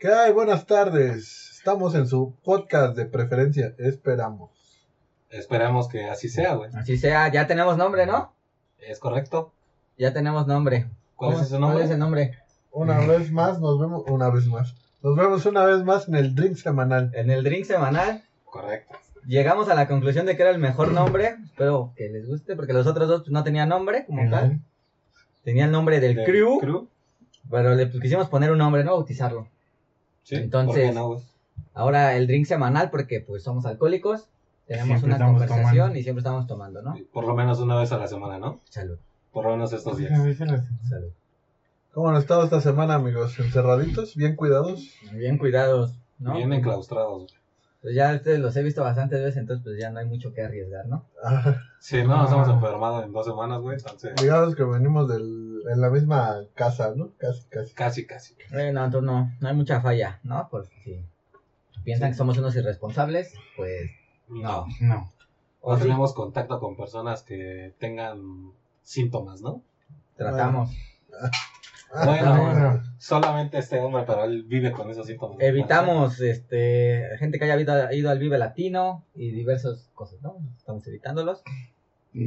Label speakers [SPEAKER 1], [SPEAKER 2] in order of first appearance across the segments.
[SPEAKER 1] ¿Qué hay? Buenas tardes. Estamos en su podcast de preferencia, esperamos.
[SPEAKER 2] Esperamos que así sea, güey.
[SPEAKER 3] Así sea, ya tenemos nombre, ¿no?
[SPEAKER 2] ¿Es correcto?
[SPEAKER 3] Ya tenemos nombre.
[SPEAKER 2] ¿Cuál
[SPEAKER 3] ¿Cómo-
[SPEAKER 2] es su nombre?
[SPEAKER 3] ¿Cuál es el nombre?
[SPEAKER 1] Una vez más, nos vemos una vez más. Nos vemos una vez más en el drink semanal.
[SPEAKER 3] En el drink semanal
[SPEAKER 2] Correcto.
[SPEAKER 3] llegamos a la conclusión de que era el mejor nombre. Espero que les guste, porque los otros dos pues, no tenían nombre como tal. Tenía el nombre del
[SPEAKER 2] Del
[SPEAKER 3] crew, pero le pues, quisimos poner un nombre, ¿no? Bautizarlo.
[SPEAKER 2] Sí,
[SPEAKER 3] Entonces-
[SPEAKER 2] ¿por qué no, güey?
[SPEAKER 3] Ahora el drink semanal, porque pues somos alcohólicos, tenemos
[SPEAKER 4] Siempre
[SPEAKER 3] una
[SPEAKER 4] estamos
[SPEAKER 3] conversación
[SPEAKER 4] tomando.
[SPEAKER 3] y siempre estamos tomando, ¿no?
[SPEAKER 2] Por lo menos una vez a la semana, ¿no?
[SPEAKER 3] Salud,
[SPEAKER 2] Por lo menos estos días.
[SPEAKER 3] salud.
[SPEAKER 1] ¿Cómo han estado esta semana, amigos? ¿Encerraditos? ¿Bien cuidados?
[SPEAKER 3] Muy Bien cuidados, ¿no?
[SPEAKER 2] Bien enclaustrados. güey.
[SPEAKER 3] Pues ya ustedes los he visto bastantes veces, entonces pues ya no hay mucho que arriesgar, ¿no?
[SPEAKER 1] Ah,
[SPEAKER 2] Sí, no nos
[SPEAKER 4] Ah.
[SPEAKER 2] hemos enfermado en dos semanas, güey. Entonces,
[SPEAKER 1] digamos que venimos del, en la misma casa, ¿no? Casi, casi.
[SPEAKER 2] casi, casi.
[SPEAKER 3] Eh, no, entonces no, no hay mucha falla, ¿no? Porque si piensan que somos unos irresponsables, pues
[SPEAKER 2] No.
[SPEAKER 4] No.
[SPEAKER 2] No
[SPEAKER 3] o sí,
[SPEAKER 2] tenemos contacto con personas que tengan síntomas, ¿no?
[SPEAKER 3] tratamos.
[SPEAKER 1] Ah,
[SPEAKER 2] Bueno,
[SPEAKER 3] Bueno.
[SPEAKER 2] solamente este hombre, pero él vive con esos síntomas.
[SPEAKER 3] Evitamos este gente que haya ido, ido al Vive Latino y diversas cosas, ¿no? Estamos evitándolos.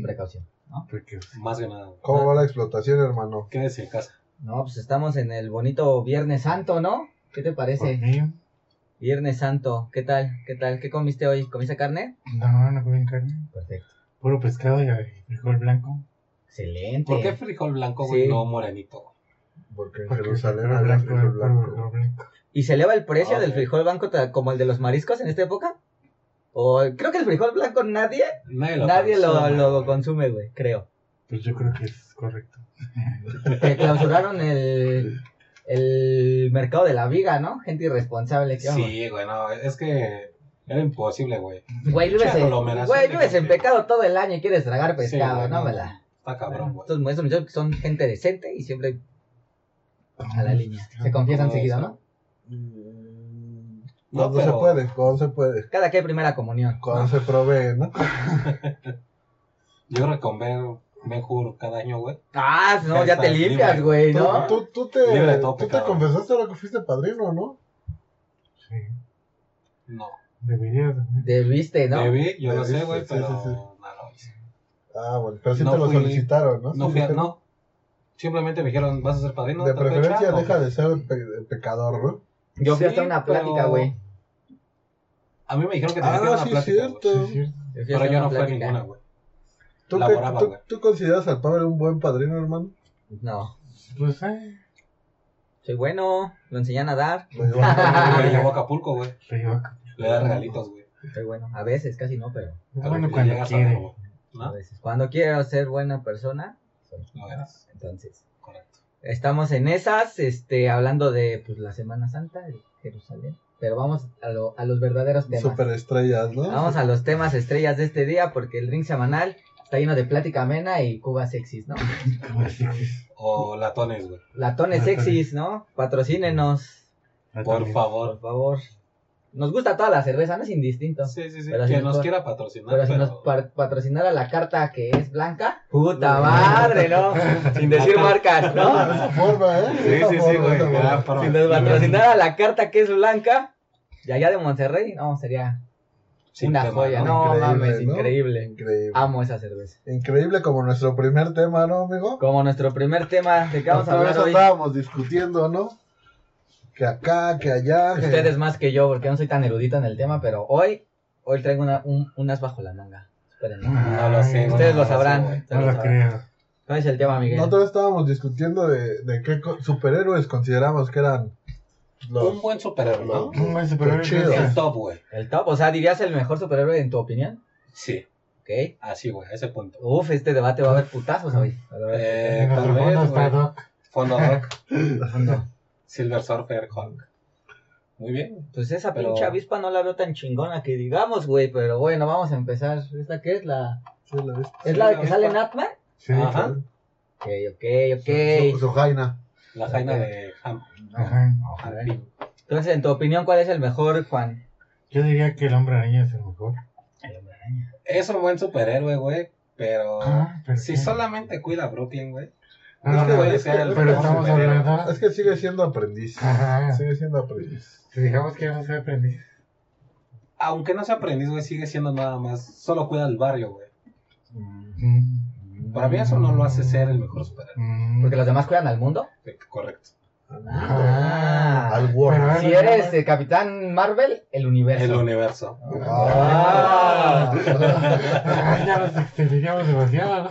[SPEAKER 3] Precaución.
[SPEAKER 4] Porque
[SPEAKER 2] Más que nada. güey.
[SPEAKER 1] ¿Cómo va la explotación, hermano?
[SPEAKER 2] Quédese en casa.
[SPEAKER 3] No, pues estamos en el bonito Viernes Santo, ¿no? ¿Qué te
[SPEAKER 4] por
[SPEAKER 3] parece?
[SPEAKER 4] mí,
[SPEAKER 3] Viernes Santo, ¿qué tal? ¿Qué tal? ¿Qué comiste hoy? ¿Comiste carne?
[SPEAKER 4] no, no comen carne.
[SPEAKER 3] Perfecto.
[SPEAKER 4] Puro pescado y eh, frijol blanco.
[SPEAKER 3] Excelente.
[SPEAKER 2] ¿Por qué frijol blanco, güey,
[SPEAKER 3] Sí.
[SPEAKER 2] no morenito? güey?
[SPEAKER 1] Porque en
[SPEAKER 4] Porque
[SPEAKER 1] Jerusalén
[SPEAKER 4] frijol
[SPEAKER 1] había
[SPEAKER 4] blanco, eh,
[SPEAKER 1] frijol
[SPEAKER 4] era puro
[SPEAKER 1] blanco.
[SPEAKER 4] frijol blanco.
[SPEAKER 3] ¿Y se eleva el precio
[SPEAKER 2] Ah,
[SPEAKER 3] del
[SPEAKER 2] ok.
[SPEAKER 3] frijol blanco ta- como el de los mariscos en esta época? O creo que el frijol blanco nadie,
[SPEAKER 2] Nadie
[SPEAKER 3] nadie lo,
[SPEAKER 2] consume,
[SPEAKER 3] lo
[SPEAKER 2] güey.
[SPEAKER 3] consume, güey, creo.
[SPEAKER 4] Pues yo creo que es correcto.
[SPEAKER 3] Que clausuraron el, el mercado de la viga, ¿no? Gente irresponsable. ¿qué vamos?
[SPEAKER 2] Sí, güey, no, es que era imposible, güey.
[SPEAKER 3] Güey, vives,
[SPEAKER 2] Mucha
[SPEAKER 3] en,
[SPEAKER 2] aglomeración
[SPEAKER 3] güey,
[SPEAKER 2] de
[SPEAKER 3] vives en
[SPEAKER 2] gente.
[SPEAKER 3] pecado todo el año y quieres tragar pescado,
[SPEAKER 2] güey,
[SPEAKER 3] ¿no?
[SPEAKER 2] no.
[SPEAKER 3] ¿Verdad?
[SPEAKER 2] Está cabrón, güey.
[SPEAKER 3] Estos estos muchachos que son gente decente y siempre a la línea. Se confiesan
[SPEAKER 2] Como
[SPEAKER 3] seguido,
[SPEAKER 2] eso.
[SPEAKER 3] ¿no?
[SPEAKER 1] Mm,
[SPEAKER 2] No,
[SPEAKER 1] Cuando
[SPEAKER 2] pero-
[SPEAKER 1] se puede, cuando se puede.
[SPEAKER 3] Cada que hay primera comunión.
[SPEAKER 1] Cuando se provee, ¿no?
[SPEAKER 2] Yo creo que con Ben, Ben Hur cada año, güey.
[SPEAKER 3] Ah, no,
[SPEAKER 2] Ahí
[SPEAKER 3] ya
[SPEAKER 2] está,
[SPEAKER 3] te limpias,
[SPEAKER 2] libre.
[SPEAKER 3] güey, ¿no?
[SPEAKER 1] Tú, tú, tú
[SPEAKER 2] Libre de
[SPEAKER 1] te,
[SPEAKER 2] todo
[SPEAKER 1] tú te
[SPEAKER 2] pecado.
[SPEAKER 1] confesaste ahora que fuiste padrino, ¿no?
[SPEAKER 4] Sí.
[SPEAKER 2] No.
[SPEAKER 4] Debería de-
[SPEAKER 3] Debiste, ¿no?
[SPEAKER 2] Debí, yo lo
[SPEAKER 1] Debiste,
[SPEAKER 2] sé, güey,
[SPEAKER 1] sí,
[SPEAKER 2] pero
[SPEAKER 1] sí, sí.
[SPEAKER 2] no lo hice.
[SPEAKER 1] Ah, bueno, pero sí
[SPEAKER 2] No
[SPEAKER 1] te lo
[SPEAKER 2] fui-
[SPEAKER 1] solicitaron, ¿no?
[SPEAKER 2] No
[SPEAKER 1] Sí,
[SPEAKER 2] fui a-
[SPEAKER 1] dijeron,
[SPEAKER 2] no. Simplemente me dijeron, ¿vas a ser padrino?
[SPEAKER 1] De
[SPEAKER 2] tal fecha?"
[SPEAKER 1] preferencia
[SPEAKER 2] No,
[SPEAKER 1] deja
[SPEAKER 2] pues,
[SPEAKER 1] de ser pe- pecador, ¿no?
[SPEAKER 3] Yo fui
[SPEAKER 2] Sí,
[SPEAKER 3] hasta una
[SPEAKER 2] pero-
[SPEAKER 3] plática, güey.
[SPEAKER 2] A mí me dijeron que tenía que ir a
[SPEAKER 1] Ah,
[SPEAKER 2] una
[SPEAKER 1] sí, es
[SPEAKER 2] plática, güey.
[SPEAKER 1] cierto.
[SPEAKER 4] Sí, es cierto.
[SPEAKER 3] Yo fui hasta
[SPEAKER 2] Pero yo
[SPEAKER 3] una
[SPEAKER 2] no fui a
[SPEAKER 3] plática.
[SPEAKER 2] ninguna, güey.
[SPEAKER 1] ¿Tú, qué-
[SPEAKER 2] Laboraba,
[SPEAKER 1] tú-
[SPEAKER 2] güey.
[SPEAKER 1] tú consideras al padre un buen padrino, hermano?
[SPEAKER 3] No,
[SPEAKER 4] Pues, eh,
[SPEAKER 3] soy bueno, lo enseñan a dar,
[SPEAKER 1] Me llevo a-
[SPEAKER 2] Me llevó a Acapulco, güey.
[SPEAKER 4] lo llevo acá.
[SPEAKER 2] Le
[SPEAKER 1] Ah,
[SPEAKER 2] da regalitos, güey.
[SPEAKER 3] soy bueno. A veces, casi no, pero
[SPEAKER 2] A
[SPEAKER 4] Bueno,
[SPEAKER 2] ver,
[SPEAKER 4] cuando
[SPEAKER 2] llegas a
[SPEAKER 4] quiere.
[SPEAKER 2] verlo, güey.
[SPEAKER 3] a
[SPEAKER 2] ¿No?
[SPEAKER 3] veces. Cuando quiero ser buena persona,
[SPEAKER 2] No eras.
[SPEAKER 3] entonces.
[SPEAKER 2] Correcto.
[SPEAKER 3] Estamos en esas, este, hablando de pues, la Semana Santa de Jerusalén. Pero vamos a, lo- a los verdaderos temas.
[SPEAKER 1] Superestrellas, ¿no?
[SPEAKER 3] Vamos a los temas estrellas de este día, porque el ring semanal está lleno de plática amena y Cuba sexys, ¿no?
[SPEAKER 4] Como si-
[SPEAKER 2] O latones, güey.
[SPEAKER 3] Latones
[SPEAKER 4] Latones.
[SPEAKER 3] sexys, ¿no? Patrocínenos,
[SPEAKER 4] Ah,
[SPEAKER 2] Por
[SPEAKER 4] también.
[SPEAKER 3] por
[SPEAKER 2] favor.
[SPEAKER 3] favor. Nos gusta toda la cerveza, no es indistinto.
[SPEAKER 2] Sí, sí, sí.
[SPEAKER 3] Pero
[SPEAKER 2] Que
[SPEAKER 3] si
[SPEAKER 2] nos
[SPEAKER 3] nos-
[SPEAKER 2] quiera patrocinar,
[SPEAKER 3] Pero si
[SPEAKER 2] pero-
[SPEAKER 3] nos par- patrocinara la carta que es blanca, puta madre, ¿no? Sin decir marcas,
[SPEAKER 1] Ah, De
[SPEAKER 3] ¿no?
[SPEAKER 1] esa forma, ¿eh?
[SPEAKER 2] Sí,
[SPEAKER 1] De esa
[SPEAKER 2] sí, sí,
[SPEAKER 1] forma,
[SPEAKER 2] güey.
[SPEAKER 1] de esa
[SPEAKER 2] era
[SPEAKER 1] forma.
[SPEAKER 2] para-
[SPEAKER 3] Si nos patrocinara la carta que es blanca, de allá de Monterrey, no, sería
[SPEAKER 2] Sin
[SPEAKER 3] una
[SPEAKER 2] tema,
[SPEAKER 3] joya.
[SPEAKER 1] ¿no?
[SPEAKER 3] No, mames,
[SPEAKER 1] Increíble, ¿no?
[SPEAKER 3] increíble.
[SPEAKER 1] Increíble.
[SPEAKER 3] Amo esa cerveza.
[SPEAKER 1] Increíble como nuestro primer tema, ¿no, amigo?
[SPEAKER 3] Como nuestro primer tema de que vamos a
[SPEAKER 1] Otra
[SPEAKER 3] hablar
[SPEAKER 1] vez
[SPEAKER 3] hoy,
[SPEAKER 1] estábamos discutiendo, ¿no? Que acá, que allá. que-
[SPEAKER 3] ustedes más que yo, porque no soy tan erudito en el tema, pero hoy, hoy traigo una- un- unas bajo la manga. Espérenme.
[SPEAKER 2] No lo sé,
[SPEAKER 4] Ay,
[SPEAKER 2] güey,
[SPEAKER 3] Ustedes
[SPEAKER 2] Ah, no
[SPEAKER 3] lo
[SPEAKER 2] sé, güey.
[SPEAKER 3] sabrán. ustedes
[SPEAKER 4] No
[SPEAKER 3] lo
[SPEAKER 4] lo
[SPEAKER 3] sabrán.
[SPEAKER 4] creo.
[SPEAKER 3] ¿Cuál es el tema, Miguel?
[SPEAKER 1] Nosotros estábamos discutiendo de, de qué co- superhéroes consideramos que eran
[SPEAKER 2] Un
[SPEAKER 1] los...
[SPEAKER 2] buen superhéroe, ¿no?
[SPEAKER 4] Un buen superhéroe.
[SPEAKER 1] Chido.
[SPEAKER 2] El top, güey.
[SPEAKER 3] El top, o sea, dirías el mejor superhéroe en tu opinión.
[SPEAKER 2] Sí,
[SPEAKER 3] Ok.
[SPEAKER 2] así, güey, a ese punto.
[SPEAKER 3] Uf, este debate va a haber putazos hoy. A ver,
[SPEAKER 2] Eh,
[SPEAKER 4] En los
[SPEAKER 2] tal vez,
[SPEAKER 4] fondos está
[SPEAKER 2] güey.
[SPEAKER 4] Doc.
[SPEAKER 2] Fondo Rock,
[SPEAKER 3] no.
[SPEAKER 2] Silver Surfer, Hulk. Muy bien.
[SPEAKER 3] Pues esa
[SPEAKER 2] Pero-
[SPEAKER 3] pinche avispa no la veo tan chingona que digamos, güey. Pero bueno, vamos a empezar. ¿Esta qué es? La...
[SPEAKER 1] Sí, la viste.
[SPEAKER 3] ¿Es
[SPEAKER 2] Sí,
[SPEAKER 3] la,
[SPEAKER 2] la
[SPEAKER 3] que
[SPEAKER 2] avispa.
[SPEAKER 3] sale en Atman?
[SPEAKER 4] Sí,
[SPEAKER 2] Ajá.
[SPEAKER 3] Ok, ok,
[SPEAKER 1] Su,
[SPEAKER 3] ok.
[SPEAKER 1] su jaina.
[SPEAKER 2] La jaina de Ham.
[SPEAKER 4] ajá.
[SPEAKER 3] A ver. Entonces, en tu opinión, ¿cuál es el mejor, Juan?
[SPEAKER 4] Yo diría que el hombre araña es el mejor.
[SPEAKER 2] Es un buen superhéroe, güey, pero...
[SPEAKER 4] Ah, pero
[SPEAKER 2] Si
[SPEAKER 4] sí.
[SPEAKER 2] solamente cuida a Brooklyn, güey.
[SPEAKER 4] No,
[SPEAKER 2] No,
[SPEAKER 4] no,
[SPEAKER 2] voy a
[SPEAKER 1] es
[SPEAKER 2] decir
[SPEAKER 1] que-
[SPEAKER 2] el
[SPEAKER 4] pero
[SPEAKER 2] mejor
[SPEAKER 4] estamos
[SPEAKER 2] primero.
[SPEAKER 4] hablando.
[SPEAKER 1] Es que sigue siendo aprendiz.
[SPEAKER 4] Ajá.
[SPEAKER 1] Sigue siendo aprendiz.
[SPEAKER 4] Si digamos que vamos a aprender.
[SPEAKER 2] Aunque no sea aprendiz, güey, sigue siendo nada más. Solo cuida el barrio, güey.
[SPEAKER 4] Mm,
[SPEAKER 2] Para mí eso no lo hace ser el mejor superhéroe.
[SPEAKER 4] mm.
[SPEAKER 3] Porque los demás cuidan al mundo.
[SPEAKER 2] Sí, Correcto.
[SPEAKER 3] Ah.
[SPEAKER 1] Al Warner.
[SPEAKER 4] Pero-
[SPEAKER 3] Si eres eh, Capitán Marvel, el universo.
[SPEAKER 2] El universo.
[SPEAKER 1] Ah.
[SPEAKER 4] Ah, ya nos extenderíamos demasiado, ¿no?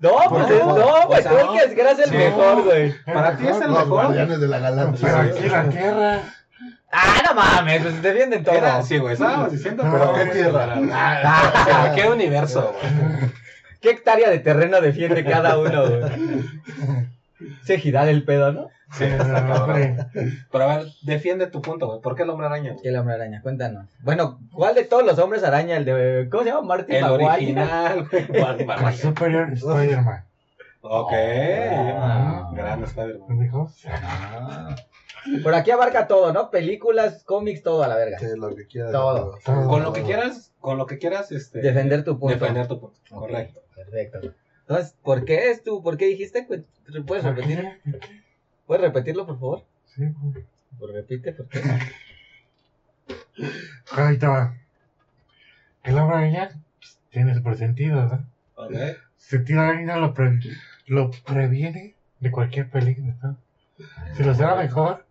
[SPEAKER 3] No, pues es, no, pues
[SPEAKER 2] O sea,
[SPEAKER 3] tú
[SPEAKER 2] no.
[SPEAKER 3] el que es que eres el
[SPEAKER 2] Sí.
[SPEAKER 3] mejor, güey.
[SPEAKER 2] Para ti es el
[SPEAKER 1] Los
[SPEAKER 2] mejor.
[SPEAKER 1] guardianes de la
[SPEAKER 4] Pero
[SPEAKER 1] galaxia.
[SPEAKER 4] aquí la tierra.
[SPEAKER 3] Ah, no mames, pues defienden todo.
[SPEAKER 2] Era, sí, güey, estábamos diciendo,
[SPEAKER 4] No,
[SPEAKER 2] pero
[SPEAKER 1] ¿qué
[SPEAKER 2] qué
[SPEAKER 1] tierra?
[SPEAKER 2] tierra.
[SPEAKER 3] Ah,
[SPEAKER 2] Pero qué universo, güey.
[SPEAKER 3] ¿Qué hectárea de terreno defiende cada uno, güey? Se girar el pedo, ¿no?
[SPEAKER 2] Sí,
[SPEAKER 4] Pero,
[SPEAKER 2] está cabrón.
[SPEAKER 4] hombre,
[SPEAKER 2] Pero a ver, defiende tu punto, güey. ¿Por qué el hombre araña? güey?
[SPEAKER 3] El hombre araña, cuéntanos. Bueno, ¿cuál de todos los hombres araña? El de. ¿Cómo se llama? Martin
[SPEAKER 2] El
[SPEAKER 3] Maguire.
[SPEAKER 2] original, güey. Juan
[SPEAKER 4] el
[SPEAKER 2] Barraga.
[SPEAKER 4] superior Spider-Man.
[SPEAKER 2] Ok.
[SPEAKER 3] Ah.
[SPEAKER 2] Gran Spider-Man.
[SPEAKER 4] ¿Me dijo?
[SPEAKER 3] Ah. Por aquí abarca todo, ¿no? Películas, cómics, todo a la verga.
[SPEAKER 1] Sí, lo que quieras.
[SPEAKER 3] Todo.
[SPEAKER 4] Todo.
[SPEAKER 2] Con lo que quieras, con lo que quieras, este.
[SPEAKER 3] Defender tu punto.
[SPEAKER 2] defender tu punto.
[SPEAKER 3] Ok,
[SPEAKER 2] Correcto.
[SPEAKER 3] Perfecto. Entonces, ¿por qué es tú? ¿Por qué dijiste? Cu- ¿Puedes
[SPEAKER 4] ¿Por
[SPEAKER 3] repetirlo?
[SPEAKER 4] qué?
[SPEAKER 3] ¿Puedes repetirlo, por favor?
[SPEAKER 4] Sí, güey.
[SPEAKER 3] Pues Repite, por qué.
[SPEAKER 4] Ahí te va. El hombre araña pues, tiene super sentido, ¿no?
[SPEAKER 2] Ok.
[SPEAKER 4] Sentido araña lo, pre- lo previene de cualquier peligro, ¿no? Si lo será mejor,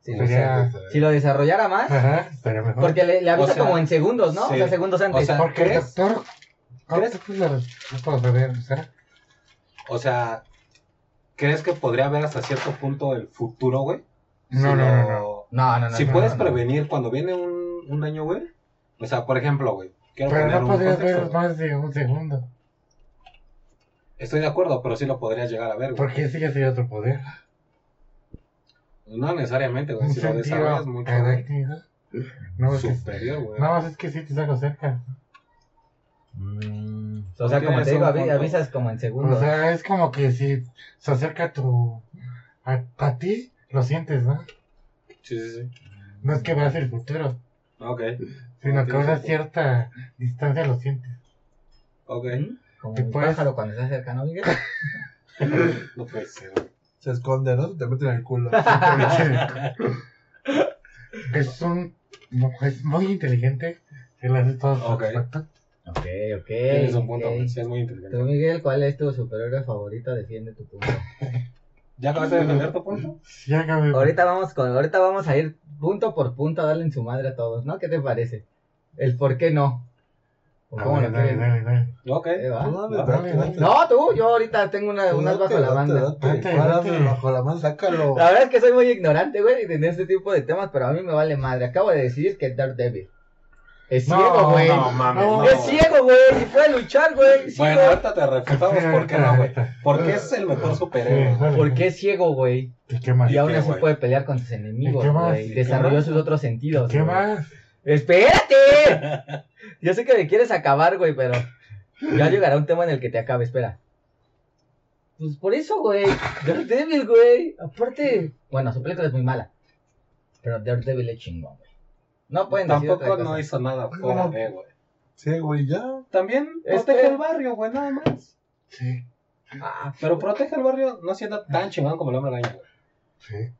[SPEAKER 3] Si lo,
[SPEAKER 4] sería.
[SPEAKER 3] si lo desarrollara más,
[SPEAKER 4] Ajá, estaría mejor.
[SPEAKER 3] porque le, le avisa
[SPEAKER 2] O sea,
[SPEAKER 3] como en segundos, ¿no? O
[SPEAKER 2] sí.
[SPEAKER 3] sea, segundos antes.
[SPEAKER 2] O sea,
[SPEAKER 4] Porque el
[SPEAKER 2] ¿crees?
[SPEAKER 4] doctor.
[SPEAKER 2] ¿Crees?
[SPEAKER 4] ¿Crees? Pues, lo- no puedo saber, o sea,
[SPEAKER 2] O sea, ¿crees que podría haber hasta cierto punto el futuro, güey?
[SPEAKER 4] No, no, no, no.
[SPEAKER 3] no, no, no.
[SPEAKER 2] si
[SPEAKER 3] no,
[SPEAKER 2] puedes
[SPEAKER 3] no, no.
[SPEAKER 2] prevenir cuando viene un, un daño, güey. O sea, por ejemplo, güey. Quiero
[SPEAKER 4] Pero
[SPEAKER 2] poner
[SPEAKER 4] no
[SPEAKER 2] un
[SPEAKER 4] podrías
[SPEAKER 2] contexto,
[SPEAKER 4] ver
[SPEAKER 2] güey.
[SPEAKER 4] más de un segundo.
[SPEAKER 2] Estoy de acuerdo, pero sí lo podrías llegar a ver, güey.
[SPEAKER 4] Porque ese ya sería otro poder.
[SPEAKER 2] No necesariamente, güey.
[SPEAKER 4] Un
[SPEAKER 2] Si lo
[SPEAKER 4] sentido
[SPEAKER 2] desarrollas mucho, güey.
[SPEAKER 4] arácnido. No, es que,
[SPEAKER 2] Superior, güey.
[SPEAKER 4] no, es que sí te saco cerca.
[SPEAKER 3] Mm, o sea, como
[SPEAKER 2] Tienes
[SPEAKER 3] te digo,
[SPEAKER 2] un
[SPEAKER 3] avi-
[SPEAKER 2] punto.
[SPEAKER 3] avisas como en
[SPEAKER 4] O
[SPEAKER 3] segundos.
[SPEAKER 4] sea, es como que si se acerca tu. a, a ti, lo sientes, ¿no?
[SPEAKER 2] Sí, sí, sí.
[SPEAKER 4] No es que veas el futuro,
[SPEAKER 2] Ok,
[SPEAKER 4] sino que a
[SPEAKER 2] Entiendo.
[SPEAKER 4] una cierta distancia lo sientes.
[SPEAKER 2] ok.
[SPEAKER 3] como
[SPEAKER 4] que
[SPEAKER 3] un
[SPEAKER 4] puedes-
[SPEAKER 3] pájaro cuando está cerca, ¿no, Miguel?
[SPEAKER 2] No puede ser, güey.
[SPEAKER 1] Se esconde, ¿no? Se te mete en el culo.
[SPEAKER 4] Ah. es un. no, es muy inteligente. Se le hace todo
[SPEAKER 2] Ok.
[SPEAKER 4] satisfactorio.
[SPEAKER 3] Ok, ok.
[SPEAKER 2] Tienes un punto,
[SPEAKER 3] ok.
[SPEAKER 2] güey. Sí, es muy inteligente.
[SPEAKER 3] Tú, Miguel, ¿cuál es tu superhéroe favorito? Defiende tu punto.
[SPEAKER 2] ¿Ya acabaste de defender tu punto?
[SPEAKER 4] Sí, ya acabé.
[SPEAKER 3] Ahorita vamos con, ahorita vamos a ir punto por punto a darle en su madre a todos, ¿no? ¿Qué te parece? El por qué no. ¿O
[SPEAKER 4] Ah,
[SPEAKER 3] cómo lo
[SPEAKER 4] dale, dale,
[SPEAKER 3] quieren?
[SPEAKER 4] dale, dale.
[SPEAKER 2] Ok.
[SPEAKER 3] Eh, va.
[SPEAKER 1] Dale,
[SPEAKER 4] dale, dale.
[SPEAKER 3] No, tú, yo ahorita tengo una, unas bajo la banda. Ah.
[SPEAKER 4] Date,
[SPEAKER 1] Páralas
[SPEAKER 4] date.
[SPEAKER 1] bajo la mano, sácalo.
[SPEAKER 3] La verdad es que soy muy ignorante, güey, en este tipo de temas, pero a mí me vale madre. Acabo de decidir que Daredevil es ciego, güey.
[SPEAKER 4] no,
[SPEAKER 2] mames,
[SPEAKER 4] no.
[SPEAKER 3] Es ciego, güey, y puede luchar, güey. sí,
[SPEAKER 2] Bueno,
[SPEAKER 3] güey.
[SPEAKER 2] ahorita te refutamos por qué no, güey. Porque es el mejor superhéroe. güey.
[SPEAKER 3] ¿Por qué es ciego, güey?
[SPEAKER 4] ¿Y qué más?
[SPEAKER 3] Y aún
[SPEAKER 2] qué,
[SPEAKER 3] así
[SPEAKER 2] güey?
[SPEAKER 3] puede pelear con sus enemigos,
[SPEAKER 4] ¿Y qué más?
[SPEAKER 3] güey.
[SPEAKER 4] ¿Y qué
[SPEAKER 3] Desarrolló
[SPEAKER 4] más?
[SPEAKER 3] sus otros sentidos.
[SPEAKER 4] ¿Qué
[SPEAKER 3] güey.
[SPEAKER 4] más?
[SPEAKER 3] ¡Espérate! Yo sé que me quieres acabar, güey, pero ya llegará un tema en el que te acabe, espera. Pues por eso, güey. Daredevil, güey. Aparte, bueno, su película es muy mala. Pero Daredevil es chingón, güey. No pueden decir otra
[SPEAKER 2] Tampoco
[SPEAKER 3] cosa.
[SPEAKER 2] no hizo nada fuera de, güey.
[SPEAKER 1] Sí, güey, ya.
[SPEAKER 2] También
[SPEAKER 3] Este-
[SPEAKER 2] protege el barrio, güey, nada más.
[SPEAKER 4] Sí,
[SPEAKER 3] Ah,
[SPEAKER 2] Pero protege el barrio no siendo tan chingón como el hombre araña, güey.
[SPEAKER 4] sí.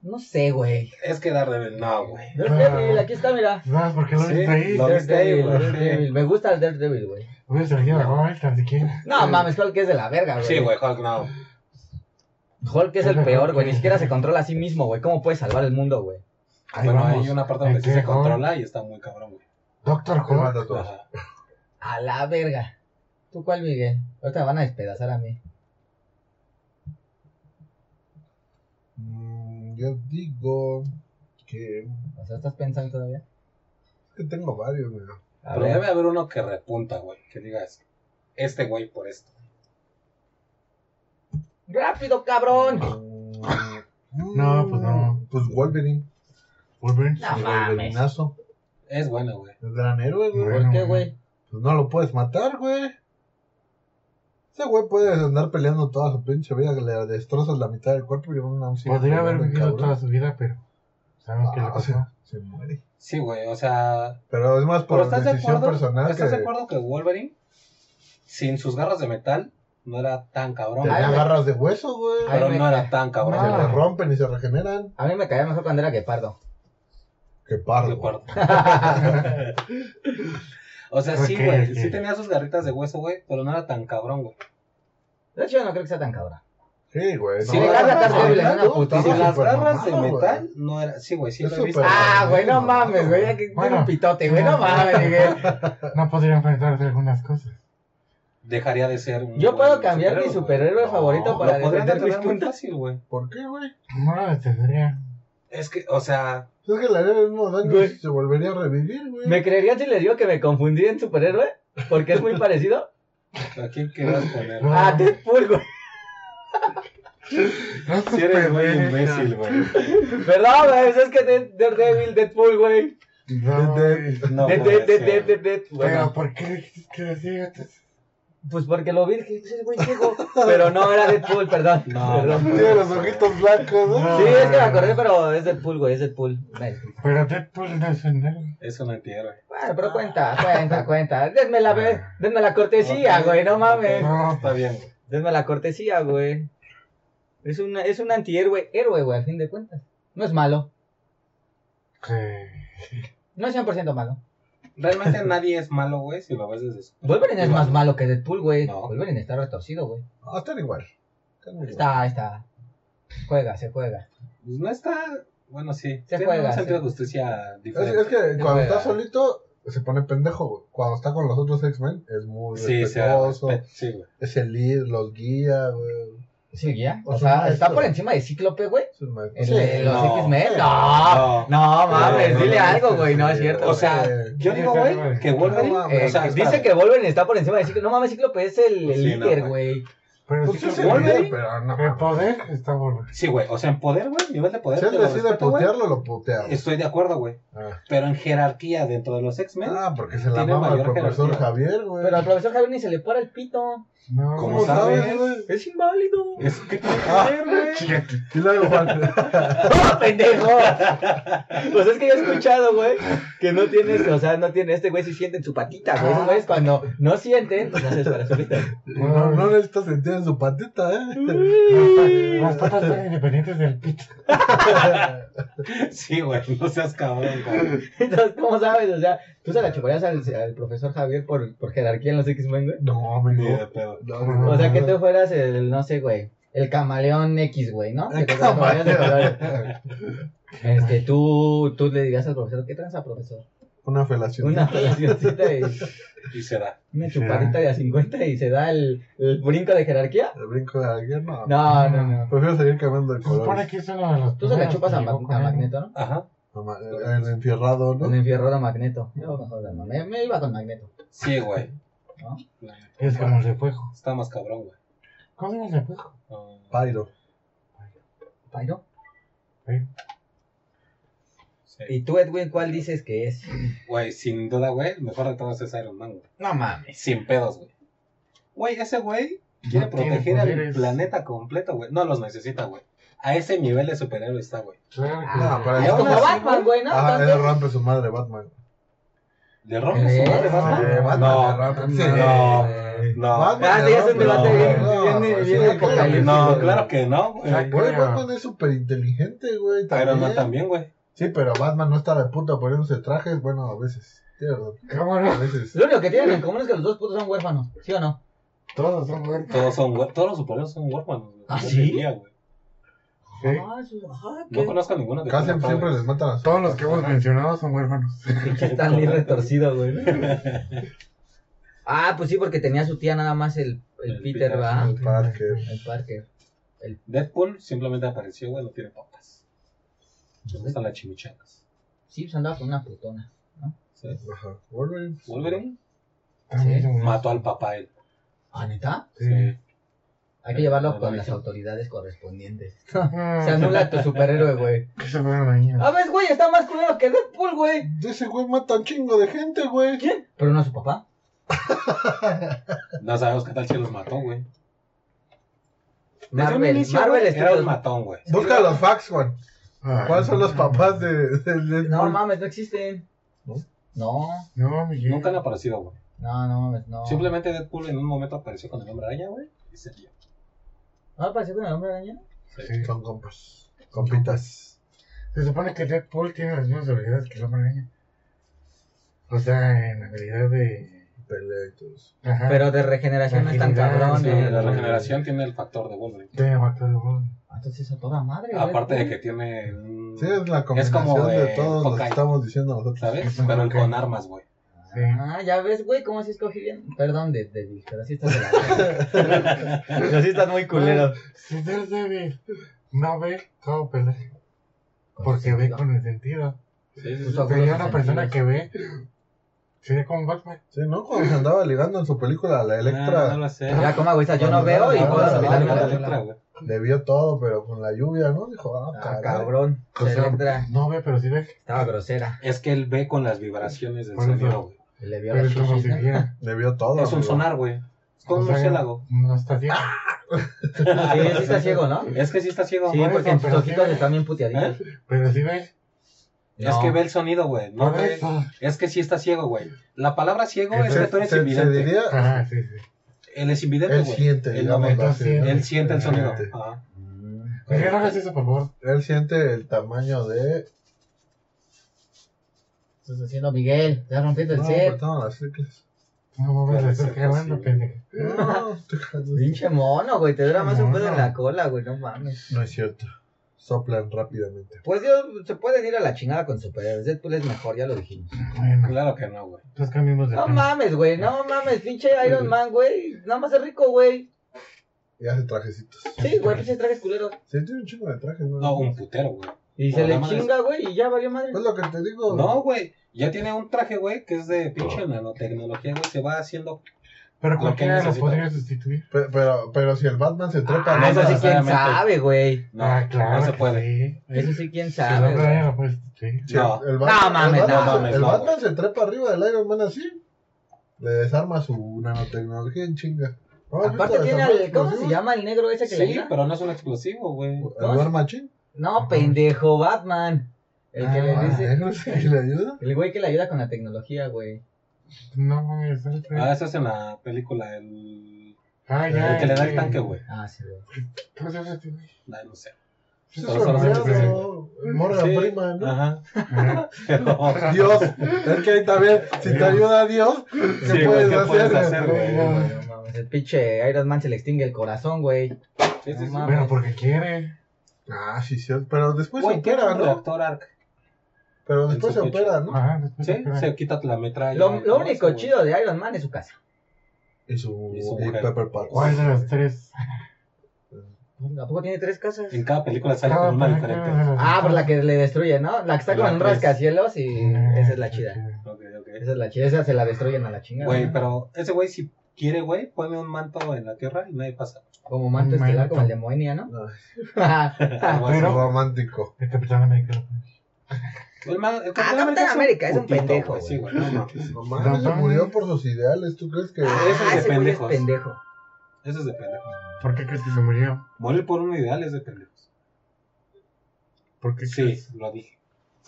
[SPEAKER 3] no sé, güey.
[SPEAKER 2] Es que Daredevil, no, güey.
[SPEAKER 4] Ah.
[SPEAKER 3] Daredevil, aquí está, mira.
[SPEAKER 4] ¿Sabes por qué lo
[SPEAKER 2] Sí,
[SPEAKER 4] viste ahí?
[SPEAKER 2] lo- viste ahí,
[SPEAKER 3] Daredevil,
[SPEAKER 2] güey.
[SPEAKER 3] Daredevil. Me gusta el Daredevil, güey.
[SPEAKER 4] Voy a salir a la Marvel, tan siquiera.
[SPEAKER 3] No mames, Hulk es de la verga, güey.
[SPEAKER 2] Sí, güey, Hulk, no.
[SPEAKER 3] Hulk es el peor, güey. Ni siquiera se controla a sí mismo, güey. ¿Cómo puede salvar el mundo, güey?
[SPEAKER 4] Ahí
[SPEAKER 2] bueno,
[SPEAKER 4] vamos.
[SPEAKER 2] hay una parte donde
[SPEAKER 4] ¿En
[SPEAKER 2] sí
[SPEAKER 4] qué,
[SPEAKER 2] se
[SPEAKER 4] Hulk?
[SPEAKER 2] controla y está muy cabrón, güey.
[SPEAKER 4] Doctor
[SPEAKER 1] Te
[SPEAKER 4] Who.
[SPEAKER 1] mando todo.
[SPEAKER 2] Ajá.
[SPEAKER 3] A la verga. ¿Tú cuál, Miguel? Ahorita me van a despedazar a mí.
[SPEAKER 1] Mm, Yo digo que,
[SPEAKER 3] O sea, ¿estás pensando todavía?
[SPEAKER 1] que tengo varios, mira.
[SPEAKER 3] A
[SPEAKER 2] Pero
[SPEAKER 3] ver.
[SPEAKER 2] debe haber uno que repunta, güey. Que digas, este güey por esto.
[SPEAKER 3] ¡Rápido, cabrón!
[SPEAKER 1] Ah, Mm,
[SPEAKER 4] No, pues no.
[SPEAKER 1] Pues Wolverine.
[SPEAKER 4] Wolverine.
[SPEAKER 3] No
[SPEAKER 1] el
[SPEAKER 3] mames.
[SPEAKER 1] Wolverineazo.
[SPEAKER 2] Es bueno, güey.
[SPEAKER 1] El gran héroe, güey.
[SPEAKER 4] Bueno,
[SPEAKER 3] ¿Por qué,
[SPEAKER 4] güey.
[SPEAKER 3] güey?
[SPEAKER 1] Pues no lo puedes matar, güey. Ese güey puede andar peleando toda su pinche vida, que le destrozas la mitad del cuerpo y aún así
[SPEAKER 4] Podría haber
[SPEAKER 1] peleando el
[SPEAKER 4] vivido
[SPEAKER 1] cabrón.
[SPEAKER 4] toda su vida, pero sabemos que le
[SPEAKER 1] Ah, o
[SPEAKER 4] pasó.
[SPEAKER 1] sea, se muere.
[SPEAKER 2] Sí, güey, o sea.
[SPEAKER 1] Pero es más
[SPEAKER 2] ¿Pero
[SPEAKER 1] por
[SPEAKER 2] estás de
[SPEAKER 1] decisión
[SPEAKER 2] acuerdo?
[SPEAKER 1] personal
[SPEAKER 2] ¿Estás
[SPEAKER 1] que...
[SPEAKER 2] de acuerdo que Wolverine, sin sus garras de metal, no era tan cabrón.
[SPEAKER 1] Tenía
[SPEAKER 3] Ay, güey.
[SPEAKER 1] garras de hueso, güey.
[SPEAKER 3] Ay,
[SPEAKER 2] pero
[SPEAKER 3] me-
[SPEAKER 2] no era tan cabrón.
[SPEAKER 1] se
[SPEAKER 3] no.
[SPEAKER 1] le rompen y se regeneran.
[SPEAKER 3] A mí me caía mejor cuando era guepardo.
[SPEAKER 1] Qué pardo.
[SPEAKER 2] Leopardo. o sea, sí,
[SPEAKER 4] Ok,
[SPEAKER 2] güey.
[SPEAKER 4] ok.
[SPEAKER 2] Sí tenía sus garritas de hueso, güey, pero no era tan cabrón, güey.
[SPEAKER 3] De hecho, yo no creo que sea tan cabrón.
[SPEAKER 1] Sí, güey.
[SPEAKER 2] Si le agarras
[SPEAKER 1] estaba
[SPEAKER 2] a Carlos,
[SPEAKER 3] le dan una
[SPEAKER 1] hablando,
[SPEAKER 3] putiza.
[SPEAKER 1] Pues estaba
[SPEAKER 2] Si las
[SPEAKER 1] súper
[SPEAKER 2] garras de
[SPEAKER 1] mamado, güey.
[SPEAKER 2] metal no era. Sí, güey, sí
[SPEAKER 1] Es
[SPEAKER 2] lo he visto.
[SPEAKER 1] súper-
[SPEAKER 3] Ah, güey, no
[SPEAKER 1] bueno,
[SPEAKER 3] mames, güey.
[SPEAKER 1] bueno.
[SPEAKER 3] ya que tiene
[SPEAKER 4] Bueno.
[SPEAKER 3] un pitote, güey. No mames, güey.
[SPEAKER 4] No podría enfrentarse a algunas cosas.
[SPEAKER 2] Dejaría de ser un.
[SPEAKER 3] Yo
[SPEAKER 2] buen
[SPEAKER 3] puedo cambiar mi
[SPEAKER 2] superhéroe,
[SPEAKER 3] superhéroe
[SPEAKER 1] No,
[SPEAKER 3] favorito
[SPEAKER 1] lo
[SPEAKER 2] güey.
[SPEAKER 3] para
[SPEAKER 2] Lo podrían
[SPEAKER 3] defender mis
[SPEAKER 2] detener muy
[SPEAKER 3] puntos.
[SPEAKER 2] fácil, güey.
[SPEAKER 1] ¿Por qué, güey?
[SPEAKER 4] No lo detendría.
[SPEAKER 2] Es que, o sea,
[SPEAKER 1] Es que le haría el mismo daño
[SPEAKER 3] Güey.
[SPEAKER 1] y se volvería a revivir, güey.
[SPEAKER 3] ¿Me creerían si les digo que me confundí en superhéroe? Porque es muy parecido.
[SPEAKER 2] ¿a quién quieras poner?
[SPEAKER 4] No.
[SPEAKER 3] Ah, Deadpool, güey.
[SPEAKER 4] No
[SPEAKER 2] Si
[SPEAKER 1] pues,
[SPEAKER 2] eres muy imbécil, güey.
[SPEAKER 3] Perdón, güey. pues Es que Dead- Daredevil, Deadpool, güey.
[SPEAKER 4] No, güey.
[SPEAKER 2] No,
[SPEAKER 3] Dead,
[SPEAKER 2] puede
[SPEAKER 3] Dead, Dead,
[SPEAKER 2] ser.
[SPEAKER 3] Dead, Dead, Dead.
[SPEAKER 4] Pero
[SPEAKER 3] Bueno,
[SPEAKER 4] ¿por qué le dices que decía?
[SPEAKER 3] pues porque lo vi, que es muy ciego. Pero no era Deadpool, perdón.
[SPEAKER 2] No,
[SPEAKER 3] Perdón.
[SPEAKER 2] no.
[SPEAKER 1] Tiene los ojitos blancos, ¿no?
[SPEAKER 4] No.
[SPEAKER 3] Sí, es que me acordé, pero es Deadpool, güey. Es Deadpool. Ven.
[SPEAKER 4] Pero Deadpool no es un héroe.
[SPEAKER 2] Es un antihéroe.
[SPEAKER 3] Bueno, pero cuenta, cuenta, cuenta. Denme la, ve- denme la cortesía,
[SPEAKER 2] Ok.
[SPEAKER 3] güey, no mames.
[SPEAKER 4] No,
[SPEAKER 2] Está bien, güey.
[SPEAKER 3] Denme la cortesía, güey. Es, una, es un antihéroe, héroe, güey, a fin de cuentas. No es malo.
[SPEAKER 4] que-
[SPEAKER 3] No es 100% malo.
[SPEAKER 2] Realmente nadie es malo, güey, si lo ves desde su.
[SPEAKER 3] Wolverine es más malo que Deadpool, güey.
[SPEAKER 2] No.
[SPEAKER 3] Wolverine está retorcido, güey.
[SPEAKER 1] Ah, están igual. Están igual.
[SPEAKER 3] Está, está. Juega, se juega.
[SPEAKER 2] Pues no está. Bueno, sí.
[SPEAKER 3] Se
[SPEAKER 2] Tiene
[SPEAKER 3] juega,
[SPEAKER 2] un sentido
[SPEAKER 3] sí.
[SPEAKER 2] de justicia
[SPEAKER 1] Es,
[SPEAKER 2] diferente.
[SPEAKER 1] es que cuando
[SPEAKER 3] güey.
[SPEAKER 1] está solito se pone pendejo, güey. Cuando está con los otros X-Men es muy
[SPEAKER 2] Sí, se da
[SPEAKER 1] respetuoso.
[SPEAKER 2] respeto, sí, güey.
[SPEAKER 1] es el líder, los guía, güey.
[SPEAKER 3] Sí, guía. O,
[SPEAKER 1] O sea,
[SPEAKER 3] sea, está
[SPEAKER 1] esto-
[SPEAKER 3] por encima de Cíclope, güey.
[SPEAKER 1] Es un maestro.
[SPEAKER 3] En el- los
[SPEAKER 2] no,
[SPEAKER 3] X-Men.
[SPEAKER 1] sí,
[SPEAKER 3] No, no,
[SPEAKER 2] no.
[SPEAKER 3] mames,
[SPEAKER 2] No, no,
[SPEAKER 3] dile
[SPEAKER 2] no,
[SPEAKER 3] algo, güey. No es
[SPEAKER 1] sí, Pues
[SPEAKER 3] cierto.
[SPEAKER 2] O
[SPEAKER 3] güey.
[SPEAKER 2] sea,
[SPEAKER 1] güey.
[SPEAKER 2] yo digo, güey, que
[SPEAKER 1] No
[SPEAKER 2] Wolverine.
[SPEAKER 1] mames.
[SPEAKER 2] o sea,
[SPEAKER 3] Eh,
[SPEAKER 2] espérate.
[SPEAKER 3] dice que Wolverine está por encima de Cíclope. No mames, Cíclope es el, el
[SPEAKER 2] Sí, no,
[SPEAKER 3] líder,
[SPEAKER 2] güey.
[SPEAKER 3] güey.
[SPEAKER 4] Pero
[SPEAKER 1] Pues
[SPEAKER 4] sí
[SPEAKER 1] es
[SPEAKER 4] que-
[SPEAKER 1] el
[SPEAKER 2] Wolverine-
[SPEAKER 1] líder, pero no.
[SPEAKER 4] El
[SPEAKER 1] mames.
[SPEAKER 4] poder está bueno.
[SPEAKER 2] Sí, güey. O sea, en poder, güey. Nivel de poder.
[SPEAKER 1] Si
[SPEAKER 2] te
[SPEAKER 1] él
[SPEAKER 2] lo
[SPEAKER 1] decide
[SPEAKER 2] respeto, güey.
[SPEAKER 1] putearlo, lo putea. güey.
[SPEAKER 2] Estoy de acuerdo, güey.
[SPEAKER 1] Ah.
[SPEAKER 2] Pero en jerarquía dentro de los
[SPEAKER 3] ¿Eh?
[SPEAKER 2] X-Men.
[SPEAKER 1] Ah, porque se la
[SPEAKER 2] Tiene
[SPEAKER 1] mama el
[SPEAKER 2] mayor
[SPEAKER 1] profesor
[SPEAKER 2] jerarquía.
[SPEAKER 1] Javier, güey.
[SPEAKER 3] Pero al profesor Javier ni se le para el pito.
[SPEAKER 4] No,
[SPEAKER 2] ¿Cómo sabes?
[SPEAKER 1] güey?
[SPEAKER 3] Es inválido.
[SPEAKER 2] Es que tiene que
[SPEAKER 1] Ah.
[SPEAKER 2] ver, güey.
[SPEAKER 4] Chiquete.
[SPEAKER 1] Y luego, Juan,
[SPEAKER 3] ¡No, pendejo! Pues es que yo he escuchado, güey, que no tienes, o sea, no tiene, este güey sí siente en su patita, güey. Esos güeyes cuando no sienten, pues haces para su pita.
[SPEAKER 1] no, no necesita sentir en su patita, ¿eh?
[SPEAKER 4] Las patas son independientes del pito.
[SPEAKER 2] Sí, güey. No seas cabrón, güey.
[SPEAKER 3] Entonces, ¿cómo sabes? O sea, tú se la chuparías al, al profesor Javier por, por jerarquía en los X-Men, güey.
[SPEAKER 1] No,
[SPEAKER 2] Ni de
[SPEAKER 1] amigo.
[SPEAKER 2] pedo.
[SPEAKER 1] No, no,
[SPEAKER 3] O sea, que
[SPEAKER 1] no.
[SPEAKER 3] tú fueras el, no sé, güey, el camaleón X, güey, ¿no? Que
[SPEAKER 1] El
[SPEAKER 3] te transformarías de
[SPEAKER 1] camaleón.
[SPEAKER 3] colores. Este, tú, tú le dirías al profesor, ¿qué tranza, profesor?
[SPEAKER 1] Una felación.
[SPEAKER 3] Una relacioncita y
[SPEAKER 2] Y se da.
[SPEAKER 3] una chupadita de a 50 y se da el, el brinco de jerarquía.
[SPEAKER 1] El brinco de alguien, no.
[SPEAKER 3] No, Pues, no, no.
[SPEAKER 1] Prefiero seguir cambiando de
[SPEAKER 4] Se supone
[SPEAKER 1] color.
[SPEAKER 4] que es uno de los.
[SPEAKER 3] Tú se la
[SPEAKER 4] primeros
[SPEAKER 3] chupas
[SPEAKER 4] que
[SPEAKER 3] a,
[SPEAKER 4] llegó
[SPEAKER 3] Mag-
[SPEAKER 4] con
[SPEAKER 3] a
[SPEAKER 4] él.
[SPEAKER 3] Magneto, ¿no?
[SPEAKER 2] Ajá.
[SPEAKER 1] Mamá, El enfierrado,
[SPEAKER 3] Con
[SPEAKER 1] ¿no?
[SPEAKER 3] el fierro a Magneto. Yo mejor la mamé. Me iba con Magneto.
[SPEAKER 2] Sí, güey.
[SPEAKER 3] ¿No?
[SPEAKER 4] Es como el refuego.
[SPEAKER 2] Está más cabrón, güey.
[SPEAKER 4] ¿Cómo se llama el refuego?
[SPEAKER 2] Ah,
[SPEAKER 1] Pyro.
[SPEAKER 3] Pairo.
[SPEAKER 2] sí.
[SPEAKER 3] ¿Y tú, Edwin, cuál dices que es?
[SPEAKER 2] Güey, sin duda, güey. el Mejor de todos es Iron Man, güey.
[SPEAKER 3] No mames.
[SPEAKER 2] Sin pedos, güey. Güey, ese güey quiere
[SPEAKER 4] No tiene
[SPEAKER 2] proteger al
[SPEAKER 4] poderes.
[SPEAKER 2] planeta completo, güey. No los necesita, güey. A ese nivel de superhéroe está, güey.
[SPEAKER 4] Claro que
[SPEAKER 1] Ah, para
[SPEAKER 3] Es
[SPEAKER 1] eso-
[SPEAKER 3] como
[SPEAKER 2] así,
[SPEAKER 3] Batman, güey, ¿no?
[SPEAKER 1] Ah,
[SPEAKER 3] Entonces-
[SPEAKER 1] él rompe su madre, Batman.
[SPEAKER 2] ¿Le rompe su
[SPEAKER 3] ¿Eh?
[SPEAKER 2] madre,
[SPEAKER 1] Eh,
[SPEAKER 2] Batman?
[SPEAKER 1] Batman,
[SPEAKER 2] No,
[SPEAKER 1] Batman.
[SPEAKER 3] Sí.
[SPEAKER 2] no, no.
[SPEAKER 1] Batman
[SPEAKER 3] Ah, sí, es un
[SPEAKER 1] le rompe,
[SPEAKER 2] debate bien-
[SPEAKER 1] no,
[SPEAKER 3] bien-
[SPEAKER 1] pues,
[SPEAKER 3] bien
[SPEAKER 1] sí, claro
[SPEAKER 3] apocalíptico.
[SPEAKER 1] que sí,
[SPEAKER 2] No,
[SPEAKER 1] güey.
[SPEAKER 2] claro que no,
[SPEAKER 4] Ay,
[SPEAKER 2] güey.
[SPEAKER 1] Güey,
[SPEAKER 4] Creo.
[SPEAKER 1] Batman es súper inteligente, güey.
[SPEAKER 2] Iron Man
[SPEAKER 1] también.
[SPEAKER 2] también, güey.
[SPEAKER 1] Sí, pero Batman no está de puta poniéndose trajes. Bueno, a veces. Tiene razón.
[SPEAKER 4] ¿Cómo
[SPEAKER 1] A
[SPEAKER 4] no?
[SPEAKER 1] veces.
[SPEAKER 3] Lo único que tienen en común es que los dos putos son huérfanos. ¿Sí o no?
[SPEAKER 4] Todos son muertos.
[SPEAKER 2] Todos son, güey. Todos los superhéroes son huérfanos, güey.
[SPEAKER 3] ¿Ah,
[SPEAKER 2] Hoy en
[SPEAKER 3] sí?
[SPEAKER 2] día, güey.
[SPEAKER 4] Sí.
[SPEAKER 3] Ah, sí, ajá,
[SPEAKER 2] No
[SPEAKER 3] qué
[SPEAKER 2] conozco a ninguno que
[SPEAKER 1] Casi
[SPEAKER 2] tenga
[SPEAKER 1] siempre
[SPEAKER 2] padres.
[SPEAKER 1] les matan a
[SPEAKER 4] Todos los que hemos mencionado son huérfanos.
[SPEAKER 3] pinche Stanley retorcido, güey. Ah, pues sí, porque tenía su tía nada más el, el
[SPEAKER 2] El
[SPEAKER 3] Peter,
[SPEAKER 2] Peter,
[SPEAKER 3] ¿verdad?
[SPEAKER 1] El Parker.
[SPEAKER 3] El Parker.
[SPEAKER 2] Deadpool simplemente apareció, güey. No tiene papas. Le gustan las chimichangas.
[SPEAKER 3] Sí, pues andaba con una putona.
[SPEAKER 2] Sí.
[SPEAKER 1] Ajá. Wolverine.
[SPEAKER 2] Wolverine
[SPEAKER 4] También
[SPEAKER 3] Sí.
[SPEAKER 4] son huérfanos.
[SPEAKER 2] mató al papá él.
[SPEAKER 3] ¿Ah, neta?
[SPEAKER 4] Sí.
[SPEAKER 3] Hay que llevarlo
[SPEAKER 2] Ah,
[SPEAKER 3] con
[SPEAKER 2] sí.
[SPEAKER 3] las autoridades correspondientes.
[SPEAKER 4] Ah,
[SPEAKER 3] Se anula tu superhéroe, güey.
[SPEAKER 4] que se fueron ahí.
[SPEAKER 3] A ver, güey, está más culero que Deadpool, güey.
[SPEAKER 1] De ese güey mata un chingo de gente, güey.
[SPEAKER 3] ¿Quién? Pero no su papá.
[SPEAKER 2] No sabemos qué tal si los mató, güey. Desde un
[SPEAKER 3] Marvel,
[SPEAKER 2] inicio,
[SPEAKER 3] Marvel
[SPEAKER 2] güey, era un
[SPEAKER 3] Studios.
[SPEAKER 2] matón, güey.
[SPEAKER 1] Busca los facts, Juan.
[SPEAKER 4] Ay,
[SPEAKER 1] ¿Cuáles son los papás de, de Deadpool?
[SPEAKER 3] No mames, no existen.
[SPEAKER 1] ¿No?
[SPEAKER 3] No,
[SPEAKER 4] No, Miguel.
[SPEAKER 2] Nunca han aparecido, güey.
[SPEAKER 3] no, no mames, no.
[SPEAKER 2] Simplemente Deadpool en un momento apareció con el hombre araña, güey. Y se lió.
[SPEAKER 3] ¿No apareció con el hombre araña?
[SPEAKER 4] Sí.
[SPEAKER 1] Son compas. Compitas.
[SPEAKER 4] Se supone que Deadpool tiene las mismas habilidades que el hombre araña. O sea, en habilidad de.
[SPEAKER 1] Pelea y todo eso.
[SPEAKER 4] Ajá.
[SPEAKER 3] Pero de regeneración no es tan
[SPEAKER 4] Agilidad,
[SPEAKER 3] cabrón.
[SPEAKER 2] Sí,
[SPEAKER 3] eh.
[SPEAKER 2] la regeneración tiene el factor de Wolverine.
[SPEAKER 4] Tiene factor de Wolverine.
[SPEAKER 3] Ah, Entonces a toda madre. güey.
[SPEAKER 2] Aparte de que tiene un...
[SPEAKER 1] Sí, es la
[SPEAKER 2] Mm. Es
[SPEAKER 1] combinación
[SPEAKER 2] como
[SPEAKER 1] de,
[SPEAKER 2] de
[SPEAKER 1] todos los que
[SPEAKER 2] Hawkeye.
[SPEAKER 1] estamos diciendo nosotros.
[SPEAKER 2] ¿Sabes?
[SPEAKER 4] Es un
[SPEAKER 2] Pero el
[SPEAKER 4] Hawkeye.
[SPEAKER 2] con armas, güey.
[SPEAKER 4] Sí.
[SPEAKER 3] Ah, ya ves, güey, cómo así escogí bien. Perdón, de, de, pero sí estás de la verga. Pero sí estás muy culero.
[SPEAKER 4] Si Daredevil no ve, todo pelea.
[SPEAKER 3] Ah,
[SPEAKER 4] Porque ve con el sentido.
[SPEAKER 2] Sí, sí,
[SPEAKER 3] Tus
[SPEAKER 2] sí.
[SPEAKER 3] ojos
[SPEAKER 4] Sería
[SPEAKER 3] los
[SPEAKER 4] una persona
[SPEAKER 3] sentidos.
[SPEAKER 4] que ve. Sería como Batman.
[SPEAKER 1] Sí, ¿no? Cuando se andaba ligando en su película, la
[SPEAKER 2] Ah, No, no
[SPEAKER 1] Electra
[SPEAKER 2] lo sé.
[SPEAKER 3] Ya, como güey, o sea, yo no veo y
[SPEAKER 1] Ah,
[SPEAKER 3] puedo
[SPEAKER 1] ah,
[SPEAKER 3] salir
[SPEAKER 1] ah,
[SPEAKER 3] con
[SPEAKER 1] ah,
[SPEAKER 3] la
[SPEAKER 2] Electra, güey.
[SPEAKER 1] le vio todo, pero con la lluvia, ¿no? Dijo, ah,
[SPEAKER 3] Ah,
[SPEAKER 1] caray.
[SPEAKER 3] cabrón.
[SPEAKER 4] O sea,
[SPEAKER 3] Electra
[SPEAKER 4] no ve, pero sí ve.
[SPEAKER 3] estaba grosera.
[SPEAKER 2] Es que él ve con las vibraciones del
[SPEAKER 4] Por eso.
[SPEAKER 2] sonido, güey.
[SPEAKER 3] Le vio
[SPEAKER 4] Pero
[SPEAKER 3] la
[SPEAKER 4] es como si
[SPEAKER 3] chuchita.
[SPEAKER 4] viera.
[SPEAKER 1] Le vio todo.
[SPEAKER 2] Es un
[SPEAKER 1] amigo.
[SPEAKER 2] sonar, güey. Es como
[SPEAKER 4] O
[SPEAKER 2] un
[SPEAKER 4] sea,
[SPEAKER 2] murciélago. Ah.
[SPEAKER 4] No está ciego.
[SPEAKER 3] Ah, Sí, sí está ciego, ¿no?
[SPEAKER 2] Es que sí está ciego.
[SPEAKER 3] Sí,
[SPEAKER 4] por
[SPEAKER 3] porque
[SPEAKER 4] eso,
[SPEAKER 3] tus
[SPEAKER 4] pero
[SPEAKER 3] ojitos
[SPEAKER 4] sí.
[SPEAKER 3] están bien puteaditos.
[SPEAKER 4] Pero sí ve.
[SPEAKER 2] Es que ve el sonido, güey. No
[SPEAKER 4] Por
[SPEAKER 2] ve-
[SPEAKER 4] eso.
[SPEAKER 2] Es que sí está ciego, güey. La palabra ciego
[SPEAKER 1] Se,
[SPEAKER 2] Pues, es que tú eres
[SPEAKER 1] se- se
[SPEAKER 2] invidente. Ah,
[SPEAKER 1] diría,
[SPEAKER 4] Ajá, sí, sí.
[SPEAKER 2] Él es invidente,
[SPEAKER 1] él
[SPEAKER 2] güey.
[SPEAKER 1] siente,
[SPEAKER 2] Él
[SPEAKER 1] digamos,
[SPEAKER 4] no
[SPEAKER 1] así,
[SPEAKER 4] ve,
[SPEAKER 1] ¿no?
[SPEAKER 2] Él siente el sonido.
[SPEAKER 1] Siente.
[SPEAKER 2] Ajá.
[SPEAKER 3] Mm.
[SPEAKER 4] ¿Por qué no hagas eso, por favor?
[SPEAKER 1] Él siente el tamaño de...
[SPEAKER 3] Estás haciendo Miguel, te has rompido el
[SPEAKER 1] No,
[SPEAKER 3] set.
[SPEAKER 1] faltaban las teclas.
[SPEAKER 4] No mames,
[SPEAKER 2] Claro,
[SPEAKER 4] la estás
[SPEAKER 2] sí,
[SPEAKER 4] grabando,
[SPEAKER 2] sí.
[SPEAKER 4] pendejo.
[SPEAKER 3] Ah.
[SPEAKER 1] No, te-
[SPEAKER 3] Pinche mono, güey, te dura más un
[SPEAKER 4] Mono.
[SPEAKER 3] pedo en la cola, güey, no mames.
[SPEAKER 1] no es cierto. Soplan rápidamente.
[SPEAKER 3] Pues Dios, se pueden ir a la chingada con superhéroes. Deadpool es mejor, ya lo dijimos.
[SPEAKER 4] Bueno,
[SPEAKER 2] Claro que no, güey.
[SPEAKER 4] entonces cambiamos de
[SPEAKER 3] No
[SPEAKER 4] tema.
[SPEAKER 3] mames, güey, no mames, pinche Iron Man, güey. Nada más es rico, güey.
[SPEAKER 1] Y hace trajecitos.
[SPEAKER 3] Sí, güey, pinche trajes culeros.
[SPEAKER 1] Sí, tiene un chingo de trajes, ¿no?
[SPEAKER 2] No, un putero, güey.
[SPEAKER 3] Y se
[SPEAKER 2] Nada
[SPEAKER 3] le
[SPEAKER 2] más. Ah,
[SPEAKER 3] chinga, güey, y ya valió madre.
[SPEAKER 1] Es lo que te digo.
[SPEAKER 2] No, güey. Ya tiene un traje, güey, que es de pinche nanotecnología, güey. Se va haciendo.
[SPEAKER 4] Pero
[SPEAKER 2] Lo que
[SPEAKER 4] cualquiera los
[SPEAKER 2] necesito.
[SPEAKER 4] podría sustituir.
[SPEAKER 1] Pe- Pero, pero, si el Batman se trepa...
[SPEAKER 3] Ah,
[SPEAKER 1] ¿no?
[SPEAKER 3] eso sí, quién
[SPEAKER 2] necesariamente.
[SPEAKER 3] sabe, güey.
[SPEAKER 2] No,
[SPEAKER 4] ah, claro.
[SPEAKER 2] no se
[SPEAKER 4] que
[SPEAKER 2] puede.
[SPEAKER 4] Sí.
[SPEAKER 3] Eso sí, quién
[SPEAKER 4] Si el
[SPEAKER 3] sabe.
[SPEAKER 4] hombre
[SPEAKER 3] güey.
[SPEAKER 4] araña lo puede sustituir.
[SPEAKER 1] Si el-
[SPEAKER 2] No.
[SPEAKER 1] el Batman,
[SPEAKER 3] No mames,
[SPEAKER 1] el Batman-
[SPEAKER 2] no mames,
[SPEAKER 1] el
[SPEAKER 2] no,
[SPEAKER 1] Batman se trepa arriba del Iron Man así. Le desarma su nanotecnología en chinga. ¿No has
[SPEAKER 3] Aparte
[SPEAKER 1] visto
[SPEAKER 3] tiene
[SPEAKER 1] desarmar
[SPEAKER 3] al, ¿cómo se
[SPEAKER 1] explosivos?
[SPEAKER 3] llama el negro ese que le
[SPEAKER 2] Sí,
[SPEAKER 3] tira?
[SPEAKER 2] pero no es un explosivo, güey.
[SPEAKER 1] ¿El War Machine?
[SPEAKER 3] No, pendejo, Batman. El que
[SPEAKER 4] Ah,
[SPEAKER 3] le dice,
[SPEAKER 1] ¿Negro sí que le ayuda?
[SPEAKER 3] el güey que le ayuda con la tecnología, güey.
[SPEAKER 4] No mames, Alfred.
[SPEAKER 2] Ah, eso es en la película. El,
[SPEAKER 4] Ah, ya.
[SPEAKER 2] el que le da
[SPEAKER 4] sí.
[SPEAKER 2] el tanque, güey. Ah,
[SPEAKER 3] Ah, sí, güey.
[SPEAKER 4] ¿Cómo se llama este güey?
[SPEAKER 2] No, no sé.
[SPEAKER 1] Sí,
[SPEAKER 2] Pero
[SPEAKER 1] su
[SPEAKER 2] solo se
[SPEAKER 1] hermano,
[SPEAKER 4] expresa.
[SPEAKER 1] Morgan
[SPEAKER 2] Sí.
[SPEAKER 1] Freeman, ¿no?
[SPEAKER 2] Ajá.
[SPEAKER 4] Ajá.
[SPEAKER 2] Pero.
[SPEAKER 1] Dios, es que ahí también, si te ayuda Dios, ¿qué
[SPEAKER 2] Sí, güey,
[SPEAKER 1] puedes
[SPEAKER 2] ¿qué
[SPEAKER 1] hacer?
[SPEAKER 2] puedes hacer,
[SPEAKER 4] güey?
[SPEAKER 3] Güey, no mames, El pinche Iron Man se le extingue el corazón, güey.
[SPEAKER 2] Sí, sí, sí.
[SPEAKER 3] No mames.
[SPEAKER 4] Bueno, porque quiere.
[SPEAKER 1] Ah, sí, sí, pero después se
[SPEAKER 2] Güey, ¿qué era
[SPEAKER 1] opera,
[SPEAKER 2] un
[SPEAKER 1] ¿no?
[SPEAKER 2] reactor arc?
[SPEAKER 1] Pero
[SPEAKER 2] En
[SPEAKER 1] después se
[SPEAKER 2] su pecho. Ah,
[SPEAKER 1] opera, ¿no?
[SPEAKER 4] Ajá, después
[SPEAKER 2] Sí,
[SPEAKER 4] espera.
[SPEAKER 2] se quita la metralla.
[SPEAKER 3] Lo,
[SPEAKER 2] y
[SPEAKER 3] lo
[SPEAKER 2] todo
[SPEAKER 3] único
[SPEAKER 2] eso, güey.
[SPEAKER 3] chido de Iron Man es su casa.
[SPEAKER 1] Y su,
[SPEAKER 2] Y su
[SPEAKER 1] y
[SPEAKER 2] mujer.
[SPEAKER 1] Pepper Potts.
[SPEAKER 4] ¿Cuál de las tres?
[SPEAKER 3] ¿A poco tiene tres casas?
[SPEAKER 2] En cada película sale con una
[SPEAKER 4] pues,
[SPEAKER 2] diferente.
[SPEAKER 3] Ah, por la que le destruye, ¿no? La que está
[SPEAKER 2] La
[SPEAKER 3] con un
[SPEAKER 2] tres. Ah.
[SPEAKER 3] rascacielos y esa es la chida.
[SPEAKER 2] Ok, ok.
[SPEAKER 3] Esa es la chida, esa se la destruyen a la chingada.
[SPEAKER 2] Güey, pero ese güey, si quiere, güey, pone un manto en la tierra y nadie pasa.
[SPEAKER 3] Como manto
[SPEAKER 4] Un
[SPEAKER 3] estelar,
[SPEAKER 4] manto.
[SPEAKER 3] como el de Moenia, ¿no?
[SPEAKER 1] No, es
[SPEAKER 3] ah,
[SPEAKER 2] Algo así.
[SPEAKER 4] Pero-
[SPEAKER 1] romántico.
[SPEAKER 4] El Capitán América.
[SPEAKER 2] El ma- el
[SPEAKER 3] Capitán América Ah, es un
[SPEAKER 2] putito,
[SPEAKER 3] pendejo,
[SPEAKER 2] güey, Sí,
[SPEAKER 3] güey.
[SPEAKER 2] güey, no mames.
[SPEAKER 1] No mames, se
[SPEAKER 4] mames.
[SPEAKER 1] murió por sus ideales, ¿tú crees que...?
[SPEAKER 2] Eso es de
[SPEAKER 3] ese güey es
[SPEAKER 2] pendejos.
[SPEAKER 3] pendejo.
[SPEAKER 2] Eso es de pendejos.
[SPEAKER 4] ¿Por qué crees que se murió?
[SPEAKER 2] Morir por un ideal es de pendejos.
[SPEAKER 4] ¿Por qué
[SPEAKER 2] Sí, lo dije.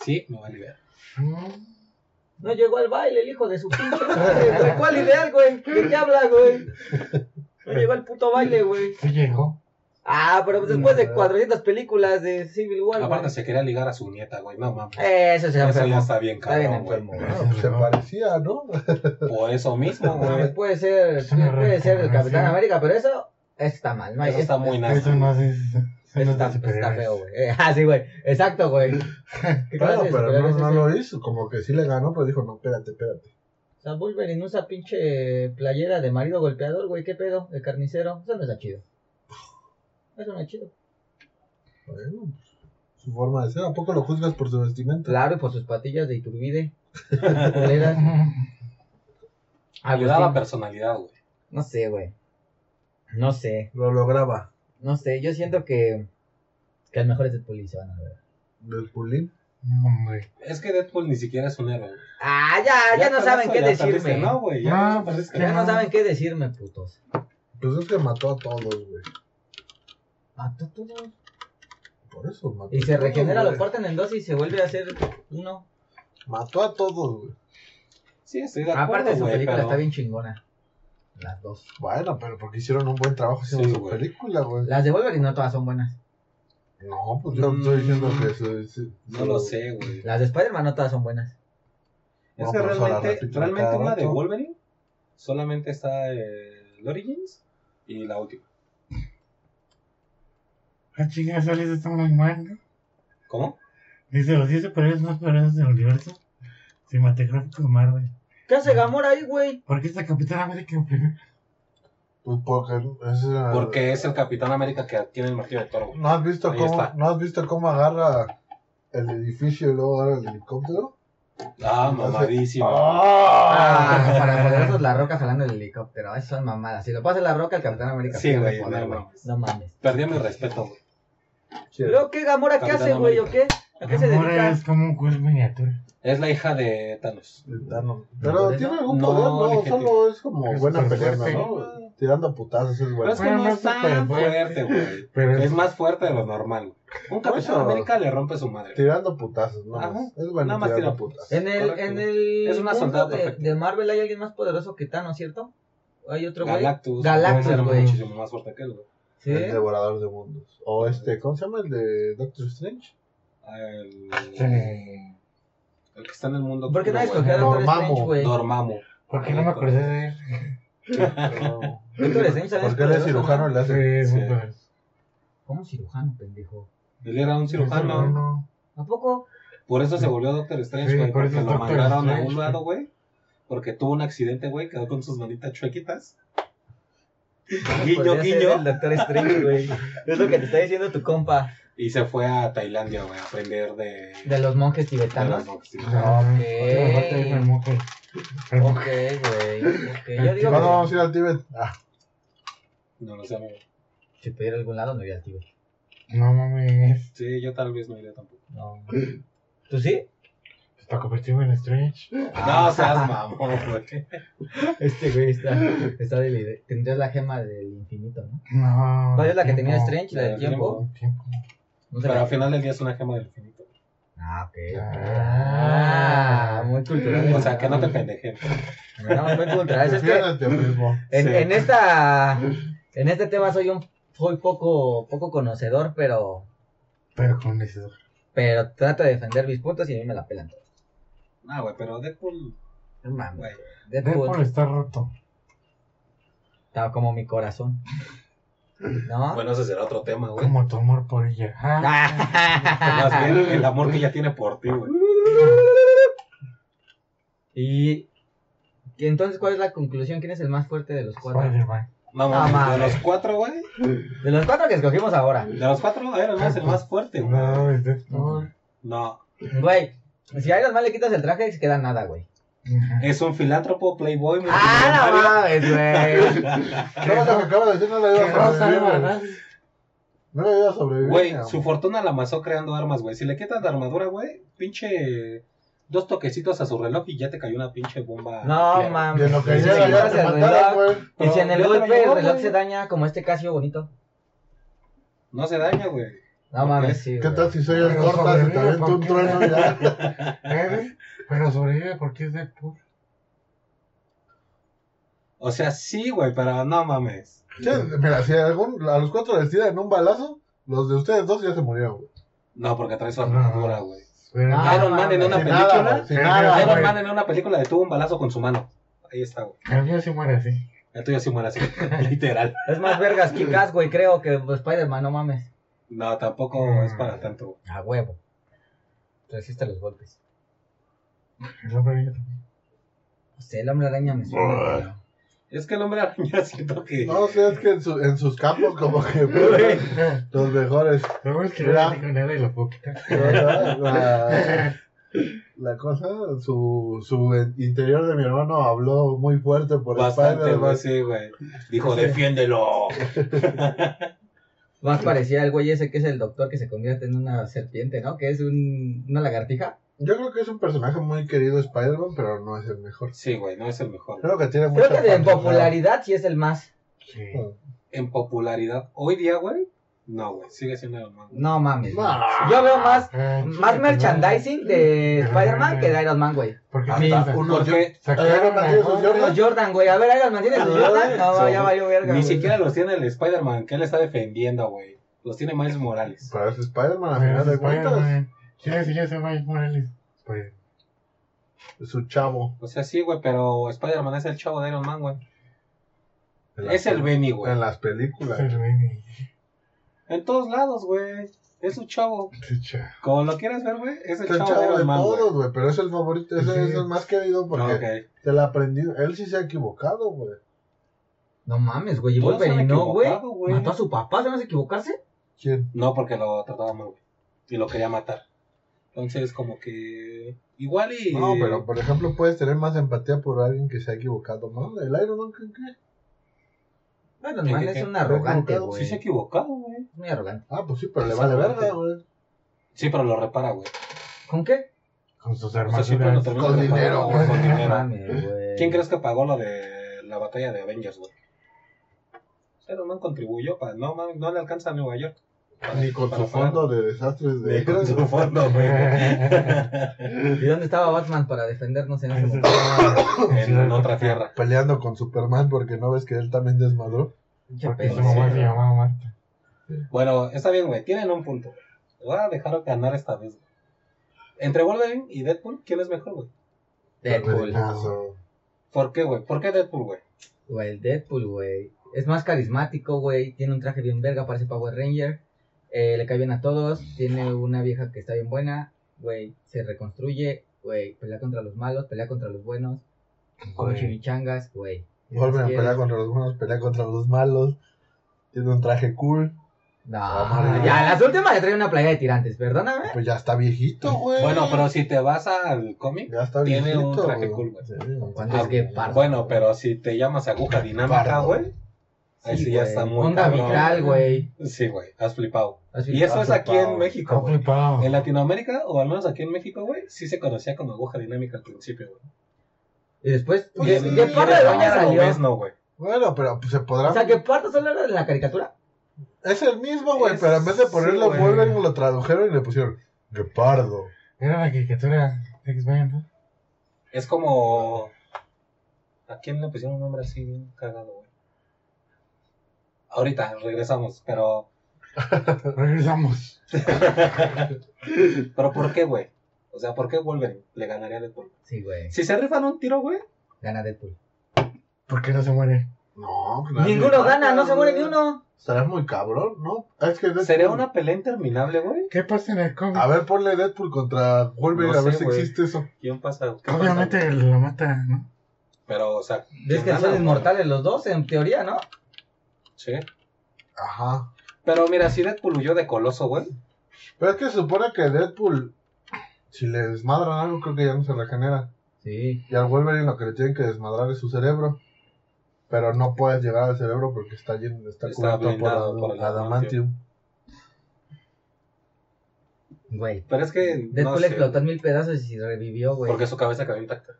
[SPEAKER 2] Sí, me va a liberar.
[SPEAKER 4] crees?
[SPEAKER 3] No llegó al baile el hijo de su pinche madre, güey. ¿Cuál ideal, güey? ¿De qué habla, güey? No llegó al puto baile, güey.
[SPEAKER 4] Sí llegó.
[SPEAKER 3] Ah, pero después de 400 películas de Civil War,
[SPEAKER 2] Aparte,
[SPEAKER 3] güey.
[SPEAKER 2] se quería ligar a su nieta, güey. No mames.
[SPEAKER 3] Eso
[SPEAKER 2] Eso
[SPEAKER 3] se
[SPEAKER 2] ya
[SPEAKER 3] enfermo.
[SPEAKER 2] está bien
[SPEAKER 3] Está bien
[SPEAKER 2] cabrón, güey.
[SPEAKER 3] enfermo,
[SPEAKER 1] No, pues se parecía, ¿no?
[SPEAKER 2] Por eso mismo,
[SPEAKER 3] Pues
[SPEAKER 2] güey.
[SPEAKER 3] puede ser,
[SPEAKER 4] Es una
[SPEAKER 3] puede ser el Capitán
[SPEAKER 4] recomendación.
[SPEAKER 3] América, pero eso está mal. No hay-
[SPEAKER 2] Eso está muy nazi.
[SPEAKER 4] Eso no hace. Eso
[SPEAKER 3] Eso
[SPEAKER 4] no
[SPEAKER 3] está,
[SPEAKER 4] hace
[SPEAKER 3] está
[SPEAKER 4] superhéroes.
[SPEAKER 3] feo, güey. Eh, ah, sí, güey. Exacto, güey. ¿Qué
[SPEAKER 1] Claro,
[SPEAKER 3] clase
[SPEAKER 1] pero
[SPEAKER 3] de superhéroe
[SPEAKER 1] no,
[SPEAKER 3] es
[SPEAKER 1] no
[SPEAKER 3] ese?
[SPEAKER 1] lo hizo, como que sí le ganó, pero dijo, no, espérate, espérate.
[SPEAKER 3] O sea, Wolverine usa pinche playera de marido golpeador, güey. ¿Qué pedo? De carnicero. Eso no está chido. Eso no es chido.
[SPEAKER 1] Bueno, pues, su forma de ser, ¿a poco lo juzgas por su vestimenta?
[SPEAKER 3] Claro, y por sus patillas de Iturbide. Culeras.
[SPEAKER 2] Le daba personalidad, güey.
[SPEAKER 3] No sé, güey. No sé.
[SPEAKER 1] Lo lograba.
[SPEAKER 3] No sé. Yo siento que. Que a lo mejor es de policía, van a ver.
[SPEAKER 1] Del pulín.
[SPEAKER 4] No, hombre.
[SPEAKER 2] Es que Deadpool ni siquiera es un héroe. güey.
[SPEAKER 3] Ah, ya, ya, no
[SPEAKER 2] con
[SPEAKER 3] saben
[SPEAKER 2] eso
[SPEAKER 3] qué
[SPEAKER 2] ya
[SPEAKER 3] decirme.
[SPEAKER 2] perdiste, No, güey. Ya,
[SPEAKER 4] No,
[SPEAKER 2] no,
[SPEAKER 4] pues es
[SPEAKER 2] perdiste.
[SPEAKER 4] que-
[SPEAKER 3] Ya no saben qué decirme, putos.
[SPEAKER 1] Pues es que mató a todos, güey. Ah,
[SPEAKER 3] Mató todos.
[SPEAKER 1] Por eso mató.
[SPEAKER 3] Y se
[SPEAKER 1] a todos,
[SPEAKER 3] regenera,
[SPEAKER 1] güey.
[SPEAKER 3] lo parten en dos y se vuelve a hacer uno.
[SPEAKER 1] Mató a todos, güey.
[SPEAKER 2] Sí, estoy de acuerdo,
[SPEAKER 3] Aparte, su
[SPEAKER 2] güey,
[SPEAKER 3] película
[SPEAKER 2] pero-
[SPEAKER 3] está bien chingona. Las dos.
[SPEAKER 1] Bueno, pero porque hicieron un buen trabajo haciendo
[SPEAKER 2] Sí,
[SPEAKER 1] su
[SPEAKER 2] güey.
[SPEAKER 1] película, güey.
[SPEAKER 3] Las de Wolverine no todas son buenas.
[SPEAKER 1] No, pues yo estoy diciendo
[SPEAKER 2] Mm.
[SPEAKER 1] que su- su-
[SPEAKER 2] No
[SPEAKER 1] su-
[SPEAKER 2] lo sé, güey.
[SPEAKER 3] Las de Spider-Man no todas son buenas.
[SPEAKER 2] Es
[SPEAKER 1] No,
[SPEAKER 2] que
[SPEAKER 1] pero solo la
[SPEAKER 2] realmente,
[SPEAKER 1] repiten
[SPEAKER 2] realmente
[SPEAKER 1] cada
[SPEAKER 2] una de
[SPEAKER 1] rato.
[SPEAKER 2] Wolverine solamente está el Origins y la última.
[SPEAKER 4] La chica Ah, esa lista está muy mal, ¿no?
[SPEAKER 2] ¿Cómo?
[SPEAKER 4] Dice los 10 superhéroes más poderosos del universo cinematográfico de Marvel.
[SPEAKER 3] ¿Qué hace Gamora ahí, güey?
[SPEAKER 4] ¿Por qué está Capitán América en primer?
[SPEAKER 1] Pues porque es, eh,
[SPEAKER 2] Porque es el Capitán América que tiene el martillo de Thor, güey.
[SPEAKER 1] ¿No has visto
[SPEAKER 2] Ahí
[SPEAKER 1] cómo,
[SPEAKER 2] está.
[SPEAKER 1] no has visto cómo agarra el edificio y luego agarra el helicóptero?
[SPEAKER 2] Ah, mamadísimo.
[SPEAKER 3] Ah,
[SPEAKER 1] ¡Ah!
[SPEAKER 3] para poderosos la roca jalando el helicóptero. Esas son mamadas. Si lo pasa la roca, el Capitán América.
[SPEAKER 2] Sí,
[SPEAKER 3] pierde
[SPEAKER 2] güey,
[SPEAKER 3] poder,
[SPEAKER 2] no
[SPEAKER 3] güey.
[SPEAKER 2] mames.
[SPEAKER 3] No mames.
[SPEAKER 2] Perdió mi respeto, güey.
[SPEAKER 3] ¿Luego qué Gamora qué
[SPEAKER 2] Capitán
[SPEAKER 3] hace, güey? ¿O qué? ¿A qué se
[SPEAKER 4] Ahora
[SPEAKER 3] dedica?
[SPEAKER 4] es como un juez miniatura.
[SPEAKER 2] Es la hija de Thanos.
[SPEAKER 1] Pero
[SPEAKER 3] ¿No?
[SPEAKER 1] tiene algún
[SPEAKER 2] No,
[SPEAKER 1] poder, no,
[SPEAKER 2] dije
[SPEAKER 1] solo es como
[SPEAKER 4] Es
[SPEAKER 1] buena
[SPEAKER 4] súper
[SPEAKER 1] peleando,
[SPEAKER 4] fuerte.
[SPEAKER 1] ¿no? Tirando a putazos es
[SPEAKER 2] Pero
[SPEAKER 1] bueno.
[SPEAKER 2] es que
[SPEAKER 4] Bueno,
[SPEAKER 2] no
[SPEAKER 4] no
[SPEAKER 2] es
[SPEAKER 4] está
[SPEAKER 2] tan
[SPEAKER 4] tan
[SPEAKER 2] fuerte, güey.
[SPEAKER 4] Pero
[SPEAKER 2] Es más fuerte de lo normal. Un
[SPEAKER 1] Por
[SPEAKER 2] Capitán
[SPEAKER 1] eso-
[SPEAKER 2] América le rompe su madre.
[SPEAKER 1] Tirando putazos, no
[SPEAKER 2] Ajá.
[SPEAKER 1] más. Es bueno
[SPEAKER 2] Nada más
[SPEAKER 1] tirando
[SPEAKER 2] tira
[SPEAKER 1] putazos.
[SPEAKER 3] En el,
[SPEAKER 2] Correcto.
[SPEAKER 3] en el
[SPEAKER 2] Es una
[SPEAKER 3] mundo
[SPEAKER 2] soldada
[SPEAKER 3] de,
[SPEAKER 2] perfecta.
[SPEAKER 3] de Marvel hay alguien más poderoso que Thanos, ¿cierto? Hay otro güey.
[SPEAKER 2] Galactus.
[SPEAKER 3] Galactus,
[SPEAKER 2] puede ser
[SPEAKER 3] güey.
[SPEAKER 2] muchísimo más fuerte que él, güey.
[SPEAKER 3] Sí.
[SPEAKER 1] El devorador de mundos. O este, ¿cómo se llama el de Doctor Strange?
[SPEAKER 2] El...
[SPEAKER 4] Este,
[SPEAKER 2] el que está en el mundo.
[SPEAKER 3] ¿Por qué no
[SPEAKER 2] oscuro,
[SPEAKER 3] escogió a
[SPEAKER 1] Dor-
[SPEAKER 2] güey.
[SPEAKER 3] Doctor
[SPEAKER 1] Dormammu,
[SPEAKER 3] Strange, güey?
[SPEAKER 2] Dormammu.
[SPEAKER 4] ¿Por qué no me acordé de él?
[SPEAKER 1] No.
[SPEAKER 3] Doctor Strange también es
[SPEAKER 1] Porque él es
[SPEAKER 3] poderoso,
[SPEAKER 1] cirujano
[SPEAKER 3] ¿no?
[SPEAKER 1] y le hace.
[SPEAKER 4] Sí,
[SPEAKER 2] Sí.
[SPEAKER 4] muy bueno.
[SPEAKER 3] ¿Cómo cirujano, pendejo?
[SPEAKER 2] Él era un cirujano.
[SPEAKER 3] ¿A poco?
[SPEAKER 2] Por eso se volvió Doctor Strange,
[SPEAKER 4] Sí,
[SPEAKER 2] güey.
[SPEAKER 4] por
[SPEAKER 2] porque
[SPEAKER 4] eso
[SPEAKER 2] lo
[SPEAKER 4] es Doctor
[SPEAKER 2] mandaron a un
[SPEAKER 4] Strange,
[SPEAKER 2] lado, güey. Porque tuvo un accidente, güey. Quedó con sus manitas chuequitas. Guiño,
[SPEAKER 3] Podría ser
[SPEAKER 2] guiño.
[SPEAKER 3] El Doctor Strange, güey. Es lo que te está diciendo tu compa
[SPEAKER 2] Y se fue a Tailandia, güey, a aprender de.
[SPEAKER 3] de los monjes
[SPEAKER 2] de las
[SPEAKER 3] tibetanos.
[SPEAKER 2] moxilas.
[SPEAKER 4] Ah,
[SPEAKER 3] Ok.
[SPEAKER 4] porque me falta irme al monje. Al
[SPEAKER 3] Ok,
[SPEAKER 4] monje.
[SPEAKER 3] güey. Ok, yo digo
[SPEAKER 1] ¿Cuándo
[SPEAKER 3] que
[SPEAKER 1] Ah, vamos a ir al Tíbet? Ah,
[SPEAKER 2] No lo sé, amigo.
[SPEAKER 3] si pudiera ir a algún lado no iría al Tíbet.
[SPEAKER 4] No mames.
[SPEAKER 2] Sí, yo tal vez no iré tampoco.
[SPEAKER 3] No. ¿Tú sí?
[SPEAKER 4] Pues para convertirme en Strange.
[SPEAKER 3] Ah.
[SPEAKER 2] No seas mamón, güey.
[SPEAKER 3] Este güey está, está dividido. Tendrías la gema del infinito, ¿no?
[SPEAKER 4] No.
[SPEAKER 3] ¿Cuál es la que tenía
[SPEAKER 4] tiempo.
[SPEAKER 3] Strange? ¿La del tiempo?
[SPEAKER 4] Tiempo.
[SPEAKER 3] No sé
[SPEAKER 2] Pero
[SPEAKER 3] la-
[SPEAKER 2] al final del día es una gema del infinito.
[SPEAKER 3] Ah, ok.
[SPEAKER 4] Ah.
[SPEAKER 3] Ah, muy cultural.
[SPEAKER 2] O sea, que no te pendejen.
[SPEAKER 3] No, muy cultural. Es que
[SPEAKER 1] Ah, defiéndete mismo.
[SPEAKER 3] en,
[SPEAKER 2] Sí.
[SPEAKER 3] en esta en este tema soy un soy poco poco conocedor, pero
[SPEAKER 4] Pero con ese
[SPEAKER 3] pero trato de defender mis puntos y a mí me la pelan. todos.
[SPEAKER 2] No, Ah, güey, pero Deadpool,
[SPEAKER 3] No mames.
[SPEAKER 2] güey.
[SPEAKER 3] Deadpool
[SPEAKER 4] Deadpool está roto.
[SPEAKER 3] estaba como mi corazón. ¿No?
[SPEAKER 2] Bueno, ese será otro tema, güey.
[SPEAKER 4] Como tu amor por ella. Ah,
[SPEAKER 2] Más bien, el amor que ella tiene por ti, güey.
[SPEAKER 3] y y entonces cuál es la conclusión? ¿Quién es el más fuerte de los cuatro?
[SPEAKER 4] Spider-Man.
[SPEAKER 2] No,
[SPEAKER 3] Ah,
[SPEAKER 2] mames, de
[SPEAKER 3] mames.
[SPEAKER 2] los cuatro, güey.
[SPEAKER 3] De los cuatro que escogimos ahora.
[SPEAKER 2] De los cuatro, Iron Man es el más fuerte, güey.
[SPEAKER 4] No, es Deadpool.
[SPEAKER 2] No.
[SPEAKER 3] Güey, si a Iron Man le quitas el traje, se queda nada, güey.
[SPEAKER 2] Es un filántropo, playboy, multimillonario.
[SPEAKER 3] Ah, no mames, güey.
[SPEAKER 1] No, lo que acabas de decir no le
[SPEAKER 4] Que
[SPEAKER 1] iba a
[SPEAKER 4] no sabe
[SPEAKER 1] sobrevivir. güey.
[SPEAKER 4] verdad.
[SPEAKER 1] No le iba a sobrevivir.
[SPEAKER 2] Güey,
[SPEAKER 1] mi
[SPEAKER 2] su
[SPEAKER 1] amor.
[SPEAKER 2] fortuna la amasó creando armas, güey. Si le quitas la armadura, güey, pinche dos toquecitos a su reloj y ya te cayó una pinche bomba.
[SPEAKER 3] No
[SPEAKER 2] nuclear.
[SPEAKER 1] Y en
[SPEAKER 3] mames.
[SPEAKER 1] lo que
[SPEAKER 3] Y si
[SPEAKER 1] llega
[SPEAKER 3] le
[SPEAKER 1] ya
[SPEAKER 3] llevas
[SPEAKER 1] te
[SPEAKER 3] el
[SPEAKER 1] mataron,
[SPEAKER 3] reloj,
[SPEAKER 1] güey.
[SPEAKER 3] y si en
[SPEAKER 2] Ya te
[SPEAKER 3] el
[SPEAKER 2] la
[SPEAKER 3] golpe el
[SPEAKER 2] llevó,
[SPEAKER 3] reloj
[SPEAKER 2] güey.
[SPEAKER 3] se daña, como este Casio bonito.
[SPEAKER 2] No se daña, güey.
[SPEAKER 3] No mames, sí.
[SPEAKER 1] ¿Qué
[SPEAKER 3] güey.
[SPEAKER 1] tal si soy el
[SPEAKER 4] Pero
[SPEAKER 1] corta? Se te
[SPEAKER 4] sobrevive,
[SPEAKER 1] avienta
[SPEAKER 4] ¿por
[SPEAKER 1] un
[SPEAKER 4] qué?
[SPEAKER 1] trueno y ya.
[SPEAKER 4] Bebe, Pero sobrevive porque es Deadpool.
[SPEAKER 2] O sea, sí, güey, pero no mames.
[SPEAKER 1] Che, Mira, si algún, a los cuatro les tiran un balazo, los de ustedes dos ya se murieron, güey.
[SPEAKER 2] No, porque trae su armadura, güey.
[SPEAKER 4] Pero-
[SPEAKER 3] Ah,
[SPEAKER 2] Iron Man en
[SPEAKER 3] mames.
[SPEAKER 2] una
[SPEAKER 1] Sin
[SPEAKER 2] película.
[SPEAKER 1] nada, güey, sin
[SPEAKER 4] Pero-
[SPEAKER 1] nada.
[SPEAKER 3] Ah,
[SPEAKER 2] Iron
[SPEAKER 4] Pero-
[SPEAKER 1] güey.
[SPEAKER 4] güey.
[SPEAKER 2] Man en una película le tuvo un balazo con su mano. Ahí está, güey.
[SPEAKER 4] El mío se muere así.
[SPEAKER 2] El tuyo sí muere así, literal.
[SPEAKER 3] Es más vergas Kikas, güey, creo que pues, Spider-Man, no mames.
[SPEAKER 2] No, tampoco
[SPEAKER 4] Mm.
[SPEAKER 2] es para tanto, güey.
[SPEAKER 3] A huevo. Resiste los golpes.
[SPEAKER 4] El hombre araña también.
[SPEAKER 3] O sea, el hombre araña me suena. güey.
[SPEAKER 2] Es que el hombre araña siento que.
[SPEAKER 1] No, o sea, es que en, su- en sus campos como que güey, los mejores.
[SPEAKER 4] Luego es que
[SPEAKER 1] Mira.
[SPEAKER 4] no le digo nada y lo puedo quitar.
[SPEAKER 1] La, la- la cosa, su, su interior de mi hermano habló muy fuerte por
[SPEAKER 2] Bastante,
[SPEAKER 1] Spider-Man.
[SPEAKER 2] güey, sí, güey. Dijo, defiéndelo.
[SPEAKER 3] Más parecía el güey ese que es el doctor que se convierte en una serpiente, ¿no? Que es un, una lagartija.
[SPEAKER 1] Yo creo que es un personaje muy querido Spider-Man, pero no es el mejor.
[SPEAKER 2] Sí, güey, no es el mejor.
[SPEAKER 1] Creo que tiene mucha
[SPEAKER 3] Creo que de
[SPEAKER 1] parte, ¿no?
[SPEAKER 3] popularidad sí es el más.
[SPEAKER 4] Sí.
[SPEAKER 1] Mm.
[SPEAKER 2] En popularidad, hoy día, güey, No, güey, sigue siendo Iron Man. güey.
[SPEAKER 3] No mames.
[SPEAKER 1] No.
[SPEAKER 3] güey. Yo veo más,
[SPEAKER 4] Eh,
[SPEAKER 3] más merchandising de Spider-Man que de Iron Man, güey.
[SPEAKER 4] Porque
[SPEAKER 1] Hasta
[SPEAKER 4] piensa,
[SPEAKER 1] uno-
[SPEAKER 2] Porque
[SPEAKER 4] sacaron
[SPEAKER 1] Iron Man tiene sus
[SPEAKER 4] mejor-
[SPEAKER 1] Jordan.
[SPEAKER 3] Los Jordan, güey. A ver, Iron Man tiene sus Jordan. No,
[SPEAKER 2] Sí.
[SPEAKER 3] ya valió verga.
[SPEAKER 2] ni
[SPEAKER 3] güey.
[SPEAKER 2] siquiera los tiene el Spider-Man que él está defendiendo, güey. Los tiene Miles Morales.
[SPEAKER 1] Pero es Spider-Man, a
[SPEAKER 4] Pero
[SPEAKER 1] final
[SPEAKER 4] es
[SPEAKER 1] de cuentas.
[SPEAKER 4] Spider-Man. Sí, sí, ese Miles Morales. Pues, Spider-
[SPEAKER 1] Es su chavo.
[SPEAKER 2] O sea, sí, güey, pero Spider-Man es el chavo de Iron Man, güey.
[SPEAKER 1] En las
[SPEAKER 2] Es el
[SPEAKER 1] pel-
[SPEAKER 2] Benny, güey.
[SPEAKER 1] En las
[SPEAKER 4] Es
[SPEAKER 1] películas.
[SPEAKER 4] el baby.
[SPEAKER 2] En todos lados, güey. Es su chavo.
[SPEAKER 4] Sí, cha.
[SPEAKER 2] Como lo quieras ver, güey, es el
[SPEAKER 1] Es el
[SPEAKER 2] chavo, de
[SPEAKER 1] chavo de
[SPEAKER 2] Iron Man, güey.
[SPEAKER 1] todos, güey. Pero es el favorito, es,
[SPEAKER 4] Sí.
[SPEAKER 1] es el más querido porque
[SPEAKER 2] Ok.
[SPEAKER 1] se la aprendió. Él sí se ha equivocado, güey.
[SPEAKER 3] No mames, güey. Y
[SPEAKER 2] Todos se
[SPEAKER 3] Wolverine
[SPEAKER 2] han
[SPEAKER 3] no, güey.
[SPEAKER 2] equivocado, güey.
[SPEAKER 3] Mató a su papá, ¿se van a equivocarse?
[SPEAKER 1] ¿Quién?
[SPEAKER 2] No, porque lo trataba mal, güey. Y lo quería matar. Entonces, como que. Igual y.
[SPEAKER 1] No, pero por ejemplo, puedes tener más empatía por alguien que se ha equivocado más. El Iron Man, ¿qué? qué?
[SPEAKER 3] Iron
[SPEAKER 2] ¿Qué,
[SPEAKER 3] Man
[SPEAKER 2] qué,
[SPEAKER 3] es
[SPEAKER 2] qué?
[SPEAKER 3] un arrogante,
[SPEAKER 1] Equivocado,
[SPEAKER 3] güey.
[SPEAKER 2] Sí se ha
[SPEAKER 3] Es
[SPEAKER 2] equivocado, güey.
[SPEAKER 3] muy arrogante.
[SPEAKER 1] Ah, pues sí, pero le vale
[SPEAKER 2] Exactamente.
[SPEAKER 1] verga, güey.
[SPEAKER 2] Sí, pero lo repara, güey.
[SPEAKER 3] ¿Con qué?
[SPEAKER 4] Con sus
[SPEAKER 2] O sea, siempre lo
[SPEAKER 4] armaduras.
[SPEAKER 2] termina
[SPEAKER 1] Con
[SPEAKER 2] reparando,
[SPEAKER 1] dinero,
[SPEAKER 2] güey, Con
[SPEAKER 3] No
[SPEAKER 2] dinero.
[SPEAKER 3] mames, güey.
[SPEAKER 1] Eh.
[SPEAKER 2] ¿Quién crees que pagó lo de la batalla de Avengers, güey? Iron Man contribuyó para. No, man, no le alcanza a Nueva York. Para-
[SPEAKER 1] Ni con
[SPEAKER 2] para
[SPEAKER 1] su
[SPEAKER 2] pagar.
[SPEAKER 1] fondo de desastres de.
[SPEAKER 2] Ni con su fondo, güey.
[SPEAKER 3] ¿Y dónde estaba Batman para defendernos en ese momento?
[SPEAKER 2] en otra tierra.
[SPEAKER 1] Peleando con Superman porque no ves que él también desmadró.
[SPEAKER 3] Pinche
[SPEAKER 4] Porque su
[SPEAKER 3] pendejo.
[SPEAKER 4] mamá se llamaba Marta.
[SPEAKER 2] Bueno, está bien, güey. Tienen un punto. güey. Voy a dejar ganar esta vez, güey. Entre Wolverine y Deadpool, ¿quién es mejor, güey? "Pues,
[SPEAKER 3] Deadpool.
[SPEAKER 1] Perdinazo.
[SPEAKER 2] ¿Por qué, güey? ¿Por qué Deadpool, güey?
[SPEAKER 3] Güey, el Deadpool, güey. Es más carismático, güey. Tiene un traje bien verga, parece Power Ranger. Eh, le cae bien a todos. Tiene una vieja que está bien buena. Güey, se reconstruye. Güey, pelea contra los malos, pelea contra los buenos. Come
[SPEAKER 4] Güey.
[SPEAKER 3] chimichangas, güey.
[SPEAKER 1] Wolverine
[SPEAKER 3] Sí,
[SPEAKER 1] pelea
[SPEAKER 3] es.
[SPEAKER 1] contra los buenos, pelea contra los malos. Tiene un traje cool.
[SPEAKER 3] No,
[SPEAKER 2] Oh,
[SPEAKER 1] Amarillo.
[SPEAKER 3] ya, las últimas le trae una playa de tirantes, perdóname.
[SPEAKER 1] Pues ya está viejito, güey.
[SPEAKER 2] Bueno, pero si te vas al cómic,
[SPEAKER 1] Ya está
[SPEAKER 2] tiene
[SPEAKER 1] viejito.
[SPEAKER 2] un traje cool, güey.
[SPEAKER 1] Sí,
[SPEAKER 3] ¿Cuánto es que par-
[SPEAKER 2] bueno, pero si te llamas aguja dinámica,
[SPEAKER 1] Pardo.
[SPEAKER 2] güey. Ahí sí, ya
[SPEAKER 3] güey.
[SPEAKER 2] está muy
[SPEAKER 3] Onda
[SPEAKER 2] cabrón.
[SPEAKER 3] vital, güey.
[SPEAKER 2] Sí, güey, has flipado.
[SPEAKER 3] Has
[SPEAKER 2] Y eso
[SPEAKER 3] flipado,
[SPEAKER 2] es aquí en
[SPEAKER 3] flipado.
[SPEAKER 2] México,
[SPEAKER 4] Está
[SPEAKER 2] güey.
[SPEAKER 4] flipado.
[SPEAKER 2] En Latinoamérica, o al menos aquí en México, güey, sí se conocía como aguja dinámica al principio, güey.
[SPEAKER 3] Y después,
[SPEAKER 1] Pues
[SPEAKER 3] ¿qué,
[SPEAKER 1] sí,
[SPEAKER 3] qué
[SPEAKER 1] sí,
[SPEAKER 3] parte
[SPEAKER 1] sí,
[SPEAKER 3] de
[SPEAKER 1] sí,
[SPEAKER 3] Doña
[SPEAKER 1] sí,
[SPEAKER 3] salió?
[SPEAKER 2] ves, no, güey.
[SPEAKER 1] Bueno, pero pues, se podrá.
[SPEAKER 3] O sea, ¿qué parte solo era de la caricatura?
[SPEAKER 1] Es el mismo, güey,
[SPEAKER 2] Es-
[SPEAKER 1] pero en vez de
[SPEAKER 2] sí,
[SPEAKER 1] ponerle
[SPEAKER 2] güey.
[SPEAKER 1] Wolverine lo tradujeron y le pusieron Gepardo.
[SPEAKER 4] Era la caricatura de X-Men, ¿no?
[SPEAKER 2] Es como. ¿A quién le pusieron un nombre así bien cagado, güey? Ahorita regresamos, pero.
[SPEAKER 4] Regresamos.
[SPEAKER 2] ¿Pero por qué, güey? O sea, ¿por qué Wolverine le ganaría a Deadpool?
[SPEAKER 3] Sí, güey.
[SPEAKER 2] Si se rifan un tiro, güey.
[SPEAKER 3] Gana Deadpool.
[SPEAKER 4] ¿Por qué no se muere?
[SPEAKER 1] No, pues
[SPEAKER 3] Ninguno gana, no se muere ni uno.
[SPEAKER 1] Será muy cabrón, ¿no? Es que Deadpool-
[SPEAKER 2] Sería una pelea interminable, güey.
[SPEAKER 4] ¿Qué pasa en el cómic?
[SPEAKER 1] A ver, ponle Deadpool contra Wolverine
[SPEAKER 2] No
[SPEAKER 1] a ver
[SPEAKER 2] sé,
[SPEAKER 1] si
[SPEAKER 2] güey.
[SPEAKER 1] existe eso.
[SPEAKER 2] ¿Quién pasa? ¿Qué pasa?
[SPEAKER 4] Obviamente lo mata, ¿no?
[SPEAKER 2] Pero, o sea. ¿quién
[SPEAKER 3] Es que
[SPEAKER 2] gana,
[SPEAKER 3] son
[SPEAKER 2] güey?
[SPEAKER 3] inmortales los dos, en teoría, ¿no?
[SPEAKER 2] Sí.
[SPEAKER 1] Ajá.
[SPEAKER 2] Pero mira, si Deadpool huyó de Coloso, güey.
[SPEAKER 1] Pero es que se supone que Deadpool, si le desmadran algo, creo que ya no se regenera.
[SPEAKER 3] Sí.
[SPEAKER 1] Y al Wolverine lo que le tienen que desmadrar es su cerebro. Pero no puedes llegar al cerebro porque está lleno, está,
[SPEAKER 2] Está
[SPEAKER 1] cubierto por,
[SPEAKER 2] blindado
[SPEAKER 1] ad-
[SPEAKER 2] por el
[SPEAKER 1] adamantium.
[SPEAKER 3] Güey.
[SPEAKER 2] Pero es que. no
[SPEAKER 3] Deadpool
[SPEAKER 2] sé,
[SPEAKER 3] explotó en
[SPEAKER 2] güey,
[SPEAKER 3] mil pedazos y revivió, güey.
[SPEAKER 2] Porque su cabeza quedó intacta.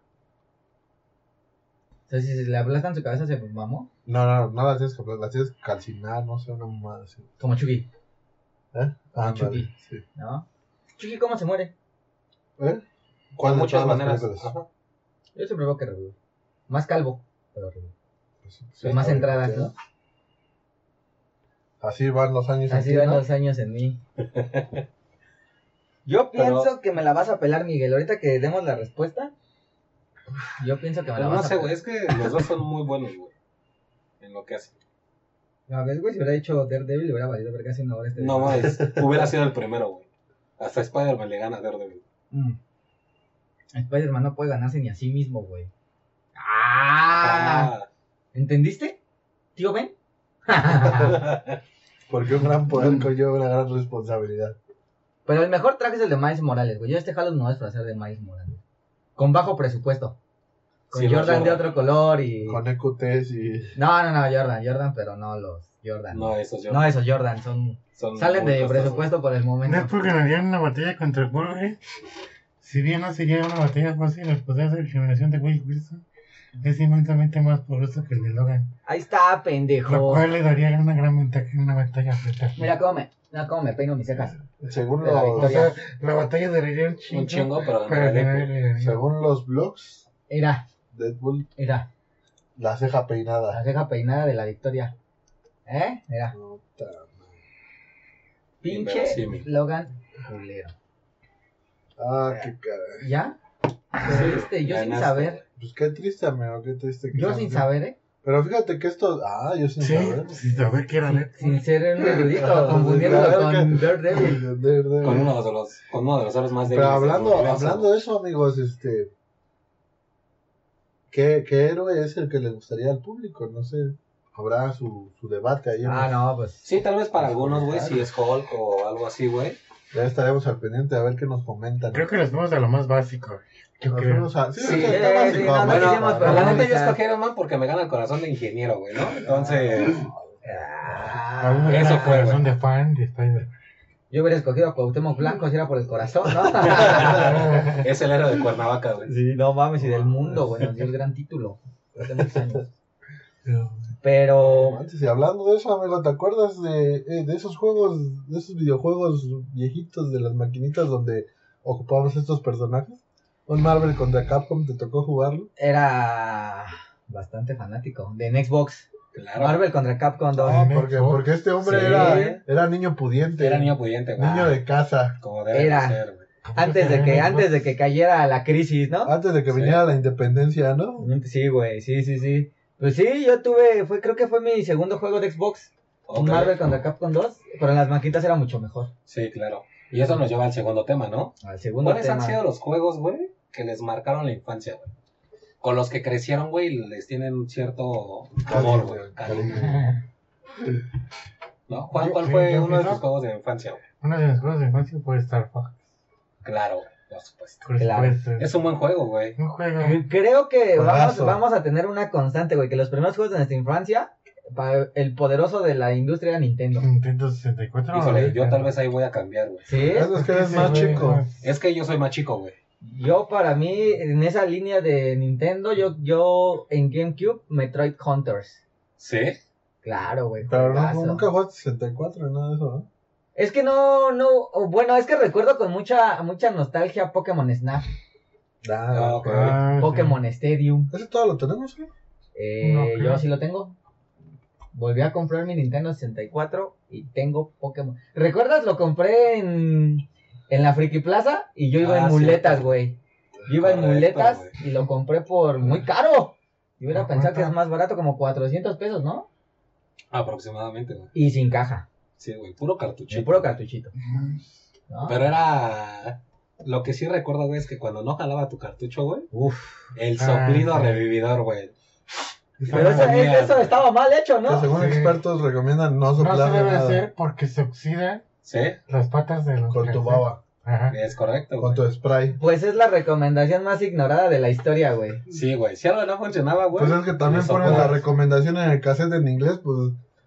[SPEAKER 3] O sea, si se le aplastan su cabeza, se mamó.
[SPEAKER 1] No, no, no las tienes que las tienes que calcinar, no sé, una mamada así.
[SPEAKER 3] Como Chucky,
[SPEAKER 1] ¿Eh? Ah,
[SPEAKER 3] Chucky.
[SPEAKER 1] sí.
[SPEAKER 3] ¿no? Chucky, ¿cómo se muere?
[SPEAKER 1] ¿Eh?
[SPEAKER 2] De
[SPEAKER 1] de
[SPEAKER 2] muchas
[SPEAKER 1] todas las
[SPEAKER 2] maneras.
[SPEAKER 1] películas?
[SPEAKER 2] Ajá.
[SPEAKER 3] Yo siempre veo que revive. Más calvo, pero revive.
[SPEAKER 1] Pues,
[SPEAKER 3] Con más
[SPEAKER 1] obviamente.
[SPEAKER 3] entradas, ¿no?
[SPEAKER 1] Así van los años.
[SPEAKER 3] Así
[SPEAKER 1] aquí,
[SPEAKER 3] van
[SPEAKER 1] ¿no?
[SPEAKER 3] los años en mí.
[SPEAKER 2] Pero-
[SPEAKER 3] Yo pienso que me la vas a pelar, Miguel. Ahorita que demos la respuesta, yo pienso que me la
[SPEAKER 2] Pero
[SPEAKER 3] vas
[SPEAKER 2] Pues no sé,
[SPEAKER 3] a
[SPEAKER 2] güey.
[SPEAKER 3] pelar.
[SPEAKER 2] Es que los dos son muy buenos, güey. En lo que hacen.
[SPEAKER 3] No, ves, güey, si hubiera dicho Daredevil, hubiera valido ver casi una hora este
[SPEAKER 2] No mames. Eh, Hubiera sido el primero, güey. Hasta Spider-Man le gana a Daredevil.
[SPEAKER 3] Mm. Spider-Man no puede ganarse ni a sí mismo, güey.
[SPEAKER 2] Ah.
[SPEAKER 3] ¿Entendiste? ¿Tío Ben?
[SPEAKER 1] Porque un gran poder conlleva una gran responsabilidad.
[SPEAKER 3] Pero el mejor traje es el de Miles Morales, güey. Yo este Halloween me voy a disfrazar de Miles Morales. Con bajo presupuesto. Con
[SPEAKER 2] Sí, los
[SPEAKER 3] Jordan de
[SPEAKER 2] Jordan.
[SPEAKER 3] otro color y...
[SPEAKER 1] Con EQTs y.
[SPEAKER 3] No, no, no, Jordan, Jordan, pero no los Jordan. No,
[SPEAKER 2] No, esos yo.
[SPEAKER 3] esos Jordan son...
[SPEAKER 2] son
[SPEAKER 3] Salen
[SPEAKER 2] muy
[SPEAKER 3] de
[SPEAKER 2] costosos.
[SPEAKER 3] presupuesto por el
[SPEAKER 4] No es
[SPEAKER 3] momento.
[SPEAKER 4] porque ganarían una batalla contra ¿eh? Wolverine. Si bien no sería una batalla fácil al poder de regeneración de Will Wilson, es inmensamente más poderoso que el de Logan,
[SPEAKER 3] Ahí está,
[SPEAKER 4] lo
[SPEAKER 3] pendejo.
[SPEAKER 4] cual le daría una gran ventaja en una batalla frente a
[SPEAKER 3] Mira cómo me, mira cómo me peino mis cejas.
[SPEAKER 1] Según
[SPEAKER 3] De la
[SPEAKER 4] O
[SPEAKER 1] los,
[SPEAKER 3] victoria.
[SPEAKER 4] sea, la batalla daría un chingo, eh,
[SPEAKER 2] Un chingo, pero
[SPEAKER 4] pero al final
[SPEAKER 2] no
[SPEAKER 4] le daría-
[SPEAKER 1] según los blogs,
[SPEAKER 3] Era,
[SPEAKER 1] Deadpool,
[SPEAKER 3] era.
[SPEAKER 1] la ceja
[SPEAKER 3] La
[SPEAKER 1] peinada.
[SPEAKER 3] ceja peinada de la victoria. ¿Eh? Era.
[SPEAKER 1] Puta.
[SPEAKER 3] Pinche
[SPEAKER 2] Inverosímil.
[SPEAKER 3] Logan culero.
[SPEAKER 1] Ah, qué cara.
[SPEAKER 3] ¿Ya? Pero, este, yo sin
[SPEAKER 2] ganaste.
[SPEAKER 3] saber.
[SPEAKER 1] Pues qué triste, amigo, qué triste. que
[SPEAKER 3] Yo
[SPEAKER 1] sea
[SPEAKER 3] sin
[SPEAKER 1] así.
[SPEAKER 3] saber, ¿eh?
[SPEAKER 1] Pero fíjate que esto. Ah, yo sin
[SPEAKER 4] Sí,
[SPEAKER 1] saber.
[SPEAKER 4] sin saber que era
[SPEAKER 3] Sin,
[SPEAKER 4] Deadpool.
[SPEAKER 3] sin ser un erudito, confundiéndolo con Daredevil.
[SPEAKER 1] De- de-
[SPEAKER 2] Con uno de los, con uno de los héroes más débiles.
[SPEAKER 1] Pero hablando,
[SPEAKER 2] del universo.
[SPEAKER 1] hablando de eso, amigos, este. ¿qué, ¿Qué héroe es el que le gustaría al público? No sé. Habrá su, su debate ahí.
[SPEAKER 3] Ah,
[SPEAKER 1] amigos.
[SPEAKER 3] no, pues.
[SPEAKER 2] Sí, tal vez para algunos, güey, si es Hulk o algo así, güey.
[SPEAKER 1] Ya estaremos al pendiente a ver qué nos comentan.
[SPEAKER 4] Creo que nos vamos a lo más básico. Yo
[SPEAKER 1] Nos
[SPEAKER 4] creo.
[SPEAKER 1] fuimos a- Sí, es
[SPEAKER 3] Sí,
[SPEAKER 1] que
[SPEAKER 3] eh,
[SPEAKER 1] está
[SPEAKER 3] sí,
[SPEAKER 1] básico,
[SPEAKER 3] no, no
[SPEAKER 1] bueno,
[SPEAKER 3] queríamos,
[SPEAKER 1] para-
[SPEAKER 2] Pero la neta yo
[SPEAKER 3] analizar.
[SPEAKER 2] escogí Iron Man porque me gana el corazón de ingeniero, güey, ¿no? Entonces,
[SPEAKER 4] A mí
[SPEAKER 3] Ah,
[SPEAKER 4] me da
[SPEAKER 2] Eso
[SPEAKER 4] la
[SPEAKER 2] fue,
[SPEAKER 4] corazón de fan de
[SPEAKER 3] yo hubiera escogido a Cuauhtémoc Blanco si era por el corazón, ¿no?
[SPEAKER 4] Spider-Man.
[SPEAKER 2] es el héroe de Cuernavaca, güey.
[SPEAKER 3] Sí, no mames, y del mundo, güey, nos dio el gran título. Hace muchos años.
[SPEAKER 4] Pero-
[SPEAKER 1] No
[SPEAKER 3] Pero,
[SPEAKER 1] manches, y hablando de eso, amigo, ¿te acuerdas de, eh, de esos juegos, de esos videojuegos viejitos de las maquinitas donde ocupabas estos personajes? Un Marvel contra Capcom, ¿te tocó jugarlo?
[SPEAKER 3] era bastante fanático. De en Xbox.
[SPEAKER 2] Claro.
[SPEAKER 3] Marvel contra Capcom 2.
[SPEAKER 1] Ah,
[SPEAKER 4] en
[SPEAKER 1] porque,
[SPEAKER 4] Xbox.
[SPEAKER 1] porque este hombre
[SPEAKER 2] Sí.
[SPEAKER 1] era, era niño pudiente.
[SPEAKER 2] Era niño pudiente, güey. Ah,
[SPEAKER 1] Niño de casa.
[SPEAKER 2] Como debe
[SPEAKER 3] Era.
[SPEAKER 2] de ser, güey.
[SPEAKER 3] Antes de que, antes de que cayera la crisis, ¿no?
[SPEAKER 1] Antes de que
[SPEAKER 2] Sí.
[SPEAKER 1] viniera la independencia, ¿no?
[SPEAKER 3] Sí, güey, sí, sí, sí. Pues sí, yo tuve, fue, creo que fue mi segundo juego de Xbox,
[SPEAKER 2] Ok.
[SPEAKER 3] un Marvel contra Capcom 2, pero en las maquinitas era mucho mejor.
[SPEAKER 2] Sí, claro. Y eso nos lleva al segundo tema, ¿no?
[SPEAKER 3] Al segundo
[SPEAKER 2] ¿Cuáles han
[SPEAKER 3] tema.
[SPEAKER 2] sido los juegos, güey, que les marcaron la infancia, güey? Con los que crecieron, güey, les tienen cierto amor, güey. cariño, ¿No? ¿Cuál, cuál fue uno de tus juegos de infancia, güey?
[SPEAKER 4] Una de mis cosas de infancia fue Star Fox.
[SPEAKER 2] Claro, güey, por supuesto.
[SPEAKER 4] Por
[SPEAKER 3] Claro.
[SPEAKER 4] supuesto.
[SPEAKER 2] Es un buen juego, güey.
[SPEAKER 4] un juego.
[SPEAKER 3] Creo que vamos,
[SPEAKER 1] Juegazo.
[SPEAKER 3] vamos a tener una constante, güey, que los primeros juegos de nuestra infancia, pa- el poderoso de la industria era Nintendo.
[SPEAKER 4] Nintendo 64.
[SPEAKER 2] Híjole, yo
[SPEAKER 4] ¿no?
[SPEAKER 2] tal vez ahí voy a cambiar, güey.
[SPEAKER 3] ¿Sí?
[SPEAKER 1] Es que eres
[SPEAKER 4] Sí,
[SPEAKER 1] más
[SPEAKER 4] güey,
[SPEAKER 1] chico.
[SPEAKER 2] Es que yo soy más chico, güey.
[SPEAKER 3] Yo para mí, en esa línea de Nintendo, yo, yo en GameCube, Metroid Hunters.
[SPEAKER 2] ¿Sí?
[SPEAKER 3] Claro, güey.
[SPEAKER 1] Pero no-
[SPEAKER 3] juegazo.
[SPEAKER 1] nunca jugaste 64 ni nada de eso, ¿no?
[SPEAKER 3] Es que no, no, o bueno, es que recuerdo con mucha, mucha nostalgia Pokémon Snap,
[SPEAKER 1] Nada.
[SPEAKER 2] ok.
[SPEAKER 4] Ah, sí.
[SPEAKER 3] Pokémon Stadium.
[SPEAKER 1] Eso todo lo tenemos, ¿eh?
[SPEAKER 3] Eh,
[SPEAKER 4] No, creo.
[SPEAKER 3] yo sí lo tengo. Volví a comprar mi Nintendo 64 y tengo Pokémon. ¿Recuerdas? Lo compré en, en la Friki Plaza y yo iba
[SPEAKER 2] Ah,
[SPEAKER 3] en muletas,
[SPEAKER 2] cierto.
[SPEAKER 3] güey. Yo iba en
[SPEAKER 2] Correcto,
[SPEAKER 3] muletas
[SPEAKER 2] güey.
[SPEAKER 3] y lo compré por muy caro. Yo hubiera
[SPEAKER 4] Ajá.
[SPEAKER 3] pensado que es más barato, como 400 pesos, ¿no?
[SPEAKER 2] Aproximadamente, güey.
[SPEAKER 3] Y sin caja,
[SPEAKER 2] Sí, güey. Puro cartuchito.
[SPEAKER 3] el puro cartuchito. ¿no?
[SPEAKER 2] Pero era. Lo que sí recuerdo, güey, es que cuando no jalaba tu cartucho, güey,
[SPEAKER 3] Uf.
[SPEAKER 2] el
[SPEAKER 4] Ah,
[SPEAKER 2] soplido
[SPEAKER 4] sí.
[SPEAKER 2] revividor, güey.
[SPEAKER 3] Pero eso,
[SPEAKER 2] Ah, mierda.
[SPEAKER 3] eso estaba mal hecho,
[SPEAKER 1] Que
[SPEAKER 3] ¿no?
[SPEAKER 1] según
[SPEAKER 4] Sí.
[SPEAKER 1] expertos recomiendan no
[SPEAKER 4] No se
[SPEAKER 1] soplar
[SPEAKER 4] debe
[SPEAKER 1] nada
[SPEAKER 4] hacer porque se oxidan
[SPEAKER 2] ¿Sí?
[SPEAKER 4] las patas de los.
[SPEAKER 1] con tu
[SPEAKER 4] calzones.
[SPEAKER 1] baba,
[SPEAKER 4] Ajá.
[SPEAKER 2] Es correcto,
[SPEAKER 1] con
[SPEAKER 2] güey.
[SPEAKER 1] tu spray.
[SPEAKER 3] Pues es la recomendación más ignorada de la historia, güey.
[SPEAKER 2] Sí, güey. Si algo no funcionaba, güey.
[SPEAKER 1] Pues es que también
[SPEAKER 2] le
[SPEAKER 1] ponen la
[SPEAKER 2] soplabas.
[SPEAKER 1] recomendación en el cassette en inglés, pues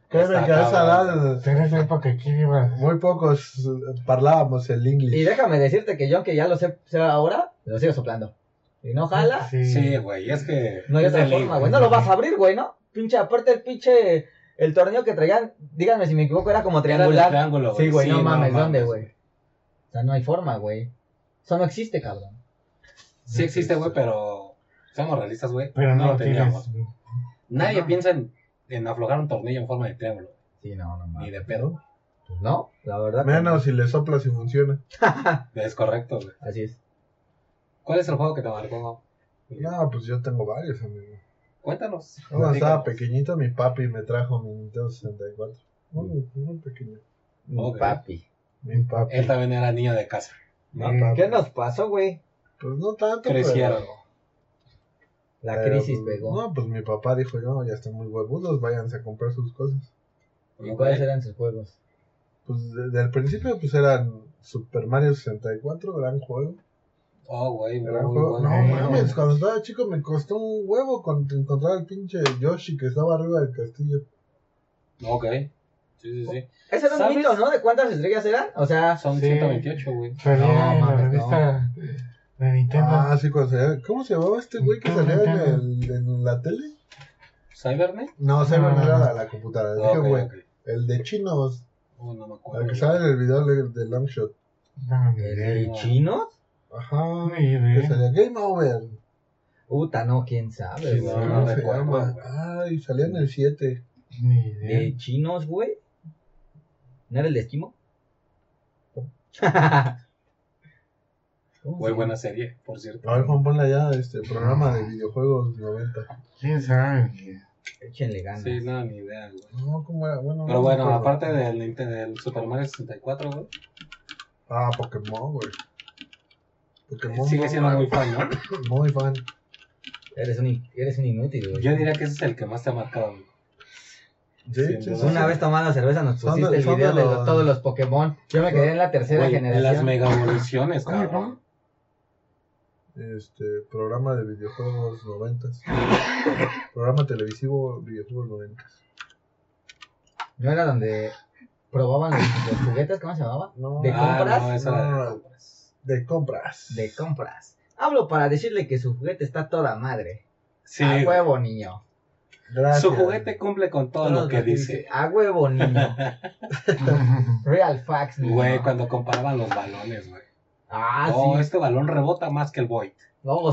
[SPEAKER 1] créeme
[SPEAKER 2] Está
[SPEAKER 1] que a esa
[SPEAKER 2] cabrón,
[SPEAKER 1] edad
[SPEAKER 4] En esa época aquí iba.
[SPEAKER 1] muy pocos eh, parlábamos el
[SPEAKER 3] Y
[SPEAKER 1] inglés.
[SPEAKER 3] déjame decirte que yo, aunque ya lo sé, sé ahora, lo sigo soplando. Y no jala,
[SPEAKER 4] Sí.
[SPEAKER 2] Sí, güey. Es que.
[SPEAKER 3] no hay
[SPEAKER 2] es
[SPEAKER 3] otra
[SPEAKER 2] de ley,
[SPEAKER 3] forma,
[SPEAKER 2] güey.
[SPEAKER 3] güey. No lo vas a abrir, güey, ¿no? Pinche, aparte el pinche, el torneo que traían, díganme si me equivoco, era como
[SPEAKER 2] Era de
[SPEAKER 3] triangular.
[SPEAKER 2] triángulo,
[SPEAKER 3] Sí, güey, no mames, ¿dónde, güey? O sea, no hay forma, güey. Eso no existe, cabrón.
[SPEAKER 2] Sí existe, güey, pero. Seamos realistas, güey.
[SPEAKER 4] Pero no,
[SPEAKER 2] lo
[SPEAKER 4] lo tienes.
[SPEAKER 2] teníamos. Nadie
[SPEAKER 4] Ajá.
[SPEAKER 2] piensa en, en aflojar un tornillo en forma de triángulo.
[SPEAKER 3] Sí, no, no
[SPEAKER 2] Ni
[SPEAKER 1] Ah.
[SPEAKER 3] mames.
[SPEAKER 2] de pedo.
[SPEAKER 3] Pues No, la verdad. que
[SPEAKER 1] Menos si le soplas y funciona.
[SPEAKER 2] Es correcto, güey.
[SPEAKER 3] no. Así es.
[SPEAKER 2] ¿Cuál es el juego que te marcó?
[SPEAKER 1] No, pues yo tengo varios, amigo.
[SPEAKER 2] Cuéntanos.
[SPEAKER 1] Cuando estaba
[SPEAKER 2] Platícanos.
[SPEAKER 1] pequeñito, mi papi me trajo mi Nintendo 64. Muy, muy pequeño.
[SPEAKER 3] Mi
[SPEAKER 2] Ok.
[SPEAKER 3] Papi. Eh,
[SPEAKER 1] Mi papi.
[SPEAKER 2] Mm. Él también era niño de casa. ¿no?
[SPEAKER 4] Sí.
[SPEAKER 1] papi.
[SPEAKER 3] ¿Qué nos pasó, güey?
[SPEAKER 1] Pues no tanto.
[SPEAKER 2] Crecieron.
[SPEAKER 1] pero-
[SPEAKER 3] La
[SPEAKER 1] pero,
[SPEAKER 3] crisis
[SPEAKER 1] pues,
[SPEAKER 3] pegó.
[SPEAKER 1] No, pues mi papá dijo, no, ya están muy huevudos, váyanse a comprar sus cosas.
[SPEAKER 3] ¿Y cuáles eran sus juegos?
[SPEAKER 1] Pues desde el principio, pues eran Super Mario 64, gran juego.
[SPEAKER 2] Oh, güey, muy,
[SPEAKER 1] Gran
[SPEAKER 2] muy
[SPEAKER 1] juego.
[SPEAKER 2] bueno.
[SPEAKER 1] No,
[SPEAKER 4] güey.
[SPEAKER 1] mames, cuando estaba chico me costó un huevo con- encontrar al pinche Yoshi que estaba arriba del castillo.
[SPEAKER 2] Ok. Sí, sí, sí.
[SPEAKER 3] Ese era un
[SPEAKER 2] ¿Sabes?
[SPEAKER 1] Oh,
[SPEAKER 3] mito, ¿no? ¿De cuántas estrellas eran? O sea,
[SPEAKER 2] Son
[SPEAKER 4] Sí.
[SPEAKER 2] 128, güey.
[SPEAKER 4] Salía
[SPEAKER 3] No,
[SPEAKER 4] en la
[SPEAKER 3] mames,
[SPEAKER 4] revista de Nintendo.
[SPEAKER 1] Ah, sí, cuando salía- ¿Cómo se llamaba este güey que salía en, el- en la tele?
[SPEAKER 2] ¿Cybernet?
[SPEAKER 1] No, se no,
[SPEAKER 4] No.
[SPEAKER 1] era la, la computadora.
[SPEAKER 2] Ah,
[SPEAKER 1] Dije,
[SPEAKER 2] ok,
[SPEAKER 1] güey,
[SPEAKER 2] ok.
[SPEAKER 1] el de chinos.
[SPEAKER 2] Oh, no me
[SPEAKER 1] El
[SPEAKER 2] acuerdo.
[SPEAKER 1] que sale en el video de, de Longshot.
[SPEAKER 4] No, ni
[SPEAKER 3] ¿El
[SPEAKER 4] idea.
[SPEAKER 3] chino?
[SPEAKER 1] Ajá.
[SPEAKER 4] Ni
[SPEAKER 1] Que
[SPEAKER 4] idea.
[SPEAKER 1] salía Game Over.
[SPEAKER 3] Puta, no, quién sabe,
[SPEAKER 2] Sí,
[SPEAKER 3] güey.
[SPEAKER 2] no,
[SPEAKER 1] ¿Cómo
[SPEAKER 2] no
[SPEAKER 1] se
[SPEAKER 2] recuerdo,
[SPEAKER 1] llama?
[SPEAKER 2] güey.
[SPEAKER 1] Ay, salía en el 7.
[SPEAKER 4] Ni
[SPEAKER 3] ¿De
[SPEAKER 4] idea.
[SPEAKER 3] chinos, güey? ¿No era el de Esquimo? ¿Cómo
[SPEAKER 2] Muy
[SPEAKER 3] se
[SPEAKER 2] buena serie, por cierto.
[SPEAKER 1] A ver, Juan, ponla ya, este programa de videojuegos 90.
[SPEAKER 4] ¿Quién sabe? qué?
[SPEAKER 3] llama? Échenle ganas.
[SPEAKER 2] Sí, no, ni idea, güey.
[SPEAKER 1] No, ¿cómo era? Bueno,
[SPEAKER 2] Pero
[SPEAKER 1] no me
[SPEAKER 2] bueno,
[SPEAKER 1] acuerdo.
[SPEAKER 2] aparte del, Ninte- del Super Mario 64, güey,
[SPEAKER 1] Ah, Pokémon, güey. Pokémon.
[SPEAKER 2] sigue siendo
[SPEAKER 1] güey.
[SPEAKER 2] muy fan, ¿no?
[SPEAKER 1] Muy fan.
[SPEAKER 3] Eres un, in- eres un inútil, güey.
[SPEAKER 2] Yo diría que ese es el que más te ha marcado, güey.
[SPEAKER 1] Sí,
[SPEAKER 2] Sin
[SPEAKER 1] sí,
[SPEAKER 2] duda.
[SPEAKER 1] sí.
[SPEAKER 3] Una vez tomando cerveza nos
[SPEAKER 1] Son de-
[SPEAKER 3] pusiste el
[SPEAKER 1] son
[SPEAKER 3] video
[SPEAKER 1] de
[SPEAKER 3] de
[SPEAKER 1] los-
[SPEAKER 3] los- todos los Pokémon. Yo me quedé en la tercera
[SPEAKER 2] Güey, en
[SPEAKER 3] generación.
[SPEAKER 2] las mega evoluciones,
[SPEAKER 4] ¿Cómo,
[SPEAKER 2] cabrón.
[SPEAKER 1] Este, programa de videojuegos 90. programa televisivo videojuegos 90.
[SPEAKER 3] ¿No era donde probaban los, los juguetes? ¿Cómo se llamaba?
[SPEAKER 1] No,
[SPEAKER 3] ¿De
[SPEAKER 1] ah,
[SPEAKER 3] compras?
[SPEAKER 2] no, esa era de
[SPEAKER 1] No.
[SPEAKER 2] compras.
[SPEAKER 1] de compras.
[SPEAKER 3] De compras. Hablo para decirle que su juguete está toda madre.
[SPEAKER 2] Sí,
[SPEAKER 3] a
[SPEAKER 2] güey.
[SPEAKER 3] Ah, huevo, niño.
[SPEAKER 1] Gracias.
[SPEAKER 2] Su juguete cumple con todo lo que dice.
[SPEAKER 3] A huevo, niño. Real facts, niño.
[SPEAKER 2] Güey, cuando comparaban los balones, güey.
[SPEAKER 3] Ah,
[SPEAKER 2] oh,
[SPEAKER 3] sí.
[SPEAKER 2] este balón rebota más que el Void.
[SPEAKER 3] Oh,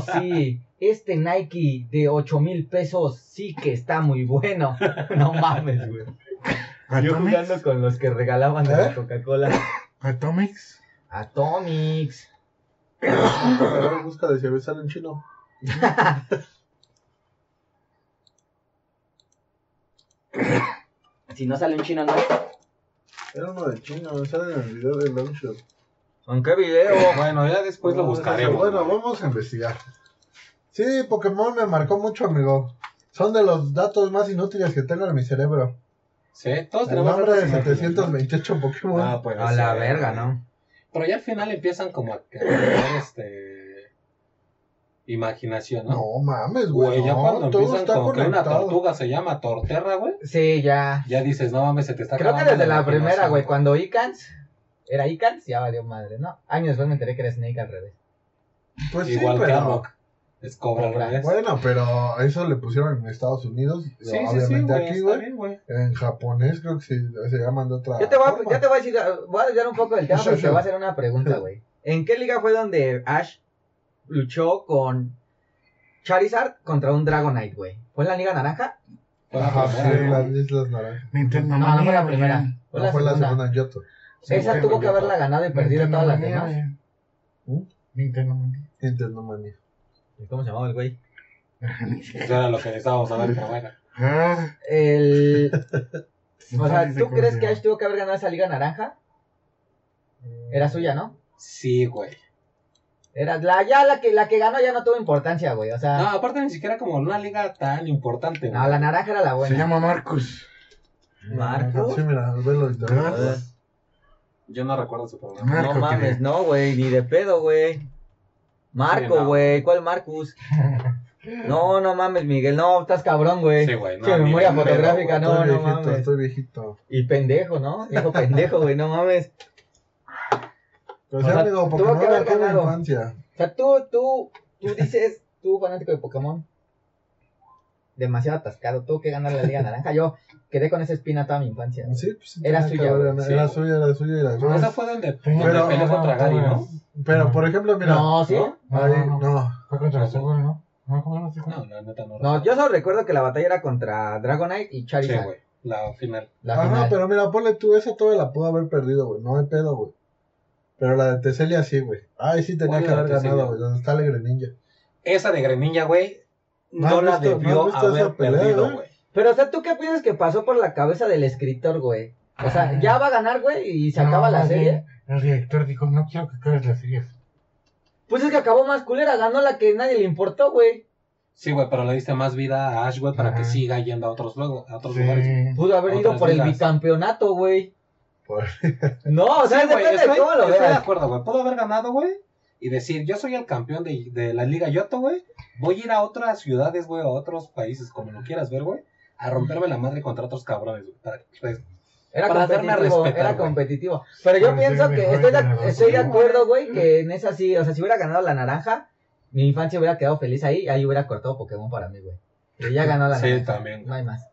[SPEAKER 3] sí. Este Nike de 8 mil pesos sí que está muy bueno. No mames, güey. Yo jugando
[SPEAKER 4] ¿Atomics?
[SPEAKER 3] con los que regalaban de
[SPEAKER 1] ¿Eh?
[SPEAKER 3] la Coca-Cola.
[SPEAKER 4] ¿Atomics?
[SPEAKER 3] Atomics.
[SPEAKER 1] Pero busca de si a veces sale en chino.
[SPEAKER 3] Si no sale un chino, no.
[SPEAKER 1] Era uno de chino, sale en el video de Longshot.
[SPEAKER 3] ¿Con qué video?
[SPEAKER 2] Bueno, ya después Pues lo
[SPEAKER 1] No,
[SPEAKER 2] buscaremos.
[SPEAKER 1] Bueno,
[SPEAKER 2] güey.
[SPEAKER 1] vamos a investigar. Sí, Pokémon me marcó mucho, amigo. Son de los datos más inútiles que tengo en mi cerebro.
[SPEAKER 2] Sí, todos
[SPEAKER 1] El
[SPEAKER 2] tenemos
[SPEAKER 1] nombre de
[SPEAKER 2] datos inútiles, ¿no?
[SPEAKER 1] 728 Pokémon.
[SPEAKER 2] Ah, pues,
[SPEAKER 3] A la
[SPEAKER 2] eh,
[SPEAKER 3] verga, ¿no?
[SPEAKER 2] Pero ya al final empiezan como a crear este imaginación, ¿no?
[SPEAKER 1] no mames, güey.
[SPEAKER 2] Güey, ya
[SPEAKER 1] no,
[SPEAKER 2] cuando
[SPEAKER 1] todo
[SPEAKER 2] empiezan
[SPEAKER 1] está
[SPEAKER 2] con que una
[SPEAKER 1] conectado.
[SPEAKER 2] tortuga se llama Torterra, güey,
[SPEAKER 3] Sí, ya.
[SPEAKER 2] ya dices, no mames, se te está
[SPEAKER 3] Creo que
[SPEAKER 2] acabando
[SPEAKER 3] desde la
[SPEAKER 2] imaginación,
[SPEAKER 3] primera, güey, cuando Icans era Icans, ya valió madre, ¿no? Años después me enteré que era Snake al revés.
[SPEAKER 1] Pues sí,
[SPEAKER 2] Igual que
[SPEAKER 1] pero-
[SPEAKER 2] Rock. Es cobra al
[SPEAKER 3] Cobra.
[SPEAKER 2] revés.
[SPEAKER 1] Bueno, pero eso le pusieron en Estados Unidos.
[SPEAKER 2] sí, sí, sí,
[SPEAKER 1] obviamente
[SPEAKER 2] güey,
[SPEAKER 1] aquí,
[SPEAKER 2] está
[SPEAKER 1] güey.
[SPEAKER 2] bien, güey.
[SPEAKER 1] En japonés creo que se, se llaman de otra.
[SPEAKER 3] Yo te voy a,
[SPEAKER 1] forma.
[SPEAKER 3] yo te voy a decir, voy a desviar un poco del tema,
[SPEAKER 1] Sí,
[SPEAKER 3] pero
[SPEAKER 1] sí.
[SPEAKER 3] te voy a hacer una pregunta, güey. ¿En qué liga fue donde Ash luchó con Charizard contra un Dragonite, güey? ¿Fue en la Liga Naranja?
[SPEAKER 2] Fue la
[SPEAKER 1] Ajá,
[SPEAKER 2] primera,
[SPEAKER 1] sí,
[SPEAKER 2] güey.
[SPEAKER 1] las Islas Naranjas.
[SPEAKER 4] Nintendo
[SPEAKER 3] No, no fue la
[SPEAKER 4] Manía,
[SPEAKER 3] primera.
[SPEAKER 4] güey.
[SPEAKER 1] No
[SPEAKER 3] Fue
[SPEAKER 1] fue
[SPEAKER 3] la
[SPEAKER 1] la
[SPEAKER 3] segunda.
[SPEAKER 1] segunda en Yoto.
[SPEAKER 2] Sí,
[SPEAKER 3] Esa
[SPEAKER 2] fue
[SPEAKER 3] tuvo que
[SPEAKER 2] la
[SPEAKER 3] haberla ganado y perdido
[SPEAKER 4] Nintendo
[SPEAKER 3] todas las
[SPEAKER 4] Manía,
[SPEAKER 3] demás. ¿Mm?
[SPEAKER 4] güey. Nintendo Manía.
[SPEAKER 1] Nintendo Manía.
[SPEAKER 3] ¿Cómo se llamaba el güey?
[SPEAKER 2] Eso era lo que estábamos hablando, pero bueno.
[SPEAKER 4] Ah,
[SPEAKER 3] El... O sea,
[SPEAKER 4] dice
[SPEAKER 3] ¿tú
[SPEAKER 4] cómo
[SPEAKER 3] crees
[SPEAKER 4] se
[SPEAKER 3] que
[SPEAKER 4] llama.
[SPEAKER 3] Ash tuvo que haber ganado esa Liga Naranja? Era suya, ¿no?
[SPEAKER 2] Sí, güey.
[SPEAKER 3] Era la, ya la que, la que ganó ya no tuvo importancia, güey. O sea,
[SPEAKER 2] No, aparte ni siquiera como una liga tan importante, güey.
[SPEAKER 3] no, Ah. la naranja era la
[SPEAKER 4] Se
[SPEAKER 3] buena.
[SPEAKER 4] llama Marcus.
[SPEAKER 3] Marcos.
[SPEAKER 1] Sí, mira, velo y te
[SPEAKER 4] ¿Verdad?
[SPEAKER 2] Yo no recuerdo su programa.
[SPEAKER 1] Ah,
[SPEAKER 4] Marco,
[SPEAKER 3] No mames,
[SPEAKER 4] que-
[SPEAKER 3] no, güey, ni de pedo, güey.
[SPEAKER 2] Sí,
[SPEAKER 3] Marco,
[SPEAKER 2] no.
[SPEAKER 3] güey, ¿cuál Marcus? No, no mames, Miguel, no, estás cabrón, güey.
[SPEAKER 2] Sí, güey. no,
[SPEAKER 3] Che,
[SPEAKER 2] ni
[SPEAKER 3] memoria
[SPEAKER 2] de pedo,
[SPEAKER 3] fotográfica,
[SPEAKER 2] güey.
[SPEAKER 3] No,
[SPEAKER 1] estoy
[SPEAKER 3] no
[SPEAKER 1] viejito,
[SPEAKER 3] mames.
[SPEAKER 1] estoy viejito.
[SPEAKER 3] Y pendejo, ¿no? Dijo pendejo, güey, no mames.
[SPEAKER 1] Pero
[SPEAKER 3] O
[SPEAKER 1] sí,
[SPEAKER 3] sea,
[SPEAKER 1] amigo,
[SPEAKER 3] tuvo
[SPEAKER 1] Pokémon
[SPEAKER 3] que haber
[SPEAKER 1] marcó la
[SPEAKER 3] ganado.
[SPEAKER 1] infancia.
[SPEAKER 3] O sea, tú, tú, tú dices, tú fanático de Pokémon, demasiado atascado, tuvo que ganar la Liga Naranja. Yo quedé con esa espina toda mi infancia. güey.
[SPEAKER 1] Sí, pues, sí,
[SPEAKER 3] Era
[SPEAKER 1] tenía que
[SPEAKER 3] suya,
[SPEAKER 1] haber
[SPEAKER 3] güey,
[SPEAKER 1] ganado.
[SPEAKER 2] sí.
[SPEAKER 1] Era suya, era suya, era suya.
[SPEAKER 2] Esa fue donde, donde
[SPEAKER 4] Pero-
[SPEAKER 2] peleó contra Gary, ¿no?
[SPEAKER 1] Pero, por ejemplo, mira.
[SPEAKER 3] no, sí.
[SPEAKER 2] ¿no?
[SPEAKER 1] Ahí,
[SPEAKER 4] No, no,
[SPEAKER 1] no.
[SPEAKER 4] Fue contra el Seguro, ¿no? No, ¿cómo este no sé cómo?
[SPEAKER 2] No, la neta no.
[SPEAKER 3] No, yo solo recuerdo que la batalla era contra Dragonite y
[SPEAKER 2] Sí,
[SPEAKER 3] Charizard.
[SPEAKER 2] güey. La final.
[SPEAKER 3] la
[SPEAKER 1] Ajá,
[SPEAKER 3] final.
[SPEAKER 1] pero mira, ponle tú, esa todavía la pudo haber perdido, güey. No hay pedo, güey. Pero la de Teselia sí, güey. Ay, sí tenía
[SPEAKER 2] ¿Cuál
[SPEAKER 1] que
[SPEAKER 2] la de
[SPEAKER 1] haber ganado,
[SPEAKER 2] Teselia?
[SPEAKER 1] güey. Donde está Alegre Ninja.
[SPEAKER 2] Esa de Greninja, güey,
[SPEAKER 1] No
[SPEAKER 2] no,
[SPEAKER 1] has
[SPEAKER 2] la
[SPEAKER 1] visto- no
[SPEAKER 2] debió
[SPEAKER 1] has visto esa
[SPEAKER 2] haber
[SPEAKER 1] pelea,
[SPEAKER 2] perdido,
[SPEAKER 1] ¿eh?
[SPEAKER 2] güey.
[SPEAKER 3] Pero, o sea, ¿tú qué piensas que pasó por la cabeza del escritor, güey? O
[SPEAKER 2] Ah.
[SPEAKER 3] sea, ya va a ganar, güey, y se
[SPEAKER 4] No,
[SPEAKER 3] acaba la
[SPEAKER 4] más
[SPEAKER 3] serie.
[SPEAKER 4] bien, El director dijo, no quiero que acabes la serie.
[SPEAKER 3] Pues es que acabó más culera, ganó la que nadie le importó, güey.
[SPEAKER 2] Sí, güey, pero le diste más vida a Ash, güey, para
[SPEAKER 4] Ajá.
[SPEAKER 2] que siga yendo a otros, luego, a otros
[SPEAKER 4] Sí.
[SPEAKER 2] lugares.
[SPEAKER 3] Pudo haber ido
[SPEAKER 2] Otras
[SPEAKER 3] por el
[SPEAKER 2] ligas.
[SPEAKER 3] bicampeonato, güey.
[SPEAKER 1] Por-
[SPEAKER 3] No, o sea,
[SPEAKER 2] Sí, güey,
[SPEAKER 3] depende
[SPEAKER 2] estoy,
[SPEAKER 3] de cómo lo
[SPEAKER 2] estoy de
[SPEAKER 3] veas.
[SPEAKER 2] acuerdo, güey. Pudo haber ganado, güey, y decir, yo soy el campeón de, de la Liga Yoto, güey. Voy a ir a otras ciudades, güey, a otros países, como lo quieras ver, güey, a romperme la madre contra otros cabrones, güey. Para que, pues,
[SPEAKER 3] Era
[SPEAKER 2] Para darme a
[SPEAKER 3] competitivo,
[SPEAKER 2] respetar,
[SPEAKER 3] era
[SPEAKER 2] güey.
[SPEAKER 3] competitivo. Pero yo
[SPEAKER 4] Para
[SPEAKER 3] pienso
[SPEAKER 4] ser
[SPEAKER 3] que
[SPEAKER 4] mejor
[SPEAKER 3] estoy de,
[SPEAKER 4] generador.
[SPEAKER 3] estoy de acuerdo, güey, que en esa sí, o sea, si hubiera ganado la naranja, mi infancia hubiera quedado feliz ahí y ahí hubiera cortado Pokémon para mí, güey. Y ya ganó la
[SPEAKER 2] Sí,
[SPEAKER 3] naranja.
[SPEAKER 2] también.
[SPEAKER 3] No hay más.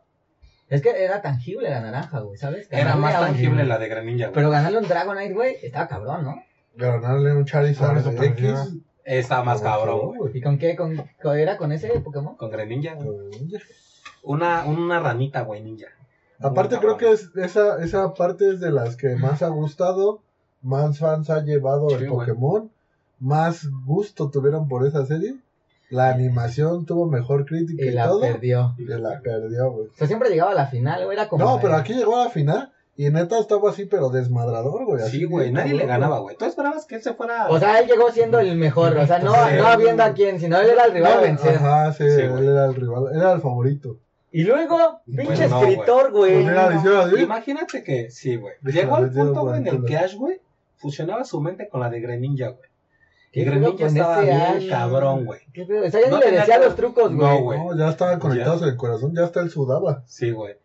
[SPEAKER 3] Es que era tangible la naranja, güey, ¿sabes?
[SPEAKER 2] Era
[SPEAKER 3] Ganarle
[SPEAKER 2] más
[SPEAKER 3] a un-
[SPEAKER 2] tangible la de Greninja, güey.
[SPEAKER 3] Pero ganarle a un Dragonite, güey, estaba cabrón, ¿no?
[SPEAKER 1] Ganarle un Charizard
[SPEAKER 4] Por eso perdió.
[SPEAKER 1] X.
[SPEAKER 2] Está más cabrón, güey.
[SPEAKER 1] güey.
[SPEAKER 3] ¿Y con qué? ¿Con, con- ¿Era con ese Pokémon?
[SPEAKER 2] Con Greninja, güey.
[SPEAKER 1] Ninja.
[SPEAKER 2] Una, una ranita, güey, ninja.
[SPEAKER 1] Aparte
[SPEAKER 2] Muy
[SPEAKER 1] creo
[SPEAKER 2] cabrón.
[SPEAKER 1] que es- esa, esa parte es de las que más ha gustado, más fans ha llevado
[SPEAKER 2] Sí,
[SPEAKER 1] el
[SPEAKER 2] güey.
[SPEAKER 1] Pokémon, más gusto tuvieron por esa serie. La animación tuvo mejor crítica
[SPEAKER 3] Y
[SPEAKER 1] y,
[SPEAKER 3] la
[SPEAKER 1] todo.
[SPEAKER 3] perdió.
[SPEAKER 1] Y la perdió, güey.
[SPEAKER 3] O sea, siempre llegaba a la final, güey, era como...
[SPEAKER 1] No, pero aquí llegó a la final y neta estaba así, pero desmadrador, güey. así
[SPEAKER 2] Sí, güey,
[SPEAKER 1] bien
[SPEAKER 2] nadie le
[SPEAKER 1] cabrón,
[SPEAKER 2] ganaba, güey. Tú esperabas que él se fuera.
[SPEAKER 3] O sea, él llegó siendo el mejor, o sea, no,
[SPEAKER 2] Sí.
[SPEAKER 3] no habiendo a quién, sino él era el rival a
[SPEAKER 1] No,
[SPEAKER 3] vencer.
[SPEAKER 1] Ajá, sí,
[SPEAKER 2] Sí,
[SPEAKER 1] él
[SPEAKER 2] güey.
[SPEAKER 1] era el rival, era el favorito.
[SPEAKER 3] Y luego,
[SPEAKER 1] Bueno,
[SPEAKER 3] pinche
[SPEAKER 2] no,
[SPEAKER 3] escritor, güey.
[SPEAKER 1] Pues era, le hicieron así.
[SPEAKER 2] Imagínate que, sí, güey.
[SPEAKER 1] Déjame
[SPEAKER 2] Llegó al
[SPEAKER 1] ver,
[SPEAKER 2] punto,
[SPEAKER 1] yo,
[SPEAKER 2] güey, en el
[SPEAKER 1] guárdalo.
[SPEAKER 2] que Ash, güey, fusionaba su mente con la de Greninja, güey.
[SPEAKER 3] ¿Qué
[SPEAKER 2] Y
[SPEAKER 3] pedo
[SPEAKER 2] Greninja
[SPEAKER 3] con
[SPEAKER 2] estaba
[SPEAKER 3] ese
[SPEAKER 2] bien
[SPEAKER 3] Ash?
[SPEAKER 2] cabrón, güey.
[SPEAKER 3] Qué pedo, O sea, ya
[SPEAKER 2] No
[SPEAKER 3] ni le
[SPEAKER 2] tenía
[SPEAKER 3] decía
[SPEAKER 2] que-
[SPEAKER 3] los trucos, güey.
[SPEAKER 2] No, güey.
[SPEAKER 1] No, ya estaban conectados en el corazón, ya hasta él sudaba.
[SPEAKER 2] Sí, güey.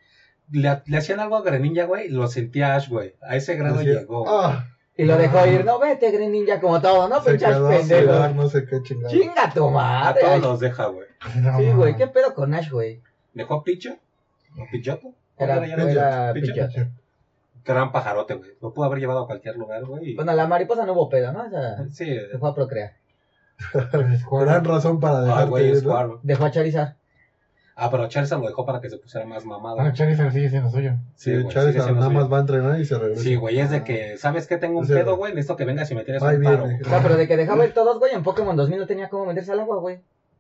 [SPEAKER 2] Le, le hacían algo a Greninja, güey, y lo sentía Ash, güey. A ese grado
[SPEAKER 1] Decía,
[SPEAKER 2] llegó. güey.
[SPEAKER 1] Ah,
[SPEAKER 3] Y lo dejó ir, no, vete, Green Ninja, como todo, no,
[SPEAKER 1] se
[SPEAKER 3] pinche Ash
[SPEAKER 1] quedó a sudar,
[SPEAKER 3] pues pendejo.
[SPEAKER 1] no sé qué chingada.
[SPEAKER 3] Chinga tu
[SPEAKER 2] a
[SPEAKER 3] madre.
[SPEAKER 2] todos
[SPEAKER 3] Ah, Ash.
[SPEAKER 2] los deja, güey.
[SPEAKER 4] No,
[SPEAKER 3] Sí, güey,
[SPEAKER 4] mames.
[SPEAKER 3] qué pedo con Ash, güey.
[SPEAKER 2] Dejó a Picho. ¿O Pichoto?
[SPEAKER 3] Era,
[SPEAKER 2] Ahora ya no
[SPEAKER 3] era
[SPEAKER 2] es Pichot.
[SPEAKER 3] Pichot.
[SPEAKER 2] Gran pajarote, güey. Lo pudo haber llevado a cualquier lugar, güey. y-
[SPEAKER 3] Bueno, la mariposa no hubo pedo, ¿no? O sea,
[SPEAKER 2] Sí.
[SPEAKER 3] se fue a procrear.
[SPEAKER 4] El
[SPEAKER 1] Gran
[SPEAKER 4] Squirtle.
[SPEAKER 1] razón para
[SPEAKER 2] Ah,
[SPEAKER 1] dejarte
[SPEAKER 2] güey,
[SPEAKER 1] ir, ¿no?
[SPEAKER 2] Squirtle.
[SPEAKER 3] Dejó a Charizard.
[SPEAKER 2] Ah, pero Charizard lo dejó para que se pusiera más mamado.
[SPEAKER 4] Bueno, Charizard sigue siendo suyo.
[SPEAKER 1] Ah, Sí,
[SPEAKER 2] güey, sigue
[SPEAKER 1] Charizard
[SPEAKER 2] siendo
[SPEAKER 1] nada
[SPEAKER 2] suyo.
[SPEAKER 1] más va a entrenar y se regresa.
[SPEAKER 2] Sí, güey,
[SPEAKER 3] Ah.
[SPEAKER 2] es de que, ¿sabes qué? Tengo un
[SPEAKER 1] Sí,
[SPEAKER 2] pedo,
[SPEAKER 1] güey.
[SPEAKER 2] güey, necesito que vengas y me tires
[SPEAKER 1] Ahí
[SPEAKER 2] un paro.
[SPEAKER 1] viene.
[SPEAKER 3] O sea, pero de que dejaba ir todos, güey, en Pokémon 2000 no tenía cómo meterse al agua, güey.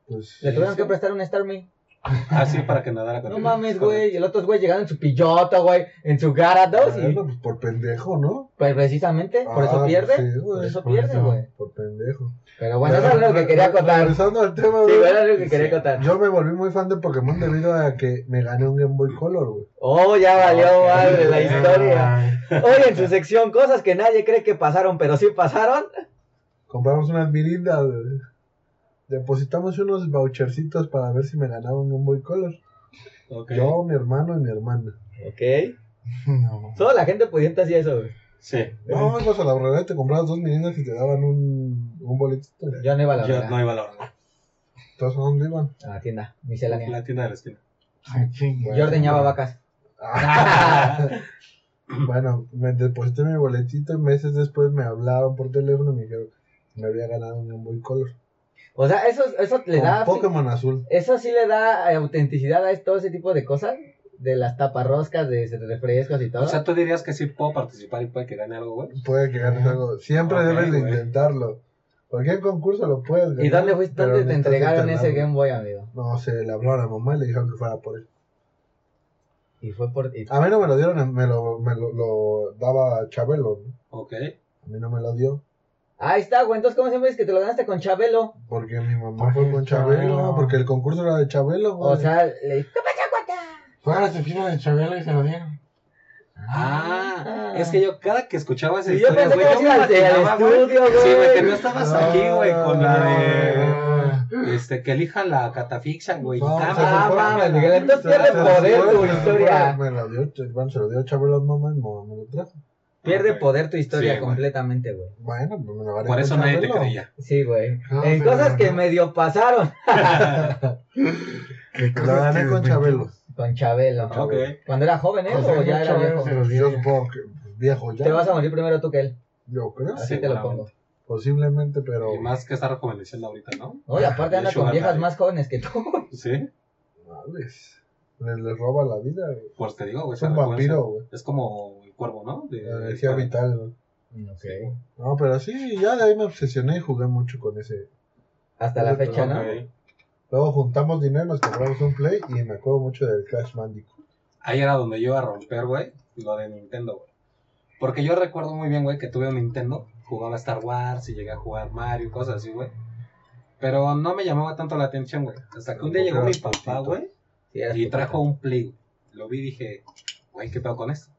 [SPEAKER 1] Pues,
[SPEAKER 3] Le tuvieron
[SPEAKER 2] sí.
[SPEAKER 3] que prestar un Starmie.
[SPEAKER 2] Así Ah, para que nadara con
[SPEAKER 3] No
[SPEAKER 2] él.
[SPEAKER 3] mames, güey. Y el otro güey llegando en su pilloto, güey. En su Gyarados. Y
[SPEAKER 1] bueno, pues por pendejo, ¿no?
[SPEAKER 3] pues precisamente, por
[SPEAKER 1] Ah,
[SPEAKER 3] eso
[SPEAKER 1] pues
[SPEAKER 3] pierde.
[SPEAKER 1] sí,
[SPEAKER 3] Por
[SPEAKER 1] güey,
[SPEAKER 3] eso
[SPEAKER 4] por
[SPEAKER 3] pierde,
[SPEAKER 4] eso.
[SPEAKER 3] güey.
[SPEAKER 1] por pendejo.
[SPEAKER 3] Pero bueno, eso es lo que quería contar. Sí,
[SPEAKER 1] Regresando al tema, güey.
[SPEAKER 3] güey, era lo que quería
[SPEAKER 2] Sí.
[SPEAKER 3] contar.
[SPEAKER 1] Yo me volví muy fan de Pokémon debido a que me gané un Game Boy Color, güey.
[SPEAKER 3] Oh, ya
[SPEAKER 2] Ah,
[SPEAKER 3] valió
[SPEAKER 2] Ok.
[SPEAKER 3] madre la
[SPEAKER 2] Ay.
[SPEAKER 3] historia.
[SPEAKER 2] Ah.
[SPEAKER 3] Hoy en su sección, cosas que nadie cree que pasaron, pero sí pasaron.
[SPEAKER 1] Compramos unas mirindas, güey. Depositamos unos vouchercitos para ver si me ganaba un Game Boy Color.
[SPEAKER 2] Ok.
[SPEAKER 1] Yo, mi hermano y mi hermana.
[SPEAKER 3] Ok.
[SPEAKER 4] No.
[SPEAKER 3] Solo la gente pudiente hacía eso, güey.
[SPEAKER 2] Sí.
[SPEAKER 1] No, ibas a la horrera y te comprabas dos mirindas y te daban un, un boletito.
[SPEAKER 3] Yo no iba a la
[SPEAKER 2] Yo
[SPEAKER 3] verdad.
[SPEAKER 2] no iba a la hornea.
[SPEAKER 1] Entonces, ¿a dónde iban?
[SPEAKER 3] A la tienda, miscelánea.
[SPEAKER 2] La tienda de la esquina.
[SPEAKER 4] Ay, chinga.
[SPEAKER 3] Yo ordeñaba vacas.
[SPEAKER 2] Ah.
[SPEAKER 1] Bueno, me deposité mi boletito y meses después me hablaron por teléfono y me dijeron que me había ganado un Game Boy Color.
[SPEAKER 3] O sea, eso, eso le
[SPEAKER 1] Con
[SPEAKER 3] da.
[SPEAKER 1] Pokémon Azul.
[SPEAKER 3] Eso sí le da eh, autenticidad a todo ese tipo de cosas. De las taparroscas, de refrescos
[SPEAKER 1] ¿Ah?
[SPEAKER 3] y todo.
[SPEAKER 2] O sea, tú dirías que sí puedo participar y puede que gane algo, güey.
[SPEAKER 1] Puede que ganes algo. Siempre
[SPEAKER 2] Ah. Ok,
[SPEAKER 1] debes de
[SPEAKER 2] güey.
[SPEAKER 1] intentarlo. Cualquier concurso lo puedes ganar.
[SPEAKER 3] ¿Y dónde fuiste?
[SPEAKER 1] pero
[SPEAKER 3] ¿Dónde te
[SPEAKER 1] necesitas
[SPEAKER 3] entregaron ese
[SPEAKER 1] intentarlo.
[SPEAKER 3] Game Boy, amigo?
[SPEAKER 1] No sé, le hablaron a mamá y le dijeron que fuera por él.
[SPEAKER 3] Y fue por. y-
[SPEAKER 1] A mí no me lo dieron, me lo, me lo, lo daba Chabelo. ¿no?
[SPEAKER 2] Ok.
[SPEAKER 1] A mí no me lo dio.
[SPEAKER 3] Ah, Ahí está, güey. Entonces, ¿cómo siempre es que te lo ganaste con Chabelo?
[SPEAKER 1] Porque mi mamá
[SPEAKER 4] Porque
[SPEAKER 1] fue con Chabelo,
[SPEAKER 4] Chabelo.
[SPEAKER 1] porque el concurso era de Chabelo. güey.
[SPEAKER 3] O sea, le ¿Qué pasa, guata?
[SPEAKER 4] Fue a la cepilla de Chabelo y se lo dieron.
[SPEAKER 2] Ah,
[SPEAKER 3] Ah.
[SPEAKER 2] es que yo cada que escuchaba esa
[SPEAKER 3] Sí, yo
[SPEAKER 2] historia,
[SPEAKER 3] pensé que
[SPEAKER 2] güey,
[SPEAKER 3] ibas a ir
[SPEAKER 2] me
[SPEAKER 3] al-
[SPEAKER 2] imaginaba,
[SPEAKER 3] al
[SPEAKER 2] güey.
[SPEAKER 3] estudio, güey.
[SPEAKER 2] Sí, güey, que no estabas
[SPEAKER 1] Ah.
[SPEAKER 2] aquí, güey, con la
[SPEAKER 4] Ah,
[SPEAKER 2] de... Este, que elijan la catafixa, güey.
[SPEAKER 1] No,
[SPEAKER 2] Ah,
[SPEAKER 1] se supone-
[SPEAKER 2] ah, mames,
[SPEAKER 3] Miguel, entonces
[SPEAKER 1] se-
[SPEAKER 3] pierde
[SPEAKER 1] se
[SPEAKER 3] poder
[SPEAKER 1] supone-
[SPEAKER 3] tu
[SPEAKER 1] se
[SPEAKER 3] historia.
[SPEAKER 1] supone- Me lo dio, bueno, se lo dio Chabelo a mamá y mamá me lo trajo.
[SPEAKER 3] Pierde
[SPEAKER 2] Ok.
[SPEAKER 3] poder tu historia
[SPEAKER 2] Sí, güey.
[SPEAKER 3] completamente, güey.
[SPEAKER 1] Bueno, pues me lo gané
[SPEAKER 2] Por eso
[SPEAKER 1] con
[SPEAKER 2] nadie te
[SPEAKER 1] Chabelo.
[SPEAKER 2] creía.
[SPEAKER 3] Sí, güey.
[SPEAKER 4] Ah,
[SPEAKER 3] en
[SPEAKER 4] pero
[SPEAKER 3] cosas que
[SPEAKER 4] no.
[SPEAKER 3] medio pasaron
[SPEAKER 4] qué
[SPEAKER 1] Me lo
[SPEAKER 4] cosas que
[SPEAKER 1] gané con
[SPEAKER 4] desmentimos.
[SPEAKER 1] Chabelo.
[SPEAKER 3] con Chabelo.
[SPEAKER 2] Ah, Ok.
[SPEAKER 3] Cuando era joven, ¿eh?
[SPEAKER 4] O sea,
[SPEAKER 3] O ya era
[SPEAKER 4] Chabelo
[SPEAKER 3] viejo.
[SPEAKER 4] se lo
[SPEAKER 1] Yo
[SPEAKER 4] dieron.
[SPEAKER 1] supongo que pues, viejo ya.
[SPEAKER 3] Te vas a morir primero tú que él.
[SPEAKER 1] Yo creo.
[SPEAKER 3] Así te lo
[SPEAKER 2] Seguramente.
[SPEAKER 3] pongo.
[SPEAKER 1] Posiblemente, pero.
[SPEAKER 2] Y más que está rejuveneciendo ahorita, ¿no?
[SPEAKER 3] Oye, aparte
[SPEAKER 2] De
[SPEAKER 3] anda
[SPEAKER 2] hecho,
[SPEAKER 3] con
[SPEAKER 2] anda
[SPEAKER 3] viejas
[SPEAKER 2] ahí.
[SPEAKER 3] más jóvenes que tú. güey.
[SPEAKER 2] Sí.
[SPEAKER 1] Madres. Les, les roba la vida, güey.
[SPEAKER 2] Pues te digo, güey.
[SPEAKER 1] Es
[SPEAKER 2] se
[SPEAKER 1] un
[SPEAKER 2] rejuvenece.
[SPEAKER 1] vampiro, güey.
[SPEAKER 2] Es como el cuervo, ¿no? De,
[SPEAKER 1] La energía vital, güey.
[SPEAKER 3] Ok.
[SPEAKER 1] No, pero sí, ya de ahí me obsesioné y jugué mucho con ese.
[SPEAKER 3] Hasta la
[SPEAKER 1] Ok.
[SPEAKER 3] fecha, ¿no?
[SPEAKER 2] Pues, Ok.
[SPEAKER 1] Luego juntamos dinero, nos compramos un Play y me acuerdo mucho del Crash Bandicoot.
[SPEAKER 2] Ahí era donde yo iba a romper, güey, lo de Nintendo, güey. Porque yo recuerdo muy bien, güey, que tuve un Nintendo, jugaba Star Wars y llegué a jugar Mario, cosas así, güey. Pero no me llamaba tanto la atención, güey. Hasta que un día llegó mi papá, güey,
[SPEAKER 3] Sí, eras
[SPEAKER 2] y
[SPEAKER 3] tú,
[SPEAKER 2] trajo un Play, güey. Lo vi y dije, güey, ¿qué pedo con esto?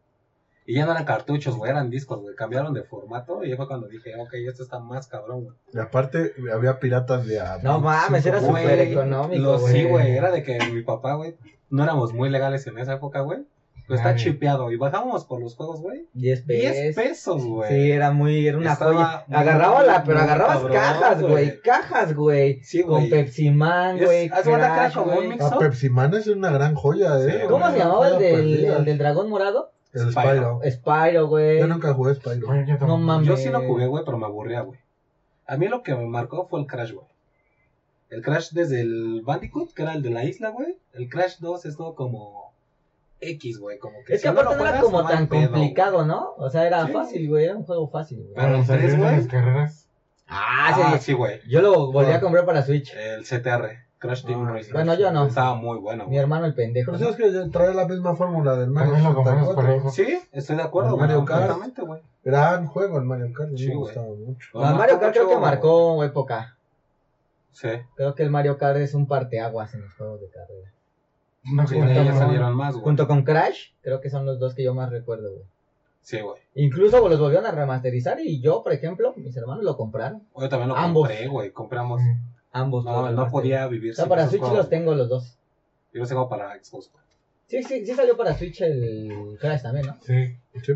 [SPEAKER 2] Y ya no eran cartuchos, güey, eran discos, güey. Cambiaron de formato y ya fue cuando dije, ok, esto está más cabrón, güey.
[SPEAKER 1] Y aparte, había piratas de. a
[SPEAKER 3] No mames, era
[SPEAKER 1] Güey,
[SPEAKER 3] súper económico,
[SPEAKER 2] Lo-
[SPEAKER 3] güey.
[SPEAKER 2] Sí, güey, era de que mi papá, güey, no éramos muy legales en esa época, güey. Pero está
[SPEAKER 4] Ay.
[SPEAKER 2] chipeado. Y bajábamos por los juegos, güey.
[SPEAKER 3] 10
[SPEAKER 2] 10
[SPEAKER 3] pesos.
[SPEAKER 2] pesos, güey.
[SPEAKER 3] Sí, era muy, era una
[SPEAKER 2] Estaba
[SPEAKER 3] joya.
[SPEAKER 2] muy,
[SPEAKER 3] Agarraba la, pero
[SPEAKER 2] muy
[SPEAKER 3] agarrabas
[SPEAKER 2] cabrón,
[SPEAKER 3] cajas, güey.
[SPEAKER 2] güey.
[SPEAKER 3] Cajas, güey.
[SPEAKER 2] Sí,
[SPEAKER 3] Con
[SPEAKER 2] güey.
[SPEAKER 3] Pepsi Man, güey.
[SPEAKER 2] Es- haz de cuenta que era
[SPEAKER 3] Crash,
[SPEAKER 2] como un
[SPEAKER 3] güey.
[SPEAKER 2] mix-
[SPEAKER 1] Ah, Pepsi Man es una gran joya,
[SPEAKER 2] Sí,
[SPEAKER 1] ¿eh?
[SPEAKER 2] güey. pues,
[SPEAKER 3] ¿Cómo se llamaba el
[SPEAKER 1] Una
[SPEAKER 3] del,
[SPEAKER 1] perdida.
[SPEAKER 3] el del dragón morado?
[SPEAKER 1] El
[SPEAKER 2] Spyro.
[SPEAKER 1] Spyro.
[SPEAKER 3] Spyro, güey.
[SPEAKER 1] Yo nunca jugué Spyro.
[SPEAKER 4] Bueno, yo
[SPEAKER 3] No
[SPEAKER 4] tampoco.
[SPEAKER 3] mames.
[SPEAKER 2] Yo sí lo jugué, güey, pero me aburría, güey. A mí lo que me marcó fue el Crash, güey. El Crash desde el Bandicoot, que era el de la isla, güey. El Crash 2 es todo como X, güey. Como que
[SPEAKER 3] Es
[SPEAKER 2] si
[SPEAKER 3] que
[SPEAKER 2] no
[SPEAKER 3] aparte
[SPEAKER 2] lo
[SPEAKER 3] no era
[SPEAKER 2] juegas,
[SPEAKER 3] como
[SPEAKER 2] no hay
[SPEAKER 3] tan
[SPEAKER 2] pedo, güey.
[SPEAKER 3] complicado, ¿no? O sea, era
[SPEAKER 2] Sí.
[SPEAKER 3] fácil, güey. Era un juego fácil, güey.
[SPEAKER 2] Pero
[SPEAKER 4] Para
[SPEAKER 2] el
[SPEAKER 4] salir
[SPEAKER 2] tres,
[SPEAKER 4] de
[SPEAKER 2] güey.
[SPEAKER 4] las carreras.
[SPEAKER 3] Ah, sí.
[SPEAKER 2] Ah, sí, güey.
[SPEAKER 3] Yo lo volví a comprar para Switch.
[SPEAKER 2] El CTR, Crash Team
[SPEAKER 1] Ah,
[SPEAKER 2] Racing.
[SPEAKER 3] Bueno, yo no.
[SPEAKER 2] Estaba muy bueno,
[SPEAKER 3] Mi
[SPEAKER 2] güey.
[SPEAKER 3] hermano el pendejo.
[SPEAKER 1] Pero
[SPEAKER 3] ¿no?
[SPEAKER 1] si es que ya trae la misma fórmula del Mario
[SPEAKER 4] También lo compramos por
[SPEAKER 1] 64.
[SPEAKER 4] eso.
[SPEAKER 2] Sí, estoy de acuerdo, güey.
[SPEAKER 1] Mario Kart.
[SPEAKER 2] Completamente, güey.
[SPEAKER 1] Gran juego el Mario Kart, a mí
[SPEAKER 2] Sí,
[SPEAKER 1] me
[SPEAKER 2] güey.
[SPEAKER 1] gustaba mucho.
[SPEAKER 3] No, el Ah, Mario Kart creo que marcó época.
[SPEAKER 2] Sí.
[SPEAKER 3] Creo que el Mario Kart es un parteaguas en los juegos de carrera.
[SPEAKER 4] No
[SPEAKER 2] Sí,
[SPEAKER 4] creo que
[SPEAKER 2] de ahí ya
[SPEAKER 4] no.
[SPEAKER 2] salieron más, güey.
[SPEAKER 3] Junto con Crash, creo que son los dos que yo más recuerdo, güey.
[SPEAKER 2] Sí, güey.
[SPEAKER 3] Incluso los volvieron a remasterizar y yo, por ejemplo, mis hermanos lo compraron.
[SPEAKER 2] Yo también lo
[SPEAKER 3] Ambos.
[SPEAKER 2] compré, güey. Compramos.
[SPEAKER 3] Ambos. los
[SPEAKER 2] No, no
[SPEAKER 3] remasterizaron.
[SPEAKER 2] podía vivir
[SPEAKER 3] O sea, para
[SPEAKER 2] esos
[SPEAKER 3] Switch
[SPEAKER 2] juegos,
[SPEAKER 3] los tengo los dos.
[SPEAKER 2] güey. Yo los tengo para Xbox, güey.
[SPEAKER 3] Sí, sí, sí salió para Switch el Crash también, ¿no?
[SPEAKER 4] Sí.
[SPEAKER 3] Yo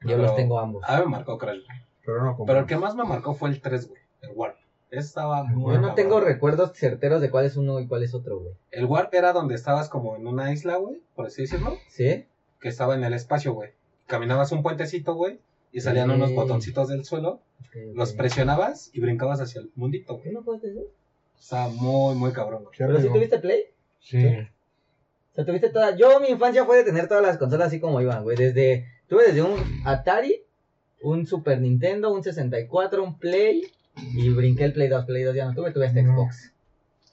[SPEAKER 2] Pero-
[SPEAKER 3] los tengo ambos.
[SPEAKER 2] A mí me marcó Crash, güey.
[SPEAKER 1] Pero no compré.
[SPEAKER 2] Pero el que más me marcó fue el 3, güey. El Warp. Ese estaba muy
[SPEAKER 3] Yo no
[SPEAKER 2] cabrón.
[SPEAKER 3] tengo recuerdos certeros de cuál es uno y cuál es otro, güey.
[SPEAKER 2] El Warp era donde estabas como en una isla, güey, por así decirlo,
[SPEAKER 3] ¿Sí?
[SPEAKER 2] que estaba en el espacio, güey. Caminabas un puentecito, güey, y salían
[SPEAKER 3] Sí.
[SPEAKER 2] unos botoncitos del suelo, los
[SPEAKER 3] precios.
[SPEAKER 2] presionabas y brincabas hacia el mundito, güey.
[SPEAKER 3] no jugaste eso?
[SPEAKER 2] Estaba muy, muy cabrón, güey.
[SPEAKER 1] ¿Qué
[SPEAKER 3] Pero si
[SPEAKER 1] amigo?
[SPEAKER 3] tuviste Play.
[SPEAKER 4] Sí.
[SPEAKER 3] O sea, tuviste toda. Yo, mi infancia fue de tener todas las consolas así como iban, güey. Desde. Tuve desde un Atari, un Super Nintendo, un 64, un Play. Y brinqué el Play 2. Play 2 ya no tuve, tuve hasta
[SPEAKER 4] No.
[SPEAKER 3] Xbox.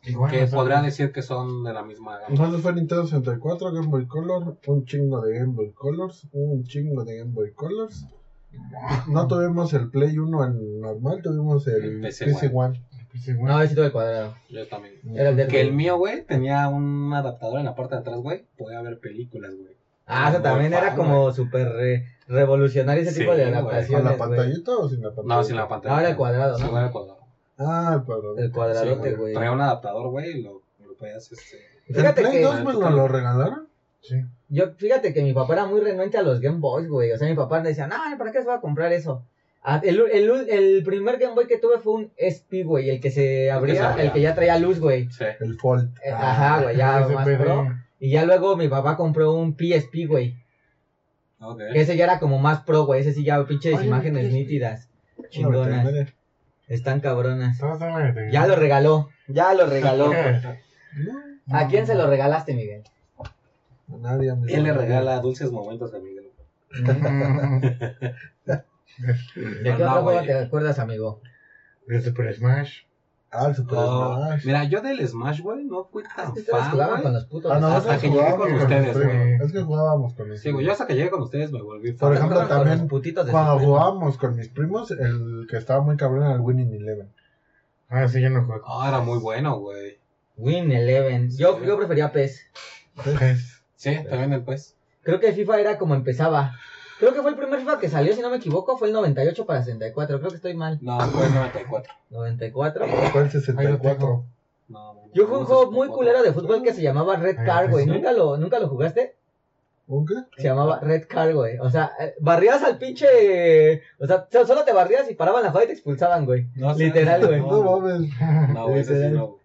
[SPEAKER 4] Igual
[SPEAKER 2] Que
[SPEAKER 4] nosotros-
[SPEAKER 2] podría decir que son de la misma gama.
[SPEAKER 1] Entonces fue Nintendo 64, Game Boy Color, un chingo de Game Boy Colors, un chingo de Game Boy Colors. No tuvimos el Play 1 en normal, tuvimos el
[SPEAKER 2] El
[SPEAKER 1] PC,
[SPEAKER 2] PC
[SPEAKER 1] One.
[SPEAKER 4] Pues igual.
[SPEAKER 3] No, a ver si tuve el cuadrado.
[SPEAKER 2] Yo también.
[SPEAKER 3] Era el del.
[SPEAKER 2] Que el mío, güey, tenía un adaptador en la parte de atrás, güey. Podía ver películas, güey.
[SPEAKER 3] Ah, eso
[SPEAKER 2] Muy
[SPEAKER 3] también era
[SPEAKER 2] fan,
[SPEAKER 3] como súper re- revolucionario ese
[SPEAKER 2] Sí,
[SPEAKER 3] tipo de
[SPEAKER 2] güey.
[SPEAKER 1] ¿Con la
[SPEAKER 3] adaptaciones. güey.
[SPEAKER 1] pantallita o sin la pantalla?
[SPEAKER 2] No, sin la pantalla.
[SPEAKER 3] Ahora el cuadrado,
[SPEAKER 2] Sí,
[SPEAKER 3] ¿no?
[SPEAKER 2] güey, el cuadrado.
[SPEAKER 1] Ah, el cuadrado.
[SPEAKER 3] El
[SPEAKER 2] Sí,
[SPEAKER 3] cuadradote,
[SPEAKER 2] güey.
[SPEAKER 3] güey.
[SPEAKER 2] Traía un adaptador, güey, y lo, lo podías, este...
[SPEAKER 1] ¿El
[SPEAKER 3] Fíjate
[SPEAKER 1] Play
[SPEAKER 3] que,
[SPEAKER 1] 2 me lo, lo regalaron?
[SPEAKER 4] Sí.
[SPEAKER 3] yo, fíjate que mi papá era muy renuente a los Game Boys, güey. O sea, mi papá le decía, no, ¿para qué se va a comprar eso? Ah, el, el, el primer Game Boy que tuve fue un SP, güey. El que se abría,
[SPEAKER 2] abría.
[SPEAKER 3] el que ya traía luz, güey.
[SPEAKER 2] Sí.
[SPEAKER 1] El Fold. Ah,
[SPEAKER 3] Eh, Ajá, güey, ya
[SPEAKER 4] Ese
[SPEAKER 3] más
[SPEAKER 4] pedo.
[SPEAKER 3] pro. Y ya luego mi papá compró un PSP, güey.
[SPEAKER 2] Ok.
[SPEAKER 3] Que ese ya era como más pro, güey. Ese sí ya pinches
[SPEAKER 4] Ay,
[SPEAKER 3] imágenes
[SPEAKER 4] PSP.
[SPEAKER 3] nítidas.
[SPEAKER 1] Una
[SPEAKER 3] Chingonas.
[SPEAKER 1] veterinaria.
[SPEAKER 3] Están cabronas.
[SPEAKER 4] Todos son vegetarianos.
[SPEAKER 3] Ya lo regaló. Ya lo regaló.
[SPEAKER 4] ¿Qué?
[SPEAKER 1] No,
[SPEAKER 3] ¿A quién se lo regalaste, Miguel?
[SPEAKER 1] a nadie. a mi
[SPEAKER 2] Él le
[SPEAKER 1] hermano.
[SPEAKER 2] regala dulces momentos a Miguel.
[SPEAKER 4] Mm.
[SPEAKER 3] ¿De
[SPEAKER 2] No,
[SPEAKER 3] qué
[SPEAKER 2] no,
[SPEAKER 3] otro juego
[SPEAKER 2] güey.
[SPEAKER 3] te acuerdas, amigo?
[SPEAKER 4] De Super Este, Smash.
[SPEAKER 1] Ah, el Super
[SPEAKER 2] No,
[SPEAKER 1] Smash.
[SPEAKER 2] Mira, yo del Smash, güey, no fui
[SPEAKER 3] Es
[SPEAKER 2] tan
[SPEAKER 3] que ustedes
[SPEAKER 2] fan,
[SPEAKER 3] jugaban
[SPEAKER 2] Ah, güey.
[SPEAKER 3] con los putos.
[SPEAKER 1] Ah, no,
[SPEAKER 3] de-
[SPEAKER 2] hasta
[SPEAKER 1] nosotros
[SPEAKER 2] que llegué
[SPEAKER 1] jugábamos
[SPEAKER 2] con
[SPEAKER 1] los
[SPEAKER 2] ustedes,
[SPEAKER 1] primos.
[SPEAKER 4] güey.
[SPEAKER 1] Es que jugábamos con
[SPEAKER 2] Sí,
[SPEAKER 1] ustedes.
[SPEAKER 2] güey, yo hasta que llegué con ustedes me volví fan.
[SPEAKER 1] Por ejemplo,
[SPEAKER 3] Con los
[SPEAKER 1] también
[SPEAKER 3] putitos de
[SPEAKER 1] Cuando
[SPEAKER 3] Super-
[SPEAKER 1] jugábamos con mis primos, el que estaba muy cabrón era el Winning Eleven.
[SPEAKER 4] Ah, sí, yo no juego.
[SPEAKER 2] Ah, era muy bueno, güey.
[SPEAKER 3] Win Eleven. Yo, yo prefería PES.
[SPEAKER 4] Pues,
[SPEAKER 2] Sí, también el pues.
[SPEAKER 3] Creo que FIFA era como empezaba. Creo que fue el primer FIFA que salió, si no me equivoco, fue el 98 para 64. Creo que estoy mal.
[SPEAKER 2] No, fue el E 94.
[SPEAKER 3] 94.
[SPEAKER 1] Fue el
[SPEAKER 4] ahí lo
[SPEAKER 1] 64.
[SPEAKER 4] tengo.
[SPEAKER 2] No, no,
[SPEAKER 3] Yo jugué un juego
[SPEAKER 2] 94.
[SPEAKER 3] muy culero de fútbol que se llamaba Red
[SPEAKER 4] Ah,
[SPEAKER 3] Car, güey.
[SPEAKER 4] ¿sí?
[SPEAKER 3] ¿Nunca lo, ¿Nunca lo jugaste?
[SPEAKER 1] ¿Un qué?
[SPEAKER 3] Se llamaba Red Car, güey. O sea, eh, barrías al pinche. O sea, so- solo te barrías y paraban la joda y te expulsaban, güey.
[SPEAKER 2] No, sí,
[SPEAKER 3] Literal, güey.
[SPEAKER 1] No
[SPEAKER 2] No, güey,
[SPEAKER 1] mames.
[SPEAKER 2] no, güey, ese sí no, güey.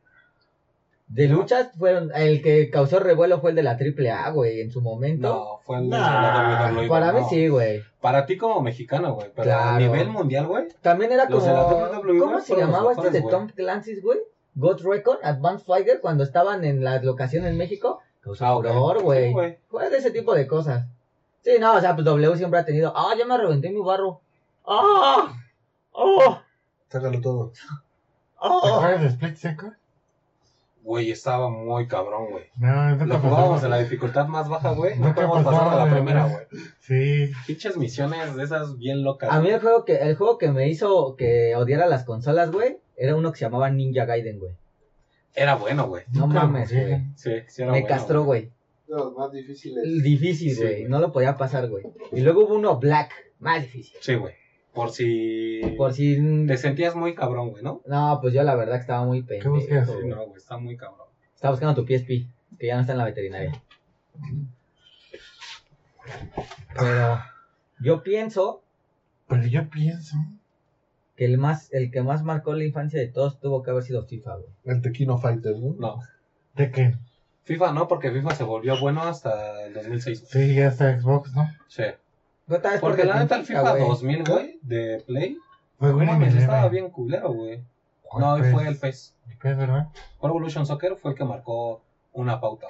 [SPEAKER 3] De luchas fueron. El que causó revuelo fue el de la AAA, güey, en su momento. Ah,
[SPEAKER 2] No, fue el
[SPEAKER 1] Nah,
[SPEAKER 2] la WWE,
[SPEAKER 3] para mí
[SPEAKER 2] E, no.
[SPEAKER 3] sí, güey.
[SPEAKER 2] Para ti como mexicano, güey. Pero
[SPEAKER 3] Claro.
[SPEAKER 2] a nivel mundial, güey.
[SPEAKER 3] También era como.
[SPEAKER 2] Los de la WWE
[SPEAKER 3] ¿Cómo se
[SPEAKER 2] fueron los
[SPEAKER 3] llamaba este
[SPEAKER 2] mejores,
[SPEAKER 3] de
[SPEAKER 2] güey.
[SPEAKER 3] Tom Clancy's, güey? God Record, Advanced Fighter, cuando estaban en la locación en México. Causó
[SPEAKER 2] Ah, ok.
[SPEAKER 3] furor, güey.
[SPEAKER 2] Sí, güey.
[SPEAKER 3] Fue de ese tipo de cosas. Sí, no, o sea, pues W siempre ha tenido. ¡Ah, ya me reventé mi barro! ¡Ah! ¡Oh!
[SPEAKER 1] Sácalo todo.
[SPEAKER 4] ¿Te
[SPEAKER 3] ¡Oh!
[SPEAKER 4] acuerdas de Split Second?
[SPEAKER 2] Güey, estaba muy cabrón, güey.
[SPEAKER 4] No, nunca
[SPEAKER 2] Lo
[SPEAKER 4] pasamos.
[SPEAKER 2] jugábamos en la dificultad más baja, güey. No
[SPEAKER 4] Nunca
[SPEAKER 2] podíamos pasar a la
[SPEAKER 4] pasaba,
[SPEAKER 2] primera,
[SPEAKER 4] güey.
[SPEAKER 2] güey.
[SPEAKER 4] Sí.
[SPEAKER 2] Pinches misiones de esas bien locas.
[SPEAKER 3] A mí el juego que el juego que me hizo que odiara las consolas, güey, era uno que se llamaba Ninja Gaiden, güey.
[SPEAKER 2] Era bueno, güey.
[SPEAKER 3] No
[SPEAKER 4] Nunca lo
[SPEAKER 3] mames,
[SPEAKER 4] jugué.
[SPEAKER 3] güey.
[SPEAKER 2] Sí, sí era
[SPEAKER 3] Me
[SPEAKER 2] bueno,
[SPEAKER 3] castró, güey.
[SPEAKER 1] De los más difíciles.
[SPEAKER 3] Difícil,
[SPEAKER 2] Sí,
[SPEAKER 3] güey.
[SPEAKER 2] güey.
[SPEAKER 3] no lo podía pasar, güey. Y luego hubo uno Black, más difícil.
[SPEAKER 2] Sí, güey. Por si...
[SPEAKER 3] Por si.
[SPEAKER 2] Te sentías muy cabrón, güey, ¿no?
[SPEAKER 3] No, pues yo la verdad que estaba muy pendejo.
[SPEAKER 4] buscas?
[SPEAKER 2] Sí,
[SPEAKER 3] güey.
[SPEAKER 2] no, güey, está muy cabrón.
[SPEAKER 3] Estaba buscando tu PSP, que ya no está en la veterinaria. Pero yo pienso
[SPEAKER 4] Pero yo pienso.
[SPEAKER 3] que el más, el que más marcó la infancia de todos tuvo que haber sido FIFA, güey.
[SPEAKER 1] El Tequino Fighter, ¿no?
[SPEAKER 2] No.
[SPEAKER 4] ¿De qué?
[SPEAKER 2] FIFA no, porque FIFA se volvió bueno hasta el 2006.
[SPEAKER 4] Sí, ya está Xbox, ¿no?
[SPEAKER 2] Sí.
[SPEAKER 3] No tal vez
[SPEAKER 2] Porque la neta, el
[SPEAKER 3] tenía,
[SPEAKER 2] FIFA
[SPEAKER 3] güey.
[SPEAKER 2] 2000, güey, de Play.
[SPEAKER 4] Fue
[SPEAKER 2] No
[SPEAKER 4] Winning
[SPEAKER 2] mames,
[SPEAKER 4] Eleven.
[SPEAKER 2] estaba bien culero, güey.
[SPEAKER 4] ¿Cuál
[SPEAKER 2] No,
[SPEAKER 4] fue?
[SPEAKER 2] fue el PES.
[SPEAKER 4] ¿Qué es verdad?
[SPEAKER 2] Pro Evolution Soccer fue el que marcó una pauta.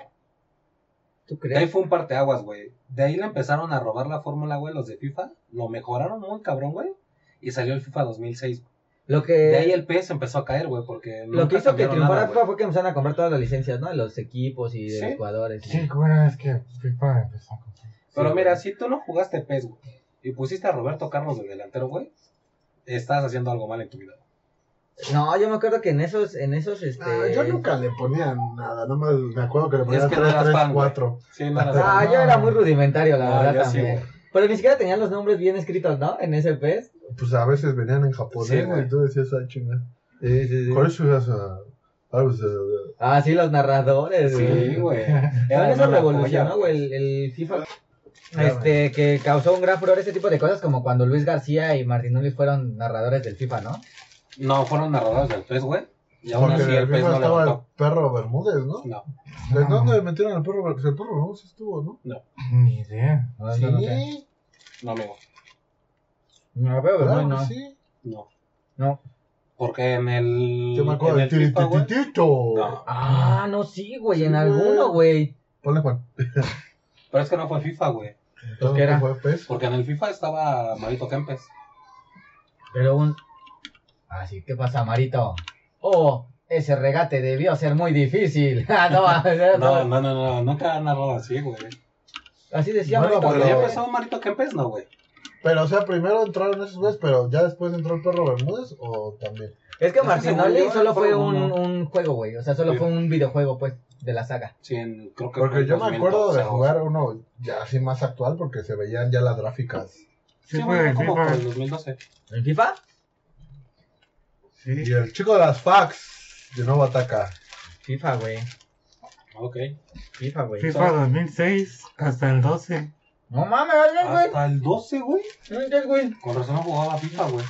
[SPEAKER 3] ¿Tú
[SPEAKER 2] De ahí
[SPEAKER 3] crees?
[SPEAKER 2] fue un parteaguas, güey. De ahí le empezaron a robar la fórmula, güey, los de FIFA. Lo mejoraron muy cabrón, güey. Y salió el FIFA 2006.
[SPEAKER 3] Lo que,
[SPEAKER 2] De ahí el PS empezó a caer, güey, porque
[SPEAKER 3] lo
[SPEAKER 2] nunca
[SPEAKER 3] que hizo que
[SPEAKER 2] cambiaron
[SPEAKER 3] triunfara
[SPEAKER 2] nada,
[SPEAKER 3] FIFA
[SPEAKER 2] güey.
[SPEAKER 3] fue que empezaron a comprar todas las licencias, ¿no? De Los equipos y de
[SPEAKER 2] Sí.
[SPEAKER 3] los jugadores. y-
[SPEAKER 4] Sí, qué buena es que FIFA empezó a comprar.
[SPEAKER 2] Pero
[SPEAKER 3] Sí,
[SPEAKER 2] mira,
[SPEAKER 3] güey.
[SPEAKER 2] si tú no jugaste PES, güey, y pusiste a Roberto Carlos de delantero, güey, estás haciendo algo mal en tu vida.
[SPEAKER 3] No, yo me acuerdo que en esos, en esos, este...
[SPEAKER 1] Ah, yo nunca le ponía nada, nomás me acuerdo que le ponía
[SPEAKER 2] Es que no
[SPEAKER 1] 3,
[SPEAKER 2] eras
[SPEAKER 1] 3,
[SPEAKER 2] fan, güey.
[SPEAKER 1] 4.
[SPEAKER 2] Sí, no, no, no.
[SPEAKER 3] Ah,
[SPEAKER 4] no.
[SPEAKER 3] yo era muy rudimentario, la
[SPEAKER 2] Ah, yo
[SPEAKER 3] verdad,
[SPEAKER 2] sí,
[SPEAKER 3] también.
[SPEAKER 2] güey.
[SPEAKER 3] Pero ni siquiera tenían los nombres bien escritos, ¿no? En ese pez.
[SPEAKER 1] Pues a veces venían en japonés
[SPEAKER 2] Sí, güey.
[SPEAKER 1] y tú decías, ah, chinga.
[SPEAKER 3] Sí, sí,
[SPEAKER 1] Con eso ibas a. pues, a- a-
[SPEAKER 3] Ah, sí, los narradores, güey.
[SPEAKER 2] Sí, güey.
[SPEAKER 3] También
[SPEAKER 2] Era
[SPEAKER 3] eso
[SPEAKER 2] una
[SPEAKER 3] revolucionó,
[SPEAKER 2] joya,
[SPEAKER 3] güey, el, el FIFA.
[SPEAKER 1] Ya,
[SPEAKER 3] Este, que causó un gran furor ese tipo de cosas, como cuando Luis García y Martinoli fueron narradores del FIFA, ¿no?
[SPEAKER 2] No, fueron narradores del PES, güey. Y aún
[SPEAKER 1] Porque
[SPEAKER 2] así el
[SPEAKER 1] el
[SPEAKER 2] PES
[SPEAKER 1] FIFA
[SPEAKER 2] no
[SPEAKER 1] estaba
[SPEAKER 2] levantó.
[SPEAKER 1] el perro Bermúdez, ¿no?
[SPEAKER 2] No.
[SPEAKER 1] ¿De dónde le metieron al perro Bermúdez? El perro Bermúdez estuvo, ¿no?
[SPEAKER 4] Ni idea.
[SPEAKER 3] No,
[SPEAKER 1] sí,
[SPEAKER 3] eso no sé.
[SPEAKER 2] No, amigo.
[SPEAKER 3] No, pero
[SPEAKER 1] claro
[SPEAKER 3] no,
[SPEAKER 1] que
[SPEAKER 3] no.
[SPEAKER 1] sí.
[SPEAKER 2] No.
[SPEAKER 3] No.
[SPEAKER 2] Porque en el.
[SPEAKER 1] Yo me acuerdo
[SPEAKER 2] en
[SPEAKER 1] del
[SPEAKER 2] el FIFA, güey,
[SPEAKER 1] tiritititito.
[SPEAKER 2] No.
[SPEAKER 3] Ah, no, sí, güey,
[SPEAKER 1] Sí,
[SPEAKER 3] en
[SPEAKER 1] güey.
[SPEAKER 3] alguno, güey.
[SPEAKER 1] Ponle Juan.
[SPEAKER 2] Pero es que no fue FIFA, güey.
[SPEAKER 1] Entonces,
[SPEAKER 3] ¿qué era?
[SPEAKER 1] fue PES?
[SPEAKER 2] Porque en el FIFA estaba Marito Kempes.
[SPEAKER 3] Pero un. Así, ¿qué pasa, Marito? Oh, ese regate debió ser muy difícil. Ah, no,
[SPEAKER 2] No, no, no, no, nunca han narrado así, güey.
[SPEAKER 3] Así decía
[SPEAKER 1] Bueno,
[SPEAKER 3] Marito.
[SPEAKER 2] Cuando
[SPEAKER 1] pero-
[SPEAKER 2] ya
[SPEAKER 3] güey.
[SPEAKER 2] empezó Marito Kempes, no, güey.
[SPEAKER 1] Pero, o sea, primero entraron esos güeyes, pero ya después entró el perro Bermúdez o también.
[SPEAKER 3] Es que
[SPEAKER 2] Es que según
[SPEAKER 3] Martinoli
[SPEAKER 2] yo,
[SPEAKER 3] solo fue
[SPEAKER 2] fue
[SPEAKER 3] un,
[SPEAKER 2] uno.
[SPEAKER 3] un juego, güey. O sea, solo
[SPEAKER 2] Sí.
[SPEAKER 3] fue un videojuego, pues, de la saga.
[SPEAKER 2] Sí, en- creo que fue
[SPEAKER 1] Porque
[SPEAKER 2] en
[SPEAKER 1] yo me acuerdo de
[SPEAKER 2] 2012,
[SPEAKER 1] jugar uno ya así más actual porque se veían ya las gráficas.
[SPEAKER 4] Sí,
[SPEAKER 2] Sí,
[SPEAKER 4] fue
[SPEAKER 2] fue
[SPEAKER 4] el
[SPEAKER 2] como
[SPEAKER 4] FIFA.
[SPEAKER 2] por el 2012.
[SPEAKER 3] ¿En FIFA?
[SPEAKER 1] Y
[SPEAKER 4] Sí.
[SPEAKER 1] el chico de las fax de nuevo ataca.
[SPEAKER 3] FIFA, güey.
[SPEAKER 2] Ok.
[SPEAKER 3] FIFA, güey.
[SPEAKER 4] FIFA 2006 hasta el 12.
[SPEAKER 3] No mames, oye, güey.
[SPEAKER 2] Hasta el 12, güey.
[SPEAKER 3] Oye, güey.
[SPEAKER 2] Con razón no jugaba FIFA, güey.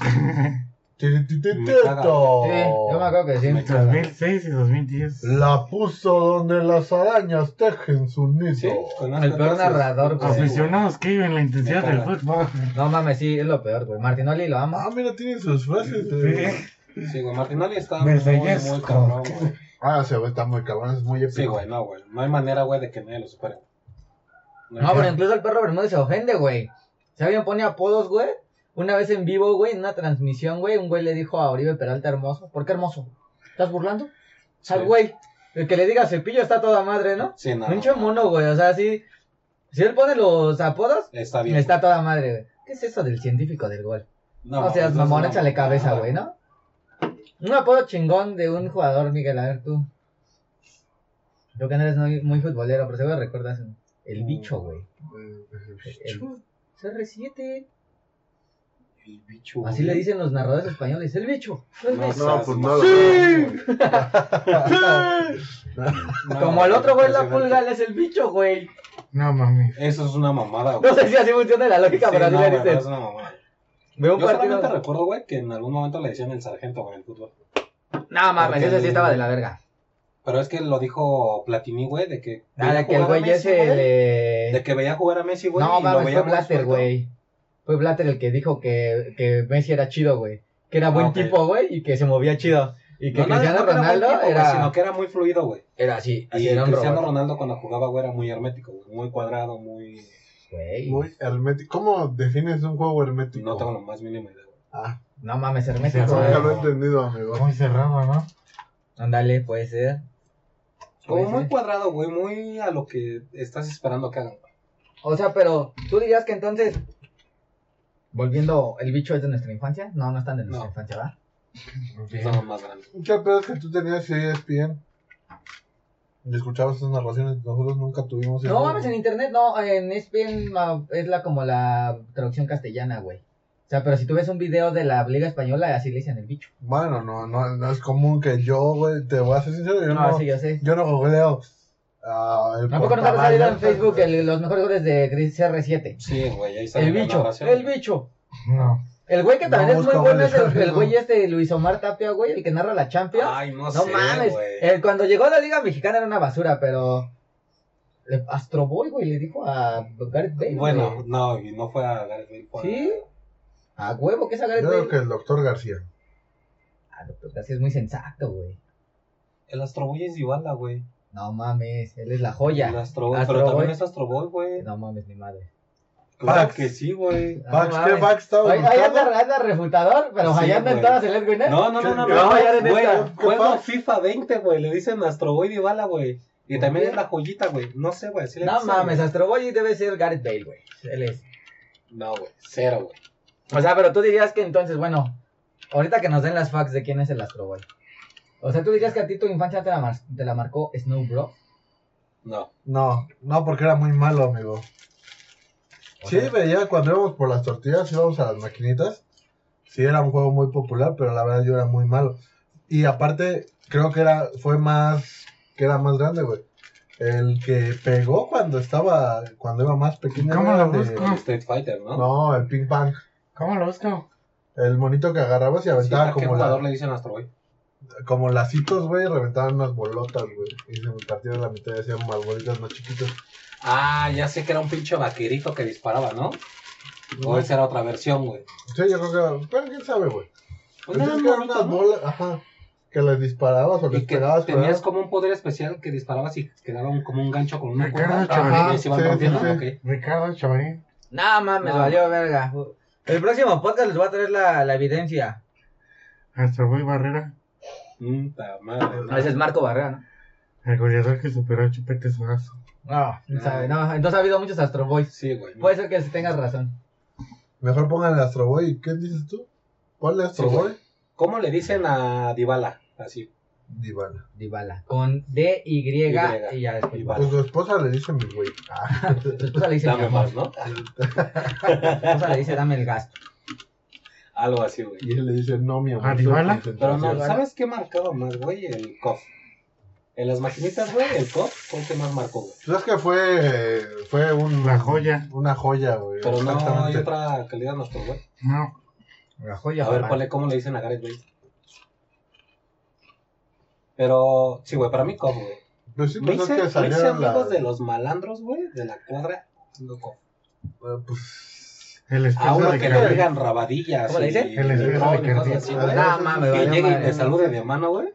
[SPEAKER 2] Me caga.
[SPEAKER 1] Tirititito.
[SPEAKER 3] Sí, yo me acuerdo que sí.
[SPEAKER 2] Me cago.
[SPEAKER 4] 2006 y 2010.
[SPEAKER 1] La puso donde las arañas tejen su nido.
[SPEAKER 2] Sí, con más
[SPEAKER 3] El peor
[SPEAKER 2] 14.
[SPEAKER 3] narrador, güey.
[SPEAKER 2] Sí,
[SPEAKER 4] Aficionados que viven la intensidad
[SPEAKER 2] Me
[SPEAKER 4] del
[SPEAKER 2] caga.
[SPEAKER 4] fútbol.
[SPEAKER 3] No mames, sí, es lo peor, güey. Martinoli lo ama.
[SPEAKER 1] Ah, mira, tienen sus frases. de-
[SPEAKER 4] Sí.
[SPEAKER 2] Sí, güey. Martinelli está muy,
[SPEAKER 4] Versallesco.
[SPEAKER 2] muy cabrón, güey.
[SPEAKER 1] Ah, se ve, está muy cabrón, es muy épico.
[SPEAKER 2] Sí, güey, no, güey. No hay manera, güey, de que nadie lo supere. hay
[SPEAKER 3] No, pero
[SPEAKER 2] manera.
[SPEAKER 3] incluso el perro Bermúdez se ofende, güey. Se habían pone apodos, güey. Una vez en vivo, güey, en una transmisión, güey, un güey le dijo a Oribe Peralta hermoso. ¿Por qué hermoso? ¿Estás burlando? O sea,
[SPEAKER 2] Sí.
[SPEAKER 3] güey, el que le diga cepillo está toda madre, ¿no?
[SPEAKER 2] Sí, no.
[SPEAKER 3] Pinche mono, güey. O sea, sí. Si él pone los apodos,
[SPEAKER 2] Está bien.
[SPEAKER 3] está toda madre, güey. ¿Qué es eso del científico del gol?
[SPEAKER 2] No,
[SPEAKER 3] o sea,
[SPEAKER 2] mames,
[SPEAKER 3] mamón,
[SPEAKER 2] no,
[SPEAKER 3] échale
[SPEAKER 2] no,
[SPEAKER 3] cabeza,
[SPEAKER 2] no.
[SPEAKER 3] güey, ¿no? Un apodo chingón de un jugador, Miguel, a ver tú. Yo que no eres muy, muy futbolero, pero seguro recuerdas un- el bicho, güey. El- CR7.
[SPEAKER 2] El bicho.
[SPEAKER 3] Así le
[SPEAKER 2] güey.
[SPEAKER 3] dicen los narradores españoles, el bicho. el
[SPEAKER 2] No,
[SPEAKER 3] bicho.
[SPEAKER 2] seas
[SPEAKER 1] pues
[SPEAKER 2] mamón.
[SPEAKER 1] no lo
[SPEAKER 2] Sí. No,
[SPEAKER 3] Como el otro güey, la
[SPEAKER 2] impresionante.
[SPEAKER 3] pulga, él es el bicho, güey.
[SPEAKER 4] No mami.
[SPEAKER 2] Eso es una mamada, güey.
[SPEAKER 3] No sé si así funciona la lógica,
[SPEAKER 2] Sí,
[SPEAKER 3] pero así
[SPEAKER 2] no,
[SPEAKER 3] le
[SPEAKER 2] güey, no,
[SPEAKER 3] dicen.
[SPEAKER 2] es una mamada.
[SPEAKER 3] Veo un
[SPEAKER 2] Yo
[SPEAKER 3] partido.
[SPEAKER 2] solamente recuerdo, güey, que en algún momento le decían el sargento, güey, en el fútbol.
[SPEAKER 3] No mames,
[SPEAKER 2] Porque
[SPEAKER 3] ese sí
[SPEAKER 2] el-
[SPEAKER 3] estaba de la verga.
[SPEAKER 2] Pero es que lo dijo Platini, güey, de que.
[SPEAKER 3] Ah,
[SPEAKER 2] veía
[SPEAKER 3] de que
[SPEAKER 2] jugar
[SPEAKER 3] el
[SPEAKER 2] a
[SPEAKER 3] güey
[SPEAKER 2] Messi,
[SPEAKER 3] ese
[SPEAKER 2] güey,
[SPEAKER 3] le.
[SPEAKER 2] De que veía jugar a Messi, güey.
[SPEAKER 3] No,
[SPEAKER 2] y lo
[SPEAKER 3] mames,
[SPEAKER 2] veía
[SPEAKER 3] fue Blatter,
[SPEAKER 2] suelto.
[SPEAKER 3] güey. Fue Blatter el que dijo que, que Messi era chido, güey. Que era buen
[SPEAKER 2] Ah, ok.
[SPEAKER 3] tipo, güey, y que se movía chido. Y que
[SPEAKER 2] No, no,
[SPEAKER 3] Cristiano
[SPEAKER 2] no que era buen
[SPEAKER 3] Ronaldo
[SPEAKER 2] tipo, güey,
[SPEAKER 3] era,
[SPEAKER 2] Sino que era muy fluido, güey.
[SPEAKER 3] era así, así
[SPEAKER 2] Y
[SPEAKER 3] era un
[SPEAKER 2] Cristiano
[SPEAKER 3] robot.
[SPEAKER 2] Ronaldo cuando jugaba, güey, era muy hermético, güey. Muy cuadrado, muy.
[SPEAKER 3] Güey,
[SPEAKER 1] Muy hermético. ¿Cómo defines un juego hermético?
[SPEAKER 2] No tengo la más mínima idea, güey.
[SPEAKER 1] Ah,
[SPEAKER 3] No mames, hermético,
[SPEAKER 4] Sí,
[SPEAKER 1] nunca
[SPEAKER 3] güey.
[SPEAKER 1] lo he entendido, amigo.
[SPEAKER 4] Muy cerrado, ¿no?
[SPEAKER 3] Ándale, puede ser. Puede
[SPEAKER 2] Como muy
[SPEAKER 3] ser.
[SPEAKER 2] cuadrado, güey. Muy a lo que estás esperando que hagan, güey.
[SPEAKER 3] O sea, pero tú dirías que entonces, volviendo, el bicho es de nuestra infancia. No, no están de nuestra
[SPEAKER 2] No.
[SPEAKER 3] infancia, ¿va?
[SPEAKER 2] Son los más grandes.
[SPEAKER 1] ¿Qué pedo es que tú tenías ESPN? Y escuchabas esas narraciones, nosotros nunca tuvimos
[SPEAKER 3] No mames, en internet no, en E ESPN ma- es la como la traducción castellana, güey. O sea, pero si tú ves un video de la Liga Española, así le dicen el bicho.
[SPEAKER 1] Bueno, no, no, no es común que yo, güey, te voy a ser sincero, yo no,
[SPEAKER 3] sí, yo sé.
[SPEAKER 1] yo no googleo Ah, el
[SPEAKER 3] ¿A poco no te ha salido en
[SPEAKER 1] portabalas.
[SPEAKER 3] Facebook eh, el- los mejores goles de Chris CR7?
[SPEAKER 2] Sí, güey, ahí sale
[SPEAKER 3] El
[SPEAKER 2] la
[SPEAKER 3] bicho,
[SPEAKER 2] narración.
[SPEAKER 3] el bicho.
[SPEAKER 4] No.
[SPEAKER 3] El güey que
[SPEAKER 1] No,
[SPEAKER 3] también es muy
[SPEAKER 1] busca
[SPEAKER 3] bueno
[SPEAKER 1] goles,
[SPEAKER 3] es el, el
[SPEAKER 1] Alfredo.
[SPEAKER 3] güey este Luis Omar Tapia, güey, el que narra la Champions.
[SPEAKER 2] Ay, Ah, no,
[SPEAKER 3] no
[SPEAKER 2] sé,
[SPEAKER 3] mames.
[SPEAKER 2] güey.
[SPEAKER 3] El- cuando llegó a la Liga Mexicana era una basura, pero. le- Astro Boy, güey, le dijo a Gareth Bale.
[SPEAKER 2] Bueno,
[SPEAKER 3] güey.
[SPEAKER 2] no, y no fue a Gareth Bale. fue a-
[SPEAKER 3] ¿Sí? A huevo, que es a Gareth
[SPEAKER 1] Yo creo
[SPEAKER 3] Bale.
[SPEAKER 1] que el doctor García.
[SPEAKER 3] Ah, doctor, así es muy sensato, güey.
[SPEAKER 2] El Astroboy es Iguala, güey.
[SPEAKER 3] No mames, él es la
[SPEAKER 2] El
[SPEAKER 3] joya.
[SPEAKER 2] Astroboy,
[SPEAKER 3] Astro
[SPEAKER 2] pero también
[SPEAKER 3] Boy. Ah,
[SPEAKER 2] es Astroboy, güey.
[SPEAKER 3] No mames, mi madre.
[SPEAKER 2] Claro
[SPEAKER 1] Pax.
[SPEAKER 3] pues,
[SPEAKER 2] que sí, güey.
[SPEAKER 3] No
[SPEAKER 1] Pax, ¿qué
[SPEAKER 3] mames.
[SPEAKER 1] Pax estaba
[SPEAKER 3] Ahí ahí
[SPEAKER 1] buscando?
[SPEAKER 3] anda, anda refutador, pero
[SPEAKER 2] Sí,
[SPEAKER 3] allá anda en
[SPEAKER 2] güey.
[SPEAKER 3] todas el Edwin, ¿eh?
[SPEAKER 2] No, no, no, no,
[SPEAKER 1] ¿Qué?
[SPEAKER 2] no.
[SPEAKER 3] No, ya de
[SPEAKER 2] güey,
[SPEAKER 3] neta.
[SPEAKER 2] juego
[SPEAKER 1] Pax?
[SPEAKER 2] FIFA 20, güey. Le dicen Astroboy Iguala, güey. Y también
[SPEAKER 3] qué?
[SPEAKER 2] es la joyita, güey. No sé, güey. así le
[SPEAKER 3] No
[SPEAKER 2] dicen,
[SPEAKER 3] mames,
[SPEAKER 2] güey.
[SPEAKER 3] Astro Boy debe ser Gareth Bale, güey. Él es.
[SPEAKER 2] No, güey. Cero, güey.
[SPEAKER 3] O sea, pero tú dirías que entonces, bueno, ahorita que nos den las facts de quién es el Astro Boy. O sea, tú dirías que a ti tu infancia te la, mar- te la marcó Snow Bro.
[SPEAKER 2] No.
[SPEAKER 1] No, no, porque era muy malo, amigo.
[SPEAKER 3] O
[SPEAKER 1] Sí,
[SPEAKER 3] sea,
[SPEAKER 1] veía cuando íbamos por las tortillas, íbamos a las maquinitas. Sí, era un juego muy popular, pero la verdad yo era muy malo. Y aparte, creo que era, fue más, que era más grande, güey. El que pegó cuando estaba, cuando iba más pequeño.
[SPEAKER 4] ¿Cómo
[SPEAKER 1] era
[SPEAKER 4] lo
[SPEAKER 1] de-
[SPEAKER 4] busco?
[SPEAKER 2] El Street Fighter, ¿no?
[SPEAKER 1] No, el ping pong.
[SPEAKER 4] ¿Cómo lo busco?
[SPEAKER 1] El monito que agarrabas y
[SPEAKER 2] Sí, ¿A
[SPEAKER 1] aventaba
[SPEAKER 2] qué
[SPEAKER 1] como,
[SPEAKER 2] jugador
[SPEAKER 1] la,
[SPEAKER 2] le dicen Astroboy?
[SPEAKER 1] como lacitos, güey, y reventaban unas bolotas, güey. Y se partían la mitad y hacían más bolitas más chiquitas.
[SPEAKER 2] Ah, ya sé que era un pinche vaquerito que disparaba, ¿no? O esa era otra versión, güey.
[SPEAKER 1] Sí, yo creo que era, pero quién sabe, güey. Pues
[SPEAKER 2] Pues era
[SPEAKER 1] es
[SPEAKER 2] un
[SPEAKER 1] que eran
[SPEAKER 2] monito,
[SPEAKER 1] unas
[SPEAKER 2] ¿no?
[SPEAKER 1] bolas, ajá, que les disparabas o les
[SPEAKER 2] Y que
[SPEAKER 1] pegabas. con
[SPEAKER 2] tenías
[SPEAKER 1] algo.
[SPEAKER 2] como un poder especial que disparabas y quedaba un- como un gancho con una cuerda.
[SPEAKER 4] Ricardo Chavarín.
[SPEAKER 2] y se iban
[SPEAKER 1] Sí, sí,
[SPEAKER 2] rompiendo,
[SPEAKER 1] sí.
[SPEAKER 2] ok.
[SPEAKER 4] Ricardo Chavarín.
[SPEAKER 3] No mames,
[SPEAKER 2] No.
[SPEAKER 3] valió verga. El próximo podcast les voy a traer la, la evidencia.
[SPEAKER 4] Astro Boy Barrera.
[SPEAKER 2] Puta madre, no.
[SPEAKER 3] A veces Marco Barrera, ¿no?
[SPEAKER 4] El goleador que superó a Chupete Suazo.
[SPEAKER 3] No, no
[SPEAKER 2] No.
[SPEAKER 3] sabe, no. Entonces ha habido muchos Astro Boys.
[SPEAKER 2] Sí, güey. no.
[SPEAKER 3] Puede ser que tengas razón.
[SPEAKER 1] Mejor pongan el Astro Boy. ¿Qué dices tú? Ponle Astro
[SPEAKER 2] Sí, güey.
[SPEAKER 1] Boy.
[SPEAKER 2] ¿Cómo le dicen a Dybala? Así.
[SPEAKER 1] Divana.
[SPEAKER 3] Dybala. Con D, Y, y ya después. pues,
[SPEAKER 2] Dybala.
[SPEAKER 1] Pues su esposa le dice mi güey. Ah,
[SPEAKER 3] Tu esposa le dice mi
[SPEAKER 2] Dame
[SPEAKER 3] amor.
[SPEAKER 2] más, ¿no?
[SPEAKER 3] Tu esposa le dice dame el gasto.
[SPEAKER 2] Algo así, güey.
[SPEAKER 1] y él le dice, no, mi amor.
[SPEAKER 4] ¿A Dybala?
[SPEAKER 1] estoy en
[SPEAKER 2] Pero no,
[SPEAKER 1] concentración".
[SPEAKER 2] ¿sabes qué marcaba más, güey? El COF. En las maquinitas, güey, el COF fue el que más marcó, güey.
[SPEAKER 1] Pues es que fue, fue un-
[SPEAKER 4] La joya.
[SPEAKER 1] Una joya, güey.
[SPEAKER 2] Pero no hay
[SPEAKER 1] Exactamente.
[SPEAKER 2] otra calidad nuestro, güey.
[SPEAKER 4] No.
[SPEAKER 3] La joya,
[SPEAKER 2] A ver,
[SPEAKER 3] papá.
[SPEAKER 2] ¿cuál es- ¿cómo le dicen a Gareth Bale? Pero, sí, güey, para mí COF, güey.
[SPEAKER 1] Pues sí,
[SPEAKER 2] Me
[SPEAKER 1] pues es
[SPEAKER 2] hice,
[SPEAKER 1] que
[SPEAKER 2] me hice
[SPEAKER 1] salieron
[SPEAKER 2] amigos
[SPEAKER 1] las...
[SPEAKER 2] de los malandros, güey, de la cuadra. haciendo COF.
[SPEAKER 1] eh, Pues...
[SPEAKER 4] El
[SPEAKER 2] A
[SPEAKER 4] esposo
[SPEAKER 2] uno
[SPEAKER 4] de
[SPEAKER 2] Ah, que le
[SPEAKER 4] Carrillo.
[SPEAKER 2] digan rabadillas.
[SPEAKER 3] ¿Cómo le
[SPEAKER 2] y-
[SPEAKER 3] dicen?
[SPEAKER 2] y
[SPEAKER 4] El espejo
[SPEAKER 2] ron y
[SPEAKER 4] de
[SPEAKER 2] cosas
[SPEAKER 4] Carrillo.
[SPEAKER 2] así, güey.
[SPEAKER 3] Ah, mames,
[SPEAKER 2] Que
[SPEAKER 3] valió
[SPEAKER 2] llegue y
[SPEAKER 3] madre.
[SPEAKER 2] te salude de mano, güey.
[SPEAKER 1] eh,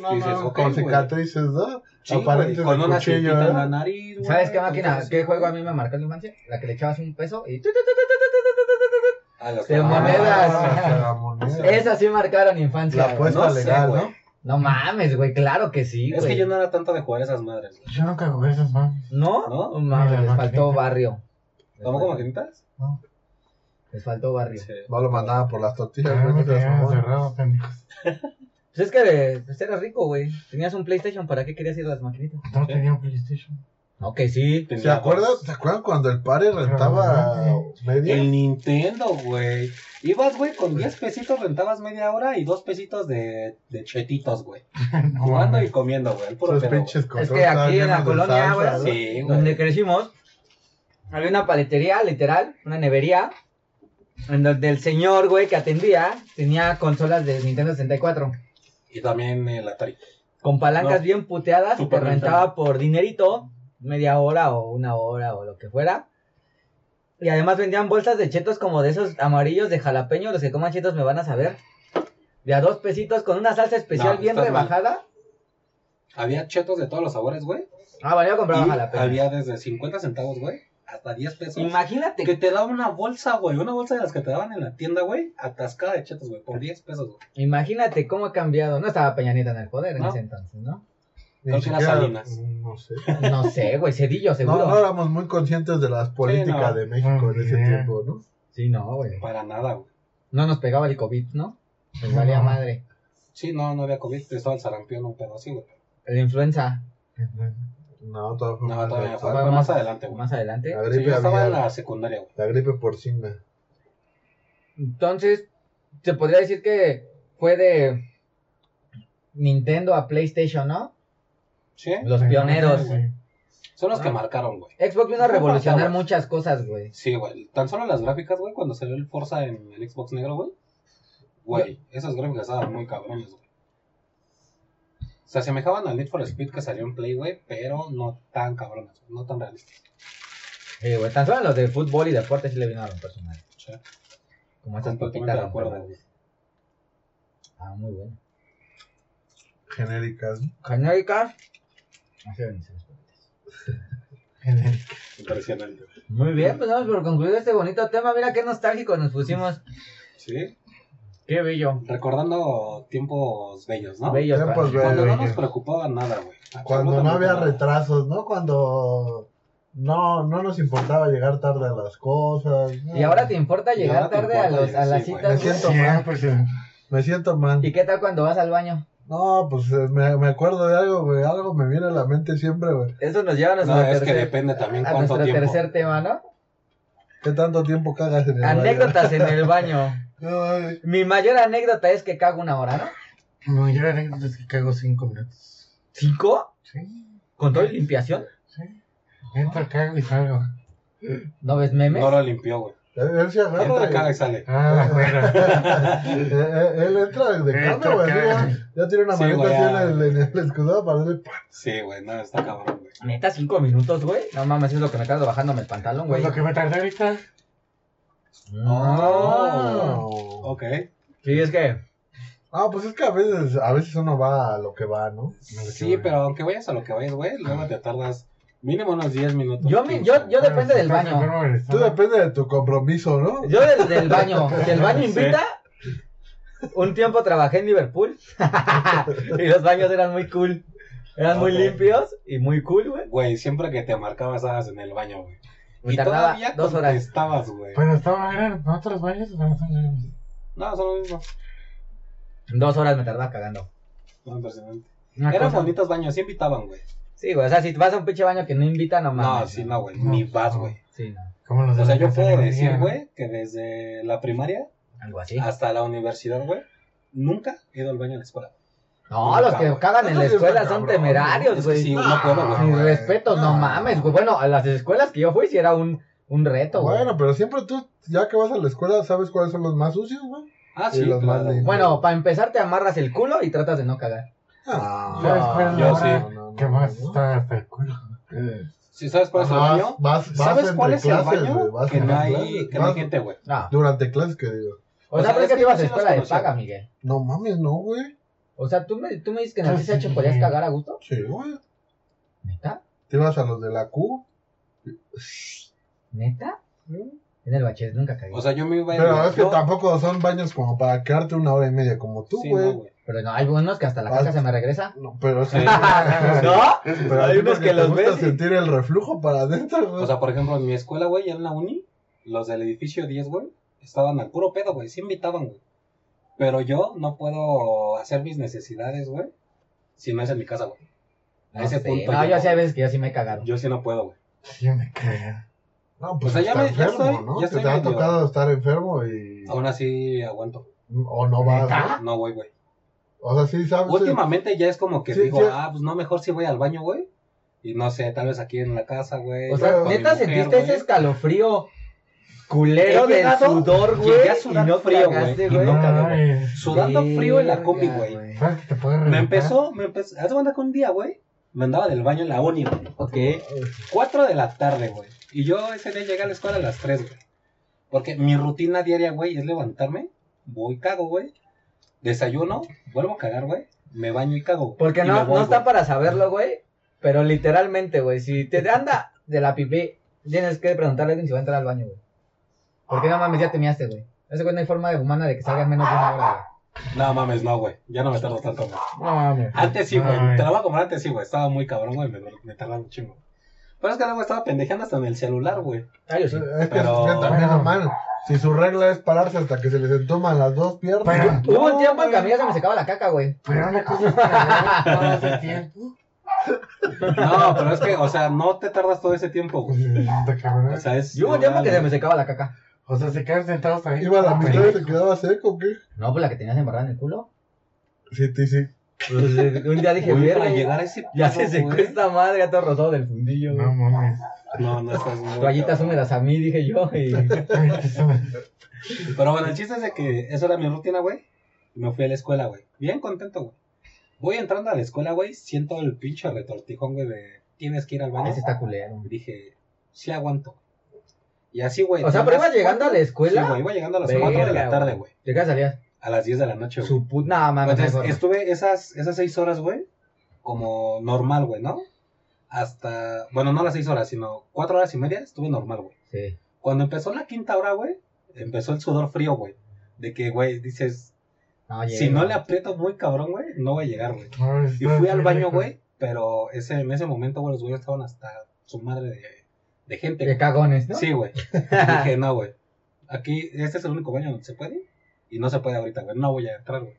[SPEAKER 1] no,
[SPEAKER 2] Dices,
[SPEAKER 1] no,
[SPEAKER 2] ok,
[SPEAKER 1] con
[SPEAKER 2] güey.
[SPEAKER 1] cicatrices, ¿no?
[SPEAKER 2] Sí, güey,
[SPEAKER 1] Aparentes
[SPEAKER 2] con
[SPEAKER 1] de
[SPEAKER 2] una
[SPEAKER 1] cuchillo,
[SPEAKER 2] cintita en
[SPEAKER 1] ¿eh?
[SPEAKER 2] la nariz, güey,
[SPEAKER 3] ¿Sabes qué
[SPEAKER 2] con
[SPEAKER 3] máquina,
[SPEAKER 2] cosas
[SPEAKER 3] qué
[SPEAKER 2] así,
[SPEAKER 3] juego a
[SPEAKER 2] güey.
[SPEAKER 3] mí me marcó en la infancia? La que le echabas un peso y... tu, tu, tu,
[SPEAKER 2] A las
[SPEAKER 3] De
[SPEAKER 2] que-
[SPEAKER 3] monedas.
[SPEAKER 1] Ah, la
[SPEAKER 3] tu.
[SPEAKER 1] moneda.
[SPEAKER 3] Esas sí marcaron
[SPEAKER 1] La
[SPEAKER 3] infancia. güey.
[SPEAKER 1] apuesta
[SPEAKER 2] No sé,
[SPEAKER 1] legal,
[SPEAKER 2] güey.
[SPEAKER 1] ¿no?
[SPEAKER 3] No mames, güey, claro que sí,
[SPEAKER 2] Es que
[SPEAKER 3] güey.
[SPEAKER 2] yo no era tanto de jugar esas madres. güey.
[SPEAKER 4] Yo nunca jugué esas mames.
[SPEAKER 3] ¿No?
[SPEAKER 2] ¿No?
[SPEAKER 3] No mames,
[SPEAKER 4] Mira,
[SPEAKER 3] les
[SPEAKER 4] maquinita.
[SPEAKER 3] faltó barrio.
[SPEAKER 2] ¿Tampoco maquinitas?
[SPEAKER 3] Les faltó barrio.
[SPEAKER 2] Sí.
[SPEAKER 1] No lo mandaba por las tortillas,
[SPEAKER 4] Ah, Ya
[SPEAKER 1] güey,
[SPEAKER 4] me
[SPEAKER 1] no seas
[SPEAKER 4] tenían
[SPEAKER 1] mamón.
[SPEAKER 4] encerrado, pendejos.
[SPEAKER 3] Pues es que eh, pues eras rico, güey. Tenías un PlayStation, ¿para qué querías ir a las maquinitas?
[SPEAKER 4] No tenía un PlayStation.
[SPEAKER 3] No, que sí.
[SPEAKER 1] ¿Se acuerdan, ¿Se acuerdan cuando el padre rentaba
[SPEAKER 3] Ah,
[SPEAKER 1] media?
[SPEAKER 2] El Nintendo, güey. Ibas, güey, con 10 pesitos rentabas media hora y 2 pesitos de, de chetitos, güey.
[SPEAKER 4] No
[SPEAKER 2] Jugando y
[SPEAKER 4] mames.
[SPEAKER 2] comiendo, güey. al puro
[SPEAKER 1] Esos
[SPEAKER 2] pedo, güey.
[SPEAKER 1] pinches
[SPEAKER 3] Es
[SPEAKER 1] controles
[SPEAKER 3] que
[SPEAKER 1] estaban
[SPEAKER 3] aquí en la
[SPEAKER 1] llenos de
[SPEAKER 3] colonia,
[SPEAKER 1] salsa,
[SPEAKER 3] güey,
[SPEAKER 1] ¿no?
[SPEAKER 2] Sí,
[SPEAKER 3] Donde
[SPEAKER 2] güey.
[SPEAKER 3] crecimos, había una paletería, literal, una nevería, en donde el señor, güey, que atendía, tenía consolas de Nintendo 64.
[SPEAKER 2] Y también el Atari.
[SPEAKER 3] con palancas
[SPEAKER 2] No.
[SPEAKER 3] bien puteadas, te
[SPEAKER 2] Super
[SPEAKER 3] rentaba por dinerito, media hora o una hora o lo que fuera. Y además vendían bolsas de chetos como de esos amarillos de jalapeño, los que coman chetos me van a saber. De a dos pesitos con una salsa especial
[SPEAKER 2] No,
[SPEAKER 3] bien
[SPEAKER 2] estás mal.
[SPEAKER 3] rebajada.
[SPEAKER 2] Había chetos de todos los sabores, güey.
[SPEAKER 3] Ah, bueno, yo compraba
[SPEAKER 2] Y
[SPEAKER 3] jalapeño.
[SPEAKER 2] había desde 50 centavos, güey, hasta 10 pesos.
[SPEAKER 3] Imagínate
[SPEAKER 2] Que te daban una bolsa, güey. Una bolsa de las que te daban en la tienda, güey. Atascada de chetos, güey. Por 10 pesos, güey.
[SPEAKER 3] Imagínate cómo ha cambiado. No estaba Peña Nieto en el poder en
[SPEAKER 2] No.
[SPEAKER 3] ese entonces, ¿no?
[SPEAKER 1] Ni
[SPEAKER 2] Creo que era
[SPEAKER 1] siquiera- mm,
[SPEAKER 2] Salinas.
[SPEAKER 1] No sé.
[SPEAKER 3] No sé, güey, Cedillo,
[SPEAKER 1] No,
[SPEAKER 3] seguro.
[SPEAKER 1] no éramos muy conscientes de las políticas
[SPEAKER 2] no.
[SPEAKER 1] de México en ese
[SPEAKER 4] Mm, yeah.
[SPEAKER 1] tiempo, ¿no?
[SPEAKER 3] Sí, no, güey.
[SPEAKER 2] Para nada, güey.
[SPEAKER 3] No nos pegaba el COVID, ¿no? Nos
[SPEAKER 4] No.
[SPEAKER 3] valía madre.
[SPEAKER 2] Sí, no, no había COVID. Estaba el sarampión, un pedo así, güey.
[SPEAKER 3] La influenza,
[SPEAKER 1] No, todo fue
[SPEAKER 2] No,
[SPEAKER 1] más
[SPEAKER 2] todavía
[SPEAKER 1] de-
[SPEAKER 2] fue,
[SPEAKER 3] Fue
[SPEAKER 2] fue
[SPEAKER 3] más-
[SPEAKER 2] más adelante, güey.
[SPEAKER 3] más adelante.
[SPEAKER 1] La
[SPEAKER 2] Sí,
[SPEAKER 1] gripe
[SPEAKER 2] yo estaba en
[SPEAKER 1] aviar,
[SPEAKER 2] la secundaria, güey.
[SPEAKER 1] la gripe porcina.
[SPEAKER 3] Entonces, se podría decir que fue de Nintendo a PlayStation, ¿no?
[SPEAKER 2] Sí,
[SPEAKER 3] Los pioneros.
[SPEAKER 4] güey.
[SPEAKER 2] son los que
[SPEAKER 3] Ah.
[SPEAKER 2] marcaron, güey.
[SPEAKER 3] Xbox vino a
[SPEAKER 2] No,
[SPEAKER 3] revolucionar
[SPEAKER 2] no, no.
[SPEAKER 3] muchas cosas, güey.
[SPEAKER 2] Sí, güey. Tan solo las gráficas, güey, cuando salió el Forza en el Xbox negro, güey. Güey, esas gráficas estaban muy cabrones, güey. Se asemejaban al Need for Speed que salió en Play, güey, pero no tan cabrones, güey, no tan realistas.
[SPEAKER 3] Sí, Eh, güey. Tan solo los de fútbol y deporte sí le vino a romper su madre.
[SPEAKER 2] Sí.
[SPEAKER 3] Como
[SPEAKER 2] Completamente
[SPEAKER 3] esas papitas
[SPEAKER 2] de acuerdo,
[SPEAKER 3] rompedoras.
[SPEAKER 2] güey.
[SPEAKER 3] Ah, muy bueno.
[SPEAKER 1] genéricas.
[SPEAKER 3] Genérica. Así ven, se los pongo.
[SPEAKER 4] Genérico.
[SPEAKER 2] Impresionante, güey.
[SPEAKER 3] Muy bien, pues vamos por concluir este bonito tema. Mira qué nostálgico nos pusimos.
[SPEAKER 2] Sí.
[SPEAKER 3] Qué bello.
[SPEAKER 2] Recordando tiempos bellos, ¿no?
[SPEAKER 3] Bellos,
[SPEAKER 1] Tiempos
[SPEAKER 3] padre.
[SPEAKER 1] bellos.
[SPEAKER 2] Cuando no nos
[SPEAKER 1] bellos.
[SPEAKER 2] preocupaba nada, güey.
[SPEAKER 1] Cuando no había
[SPEAKER 2] Absolutamente nada.
[SPEAKER 1] retrasos, ¿no? Cuando no, no nos importaba llegar tarde a las cosas. ¿no?
[SPEAKER 3] Y ahora te importa
[SPEAKER 2] Y
[SPEAKER 3] llegar
[SPEAKER 2] ahora te
[SPEAKER 3] tarde a,
[SPEAKER 2] importa
[SPEAKER 3] los, a
[SPEAKER 2] llegar,
[SPEAKER 3] las
[SPEAKER 2] sí, güey.
[SPEAKER 1] Me
[SPEAKER 3] citas. güey?
[SPEAKER 1] siento mal.
[SPEAKER 4] Siempre se-
[SPEAKER 1] Me siento mal.
[SPEAKER 3] ¿Y qué tal cuando vas al baño?
[SPEAKER 1] No, pues eh, me, me acuerdo de algo, güey. Algo me viene a la mente siempre, güey.
[SPEAKER 3] Eso nos lleva a nuestro
[SPEAKER 2] No, es que
[SPEAKER 3] tercer,
[SPEAKER 2] depende también
[SPEAKER 3] a
[SPEAKER 2] cuánto
[SPEAKER 3] nuestro
[SPEAKER 2] tiempo.
[SPEAKER 3] tercer tema, ¿no?
[SPEAKER 1] ¿Qué tanto tiempo cagas en el baño?
[SPEAKER 3] Anécdotas en el baño.
[SPEAKER 1] Ay,
[SPEAKER 3] Mi mayor anécdota es que cago una hora, ¿no?
[SPEAKER 4] No, yo la anécdota es que cago cinco minutos.
[SPEAKER 3] ¿Cinco?
[SPEAKER 4] Sí,
[SPEAKER 3] ¿Con todo y limpiación?
[SPEAKER 4] sí. Entro, cago y salgo.
[SPEAKER 3] ¿No ves memes?
[SPEAKER 2] No lo limpió, güey.
[SPEAKER 1] Él, él se agarra.
[SPEAKER 2] Entra,
[SPEAKER 1] güey.
[SPEAKER 2] caga y sale.
[SPEAKER 4] Ah, bueno.
[SPEAKER 1] Eh, eh, él entra de
[SPEAKER 4] Entra,
[SPEAKER 1] cambio, güey. así
[SPEAKER 4] caga.
[SPEAKER 1] Ya, ya tiene una
[SPEAKER 2] Sí,
[SPEAKER 1] maleta
[SPEAKER 2] güey, ah.
[SPEAKER 1] así en el, en el escudado para hacer
[SPEAKER 2] Sí, güey, no, está cabrón, güey.
[SPEAKER 3] Neta, cinco minutos, güey. No mames, es lo que me tardo bajándome el pantalón, güey.
[SPEAKER 4] Lo que me tardé ahorita.
[SPEAKER 3] No.
[SPEAKER 1] No.
[SPEAKER 2] Ok.
[SPEAKER 3] Sí, es que.
[SPEAKER 1] Ah, pues es que a veces, a veces uno va a lo que va, ¿no?
[SPEAKER 2] Sí, pero aunque vayas a lo que vayas, güey, luego te tardas mínimo unos 10 minutos.
[SPEAKER 3] Yo, me- yo, yo depende del
[SPEAKER 4] Estás
[SPEAKER 3] baño.
[SPEAKER 4] enfermo del
[SPEAKER 1] Tú
[SPEAKER 4] estómago.
[SPEAKER 1] depende de tu compromiso, ¿no?
[SPEAKER 3] Yo del, del baño. Si el baño invita. Un tiempo trabajé en Liverpool. y los baños eran muy cool. Eran muy
[SPEAKER 2] Ok.
[SPEAKER 3] limpios y muy cool, güey.
[SPEAKER 2] Güey, siempre que te marcabas estabas en el baño, güey.
[SPEAKER 3] Me
[SPEAKER 2] y
[SPEAKER 3] tardaba
[SPEAKER 2] todavía
[SPEAKER 3] dos horas.
[SPEAKER 2] Estabas, güey.
[SPEAKER 4] Pero estaba eran otros baños o no son grandes?
[SPEAKER 2] No, son lo mismo.
[SPEAKER 3] Dos horas me tardaba cagando.
[SPEAKER 2] No, impresionante.
[SPEAKER 4] Una
[SPEAKER 2] Eran
[SPEAKER 4] cosa-
[SPEAKER 2] bonitos baños, sí invitaban, güey.
[SPEAKER 3] Sí, güey. O sea, si vas a un pinche baño que no invita, no mames.
[SPEAKER 2] No, sí, no, güey.
[SPEAKER 4] No,
[SPEAKER 2] Ni
[SPEAKER 1] pues,
[SPEAKER 2] vas,
[SPEAKER 4] no.
[SPEAKER 2] güey.
[SPEAKER 3] Sí, no.
[SPEAKER 4] como los de
[SPEAKER 2] O sea,
[SPEAKER 4] la
[SPEAKER 2] yo
[SPEAKER 4] casa
[SPEAKER 2] puedo
[SPEAKER 4] de
[SPEAKER 2] decir,
[SPEAKER 4] María,
[SPEAKER 2] güey, que desde la primaria
[SPEAKER 3] Algo así.
[SPEAKER 2] hasta la universidad, güey, nunca he ido al baño de la escuela.
[SPEAKER 3] No, los
[SPEAKER 2] Nunca,
[SPEAKER 3] que
[SPEAKER 2] güey.
[SPEAKER 3] cagan en la
[SPEAKER 1] Eso sí está
[SPEAKER 3] escuela son
[SPEAKER 1] cabrón,
[SPEAKER 3] temerarios,
[SPEAKER 2] Es que
[SPEAKER 3] güey.
[SPEAKER 2] sí, no puedo, güey.
[SPEAKER 1] Ah,
[SPEAKER 3] Mis
[SPEAKER 1] güey.
[SPEAKER 3] respetos, no
[SPEAKER 1] No.
[SPEAKER 3] mames, güey. Bueno, a las escuelas que yo fui sí era un, un reto, güey.
[SPEAKER 1] Bueno,
[SPEAKER 3] Bueno,
[SPEAKER 1] pero siempre tú, ya que vas a la escuela, sabes cuáles son los más sucios, güey.
[SPEAKER 2] Ah,
[SPEAKER 1] Y
[SPEAKER 2] sí,
[SPEAKER 1] los
[SPEAKER 2] claro.
[SPEAKER 1] más lindos.
[SPEAKER 3] para empezar te amarras el culo y tratas de no cagar.
[SPEAKER 1] Ah,
[SPEAKER 4] ¿Sabes cuál es la
[SPEAKER 2] Yo
[SPEAKER 4] hora
[SPEAKER 2] sí.
[SPEAKER 1] no, no,
[SPEAKER 4] que más
[SPEAKER 1] no.
[SPEAKER 4] está hasta el culo?
[SPEAKER 2] Sí, ¿Sabes cuál es el
[SPEAKER 1] Vas-
[SPEAKER 2] baño?
[SPEAKER 1] vas- vas
[SPEAKER 2] ¿Sabes
[SPEAKER 1] entre
[SPEAKER 2] cuál es el
[SPEAKER 1] clases,
[SPEAKER 2] baño?
[SPEAKER 1] güey, vas
[SPEAKER 2] Que
[SPEAKER 1] entre
[SPEAKER 2] no hay,
[SPEAKER 1] clases,
[SPEAKER 2] que no hay
[SPEAKER 1] vas
[SPEAKER 2] gente, güey.
[SPEAKER 3] No.
[SPEAKER 1] Durante clases que digo,
[SPEAKER 3] O,
[SPEAKER 2] O
[SPEAKER 3] sea,
[SPEAKER 2] sea,
[SPEAKER 3] ¿por
[SPEAKER 2] es
[SPEAKER 3] qué te
[SPEAKER 2] que
[SPEAKER 3] ibas a
[SPEAKER 2] sí los
[SPEAKER 3] escuela de
[SPEAKER 2] conocía.
[SPEAKER 3] paga, Miguel?
[SPEAKER 1] no mames, no, güey.
[SPEAKER 3] O sea, ¿tú me, tú me dices que en el
[SPEAKER 4] Ah,
[SPEAKER 3] CCH
[SPEAKER 4] sí.
[SPEAKER 3] podías cagar a gusto?
[SPEAKER 1] Sí, güey.
[SPEAKER 3] ¿Neta?
[SPEAKER 1] Te ibas a los de la Q.
[SPEAKER 3] ¿Neta?
[SPEAKER 2] Mm.
[SPEAKER 1] ¿no?
[SPEAKER 3] En el bachiller nunca cagué.
[SPEAKER 2] O sea, yo me iba a ir.
[SPEAKER 1] Pero es que
[SPEAKER 2] yo-
[SPEAKER 1] tampoco son baños como para quedarte una hora y media como tú,
[SPEAKER 2] Sí,
[SPEAKER 1] güey.
[SPEAKER 2] no, güey.
[SPEAKER 3] Pero no, hay unos que hasta la
[SPEAKER 1] Ah.
[SPEAKER 3] caca se me regresa.
[SPEAKER 1] No, pero es
[SPEAKER 2] Sí.
[SPEAKER 3] ¿No?
[SPEAKER 1] Pero
[SPEAKER 3] Hay
[SPEAKER 1] a ti
[SPEAKER 3] unos
[SPEAKER 1] porque
[SPEAKER 3] que
[SPEAKER 1] te
[SPEAKER 3] los
[SPEAKER 1] gusta
[SPEAKER 3] ves y-
[SPEAKER 1] sentir el reflujo para adentro, güey.
[SPEAKER 2] O sea, por ejemplo, en mi escuela, güey, en la uni, los del edificio 10, güey, estaban al puro pedo, güey. Sí invitaban, güey. Pero yo no puedo hacer mis necesidades, güey, si no es en mi casa, güey. A
[SPEAKER 3] No,
[SPEAKER 2] ese
[SPEAKER 3] sé.
[SPEAKER 2] punto.
[SPEAKER 3] no
[SPEAKER 2] yo
[SPEAKER 3] yo
[SPEAKER 2] no,
[SPEAKER 3] sí hay veces que yo sí me he cagado.
[SPEAKER 2] Yo sí no puedo, güey.
[SPEAKER 4] Sí, me caga.
[SPEAKER 1] no, pues
[SPEAKER 2] o sea, ya
[SPEAKER 1] está
[SPEAKER 2] me- ya
[SPEAKER 1] enfermo,
[SPEAKER 2] estoy-
[SPEAKER 1] ¿no?
[SPEAKER 2] ya
[SPEAKER 1] Que
[SPEAKER 2] estoy
[SPEAKER 1] te ha
[SPEAKER 2] medio-
[SPEAKER 1] tocado estar enfermo y...
[SPEAKER 2] Aún así aguanto.
[SPEAKER 1] O no vas, ¿no?
[SPEAKER 2] No, güey, güey.
[SPEAKER 1] O sea, sí sabes...
[SPEAKER 2] Últimamente ya es como que
[SPEAKER 1] Sí,
[SPEAKER 2] digo,
[SPEAKER 1] sí.
[SPEAKER 2] ah, pues no, mejor si voy al baño, güey. Y no sé, tal vez aquí en la casa, güey.
[SPEAKER 3] O sea,
[SPEAKER 1] Pero-
[SPEAKER 2] con mi
[SPEAKER 3] ¿neta
[SPEAKER 2] mujer,
[SPEAKER 3] sentiste
[SPEAKER 2] güey.
[SPEAKER 3] ese escalofrío culero
[SPEAKER 2] He
[SPEAKER 3] del
[SPEAKER 2] llegado,
[SPEAKER 3] sudor, güey?
[SPEAKER 2] llegué a
[SPEAKER 3] Y
[SPEAKER 2] sudar
[SPEAKER 3] no
[SPEAKER 2] frío, güey,
[SPEAKER 3] cagaste,
[SPEAKER 2] y
[SPEAKER 3] güey.
[SPEAKER 2] no cagué, güey.
[SPEAKER 4] Ay,
[SPEAKER 2] Sudando frío en la combi,
[SPEAKER 3] Verga,
[SPEAKER 2] güey.
[SPEAKER 4] ¿Sabes que te puede
[SPEAKER 2] Me
[SPEAKER 4] reventar?
[SPEAKER 2] empezó, me empezó. Haz de cuenta que un día, güey, me andaba del baño en la uni, güey.
[SPEAKER 3] Ok.
[SPEAKER 2] 4 de la tarde, güey. Y yo ese día llegué a la escuela a las 3, güey. Porque mi rutina diaria, güey, es levantarme, voy, cago, güey. Desayuno, vuelvo a cagar, güey. Me baño y cago. güey.
[SPEAKER 3] Porque
[SPEAKER 2] Y
[SPEAKER 3] no,
[SPEAKER 2] me voy,
[SPEAKER 3] no está
[SPEAKER 2] güey.
[SPEAKER 3] para saberlo, güey. Pero literalmente, güey, si te anda de la pipí, tienes que preguntarle a alguien si va a entrar al baño, güey. Porque no mames, ya te miaste, güey. Ese güey no hay forma de humana de que salga en menos de una hora, güey.
[SPEAKER 2] No mames, no, güey. Ya no me tardo tanto, güey.
[SPEAKER 4] No mames.
[SPEAKER 2] Antes sí, güey.
[SPEAKER 4] Ay.
[SPEAKER 2] Te la voy a comprar antes sí, güey. Estaba muy cabrón, güey. Me, me tardaba un chingo. Pero es que luego estaba pendejeando hasta en el celular, güey.
[SPEAKER 3] Ah, yo sí.
[SPEAKER 1] Es que
[SPEAKER 2] Pero-
[SPEAKER 1] se sientan bien mal. Si su regla es pararse hasta que se les entoman las dos piernas...
[SPEAKER 4] Pero-
[SPEAKER 3] Hubo un tiempo en que a mí
[SPEAKER 4] güey.
[SPEAKER 3] ya se me secaba la caca, güey.
[SPEAKER 4] Pero una cosa es cagar todo ese tiempo.
[SPEAKER 2] No, pero es que, o sea, no te tardas todo ese tiempo,
[SPEAKER 4] Pues,
[SPEAKER 2] güey.
[SPEAKER 4] está cabrón.
[SPEAKER 2] O sea, es.
[SPEAKER 3] Y hubo un tiempo que se me secaba la caca.
[SPEAKER 4] O sea, se quedan sentados ahí. Ah,
[SPEAKER 1] Iba a la mitad y
[SPEAKER 4] Pero-
[SPEAKER 1] te quedaba seco, ¿qué?
[SPEAKER 3] No, pues la que tenías embarrada en el culo.
[SPEAKER 1] Sí, sí, sí.
[SPEAKER 3] Pues, eh, un día dije,
[SPEAKER 2] Güey, para
[SPEAKER 3] verga,
[SPEAKER 2] llegar a ese
[SPEAKER 3] ya
[SPEAKER 2] punto,
[SPEAKER 3] se secó
[SPEAKER 2] güey.
[SPEAKER 3] esta madre, ya todo rosado del fundillo. güey".
[SPEAKER 4] No mames.
[SPEAKER 2] No, no estás muy
[SPEAKER 3] Toallitas
[SPEAKER 2] cabrón.
[SPEAKER 3] húmedas a mí, dije yo. Y...
[SPEAKER 4] Ay, qué se-
[SPEAKER 2] Pero bueno, el chiste es de que eso era mi rutina, güey. Y me fui a la escuela, güey. Bien contento, güey. Voy entrando a la escuela, güey. Siento el pinche retortijón, güey, de tienes que ir al baño.
[SPEAKER 3] Ese Ah, está culero.
[SPEAKER 2] Y dije, sí aguanto. Y así, güey.
[SPEAKER 3] O sea, pero ibas llegando a la escuela.
[SPEAKER 2] Sí, güey, iba llegando a las
[SPEAKER 3] Verga,
[SPEAKER 2] 4 de la tarde,
[SPEAKER 3] güey.
[SPEAKER 2] güey.
[SPEAKER 3] ¿De qué salías?
[SPEAKER 2] A las 10 de la noche, güey.
[SPEAKER 3] Su puta. Nada, mames.
[SPEAKER 2] Entonces,
[SPEAKER 3] mejor.
[SPEAKER 2] estuve esas, esas 6 horas, güey, como normal, güey, ¿no? Hasta, bueno, no las 6 horas, sino 4 horas y media estuve normal, güey.
[SPEAKER 3] Sí.
[SPEAKER 2] Cuando empezó la quinta hora, güey, empezó el sudor frío, güey. De que, güey, dices,
[SPEAKER 3] No, llegué,
[SPEAKER 2] si no
[SPEAKER 3] güey.
[SPEAKER 2] le aprieto muy cabrón, güey, no va a llegar, güey.
[SPEAKER 4] Ay,
[SPEAKER 2] Y
[SPEAKER 4] está
[SPEAKER 2] fui al
[SPEAKER 4] bien
[SPEAKER 2] baño,
[SPEAKER 4] rico.
[SPEAKER 2] güey, pero ese, en ese momento, güey, los güeyes estaban hasta su madre de, de gente.
[SPEAKER 3] De cagones, ¿no?
[SPEAKER 2] Sí, güey. Dije, no, güey. Aquí, este es el único baño donde se puede. Y no se puede ahorita, güey. No voy a entrar, güey.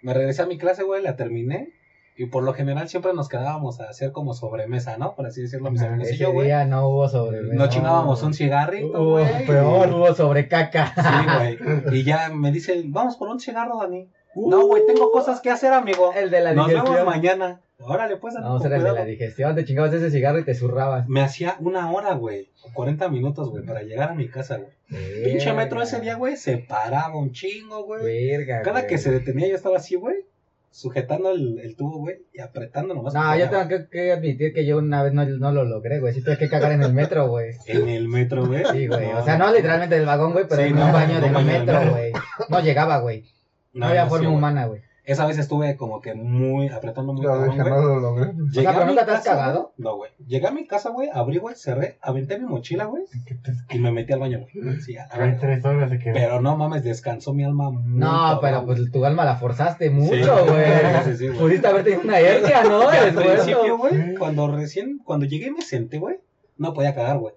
[SPEAKER 2] Me regresé a mi clase, güey, la terminé. Y por lo general siempre nos quedábamos a hacer como sobremesa, ¿no? Por así decirlo, mis
[SPEAKER 4] Ah,
[SPEAKER 2] amigos y
[SPEAKER 3] Ese
[SPEAKER 2] yo, güey.
[SPEAKER 3] día no hubo sobre.
[SPEAKER 2] Nos chingábamos un cigarrito,
[SPEAKER 3] Hubo
[SPEAKER 2] güey.
[SPEAKER 3] peor, hubo sobre caca.
[SPEAKER 2] Sí, güey. Y ya me dicen, vamos por un cigarro, Dani. No, güey, tengo cosas que hacer, amigo.
[SPEAKER 3] El de la
[SPEAKER 2] Nos
[SPEAKER 3] digestión.
[SPEAKER 2] vemos mañana. Órale, pues, Dani,
[SPEAKER 3] Vamos a
[SPEAKER 2] con
[SPEAKER 3] hacer el de la
[SPEAKER 2] cuidado.
[SPEAKER 3] digestión. Te chingabas ese cigarro y te zurrabas.
[SPEAKER 2] Me hacía una hora, güey. o 40 minutos, güey, para llegar a mi casa, güey. Pinche metro
[SPEAKER 3] Verga.
[SPEAKER 2] ese día, güey, se paraba un chingo, güey.
[SPEAKER 3] Verga.
[SPEAKER 2] Cada
[SPEAKER 3] güey.
[SPEAKER 2] que se detenía yo estaba así, güey, sujetando el, el tubo, güey, y apretando nomás.
[SPEAKER 3] No, yo
[SPEAKER 2] Güey.
[SPEAKER 3] tengo que, que admitir que yo una vez no, no lo logré, güey. Sí tuve que cagar en el metro, güey.
[SPEAKER 2] En el metro, güey.
[SPEAKER 3] Sí, güey. O sea, no literalmente del vagón, güey, pero
[SPEAKER 2] Sí,
[SPEAKER 3] en un
[SPEAKER 2] no,
[SPEAKER 3] baño
[SPEAKER 2] no,
[SPEAKER 3] del
[SPEAKER 2] baño del
[SPEAKER 3] metro,
[SPEAKER 2] metro.
[SPEAKER 3] güey. No llegaba, güey. No, había
[SPEAKER 2] no, sí,
[SPEAKER 3] forma
[SPEAKER 2] güey.
[SPEAKER 3] humana, güey.
[SPEAKER 2] Esa vez estuve como que muy apretando muy
[SPEAKER 1] Yo
[SPEAKER 2] cabrón,
[SPEAKER 1] dije,
[SPEAKER 2] güey.
[SPEAKER 1] no lo logré.
[SPEAKER 2] Llegué
[SPEAKER 3] O sea, ¿pero
[SPEAKER 2] a mi
[SPEAKER 3] nunca te has
[SPEAKER 2] casa,
[SPEAKER 3] cagado?
[SPEAKER 2] güey. No, güey. Llegué a mi casa, güey, abrí, güey, cerré, aventé mi mochila, güey,
[SPEAKER 4] Que te-
[SPEAKER 2] y me metí al baño, güey. Sí, a la
[SPEAKER 4] Hay
[SPEAKER 2] verga.
[SPEAKER 4] tres horas de que.
[SPEAKER 2] Pero no mames, descansó mi alma muy
[SPEAKER 3] No,
[SPEAKER 2] cabrón,
[SPEAKER 3] pero
[SPEAKER 2] güey.
[SPEAKER 3] pues tu alma la forzaste
[SPEAKER 2] Sí,
[SPEAKER 3] mucho, güey.
[SPEAKER 2] Sí, sí, sí, güey.
[SPEAKER 3] Pudiste haber tenido una hernia, ¿no?
[SPEAKER 2] Y al
[SPEAKER 3] Del esfuerzo.
[SPEAKER 2] principio, güey,
[SPEAKER 4] Sí.
[SPEAKER 2] cuando recién, cuando llegué y me senté, güey, no podía cagar, güey.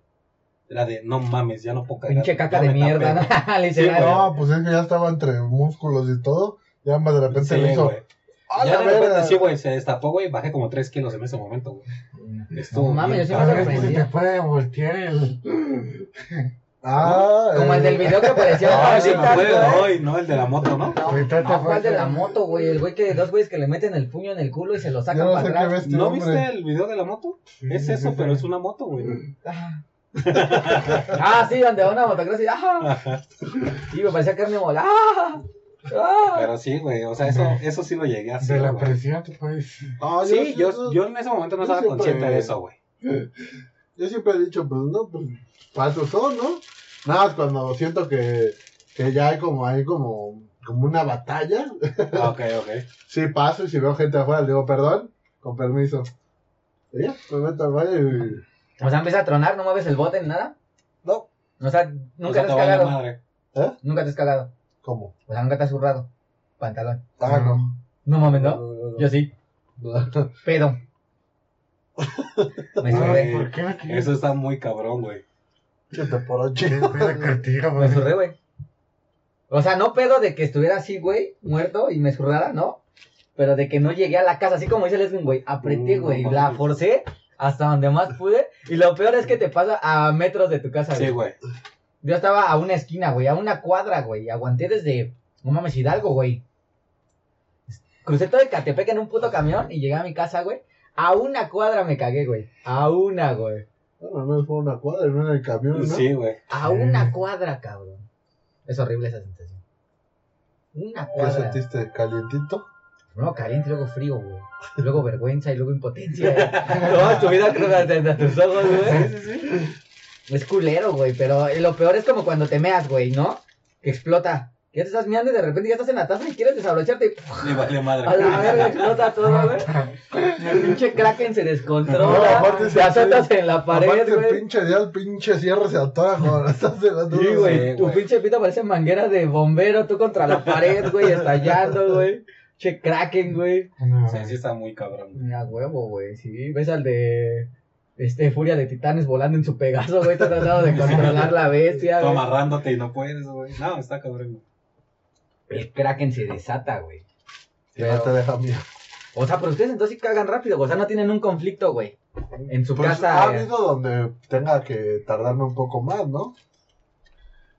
[SPEAKER 2] Era de, no mames, ya no puedo cagar.
[SPEAKER 3] Pinche caca
[SPEAKER 2] Ya
[SPEAKER 3] de
[SPEAKER 2] me
[SPEAKER 3] mierda,
[SPEAKER 2] tapé.
[SPEAKER 3] ¿no? Literal.
[SPEAKER 1] No, pues es que ya estaba entre músculos y todo. Ya más de repente
[SPEAKER 2] Sí,
[SPEAKER 1] le hizo.
[SPEAKER 2] güey.
[SPEAKER 1] ¡A
[SPEAKER 2] Ya
[SPEAKER 1] la
[SPEAKER 2] de repente,
[SPEAKER 1] verga!
[SPEAKER 2] sí, güey, se destapó, güey, bajé como 3 kilos en ese momento, güey.
[SPEAKER 1] Mm.
[SPEAKER 2] Estuvo
[SPEAKER 3] No mames,
[SPEAKER 2] bien
[SPEAKER 3] yo sí me
[SPEAKER 2] cabrón,
[SPEAKER 4] ¿Sabes
[SPEAKER 3] sorprendí.
[SPEAKER 4] que
[SPEAKER 2] güey.
[SPEAKER 4] se te puede voltear el.
[SPEAKER 1] Ah,
[SPEAKER 3] Como el del video que aparecía de
[SPEAKER 2] Ah, se me
[SPEAKER 3] Pablito,
[SPEAKER 2] fue el de
[SPEAKER 3] güey.
[SPEAKER 2] hoy, ¿no? El de la moto, ¿no?
[SPEAKER 4] Ahorita te
[SPEAKER 3] No, fue el de
[SPEAKER 4] fue-
[SPEAKER 3] la moto, güey. El güey que, dos güeyes que le meten el puño en el culo y se lo
[SPEAKER 1] Yo
[SPEAKER 3] sacan
[SPEAKER 1] no
[SPEAKER 3] para
[SPEAKER 1] sé qué
[SPEAKER 3] atrás.
[SPEAKER 1] ves,
[SPEAKER 2] ¿No
[SPEAKER 1] Este hombre.
[SPEAKER 2] viste el video de la moto? Es eso, pero es una moto, güey.
[SPEAKER 3] Ah. Ah, sí, donde va una motocross y ¡ah! Sí, me parecía carne molada. ¡Ah! ¡Ah!
[SPEAKER 2] Pero sí, güey, o sea, eso, eso sí lo llegué a
[SPEAKER 4] De
[SPEAKER 2] hacer,
[SPEAKER 4] la
[SPEAKER 2] güey.
[SPEAKER 4] presión te puedes.
[SPEAKER 1] Ah,
[SPEAKER 2] Sí, yo, yo en ese momento no
[SPEAKER 1] yo
[SPEAKER 2] estaba
[SPEAKER 1] siempre-
[SPEAKER 2] consciente de eso, güey.
[SPEAKER 1] yo siempre he dicho, pues no, pues falsos son, ¿no? Nada, más cuando siento que, que ya hay como, hay como, como una batalla,
[SPEAKER 2] Ah, Ok, ok.
[SPEAKER 1] sí paso y si veo gente afuera le digo, perdón, con permiso. Y ya, me meto al baño y...
[SPEAKER 3] O sea, empieza a tronar, no mueves el bote ni nada.
[SPEAKER 1] No.
[SPEAKER 3] O sea,
[SPEAKER 2] O
[SPEAKER 3] nunca
[SPEAKER 2] sea,
[SPEAKER 3] te
[SPEAKER 2] te
[SPEAKER 3] has
[SPEAKER 2] vale
[SPEAKER 3] cagado.
[SPEAKER 2] madre.
[SPEAKER 3] Nunca te has cagado.
[SPEAKER 1] ¿Cómo?
[SPEAKER 3] O sea, nunca te has Pues zurrado. Pantalón.
[SPEAKER 1] Ah, no.
[SPEAKER 3] No mames,
[SPEAKER 1] No,
[SPEAKER 3] ¿no?
[SPEAKER 1] no, no.
[SPEAKER 3] Yo sí. Pedo. Me
[SPEAKER 4] Ay,
[SPEAKER 3] zurré.
[SPEAKER 4] ¿Por qué no quieres?
[SPEAKER 2] Eso está muy cabrón, güey.
[SPEAKER 1] Chute por ocho.
[SPEAKER 4] Qué pena contigo,
[SPEAKER 3] Me
[SPEAKER 4] güey.
[SPEAKER 3] zurré, güey. O sea, no pedo de que estuviera así, güey, muerto y me zurrara, ¿no? Pero de que no llegué a la casa, así como dice Lesbian, güey. Apreté,
[SPEAKER 2] Mm,
[SPEAKER 3] güey.
[SPEAKER 2] no
[SPEAKER 3] la
[SPEAKER 2] mames.
[SPEAKER 3] forcé hasta donde más pude. Y lo peor es que te pasa a metros de tu casa,
[SPEAKER 2] Sí,
[SPEAKER 3] güey.
[SPEAKER 2] güey.
[SPEAKER 3] Yo estaba a una esquina, güey, a una cuadra, güey. Aguanté desde, no mames, Hidalgo, güey. Crucé todo el Catepec en un puto camión y llegué a mi casa, güey. A una cuadra me cagué, güey. A una, güey.
[SPEAKER 1] Bueno, al menos fue una cuadra, no en el camión, ¿no?
[SPEAKER 2] Sí, güey.
[SPEAKER 3] A
[SPEAKER 4] Sí.
[SPEAKER 3] una cuadra, cabrón. Es horrible esa sensación. Una
[SPEAKER 1] ¿Qué
[SPEAKER 3] cuadra.
[SPEAKER 1] sentiste? ¿Calientito?
[SPEAKER 3] Primero caliente, luego frío, güey. Luego vergüenza y luego impotencia. güey. Toda tu vida cruda hasta tus ojos, güey.
[SPEAKER 2] Sí, sí, sí.
[SPEAKER 3] Es culero, güey, pero lo peor es como cuando te meas, güey, ¿no? Que explota. Ya te estás meando y de repente ya estás en la taza y quieres desabrocharte. y
[SPEAKER 2] Le vale madre.
[SPEAKER 3] A la verga explota todo, güey. El pinche Kraken se descontrola.
[SPEAKER 1] No, aparte
[SPEAKER 3] te
[SPEAKER 1] se-
[SPEAKER 3] azotas en la pared,
[SPEAKER 1] Aparte,
[SPEAKER 3] güey.
[SPEAKER 1] pinche día, el pinche cierre se atora cuando estás delante
[SPEAKER 3] Sí, güey.
[SPEAKER 2] Sí,
[SPEAKER 3] tu
[SPEAKER 2] güey.
[SPEAKER 3] pinche pita parece manguera de bombero. Tú contra la pared, güey, estallando, güey. Che Kraken, güey.
[SPEAKER 4] No,
[SPEAKER 2] Sí, sí está muy cabrón. güey.
[SPEAKER 3] A huevo, güey. Sí, ves al de. Este, Furia de Titanes volando en su Pegaso, güey. Tratando de controlar la bestia,
[SPEAKER 2] Tú
[SPEAKER 3] güey.
[SPEAKER 2] amarrándote y no puedes, güey. No, está cabrón. güey.
[SPEAKER 3] El Kraken se desata, güey.
[SPEAKER 1] Y no te deja miedo.
[SPEAKER 3] O sea, pero ustedes entonces sí cagan rápido, güey. O sea, no tienen un conflicto, güey. En su
[SPEAKER 1] Pues,
[SPEAKER 3] casa.
[SPEAKER 1] ha
[SPEAKER 3] eh,
[SPEAKER 1] habido donde tenga que tardarme un poco más, ¿no?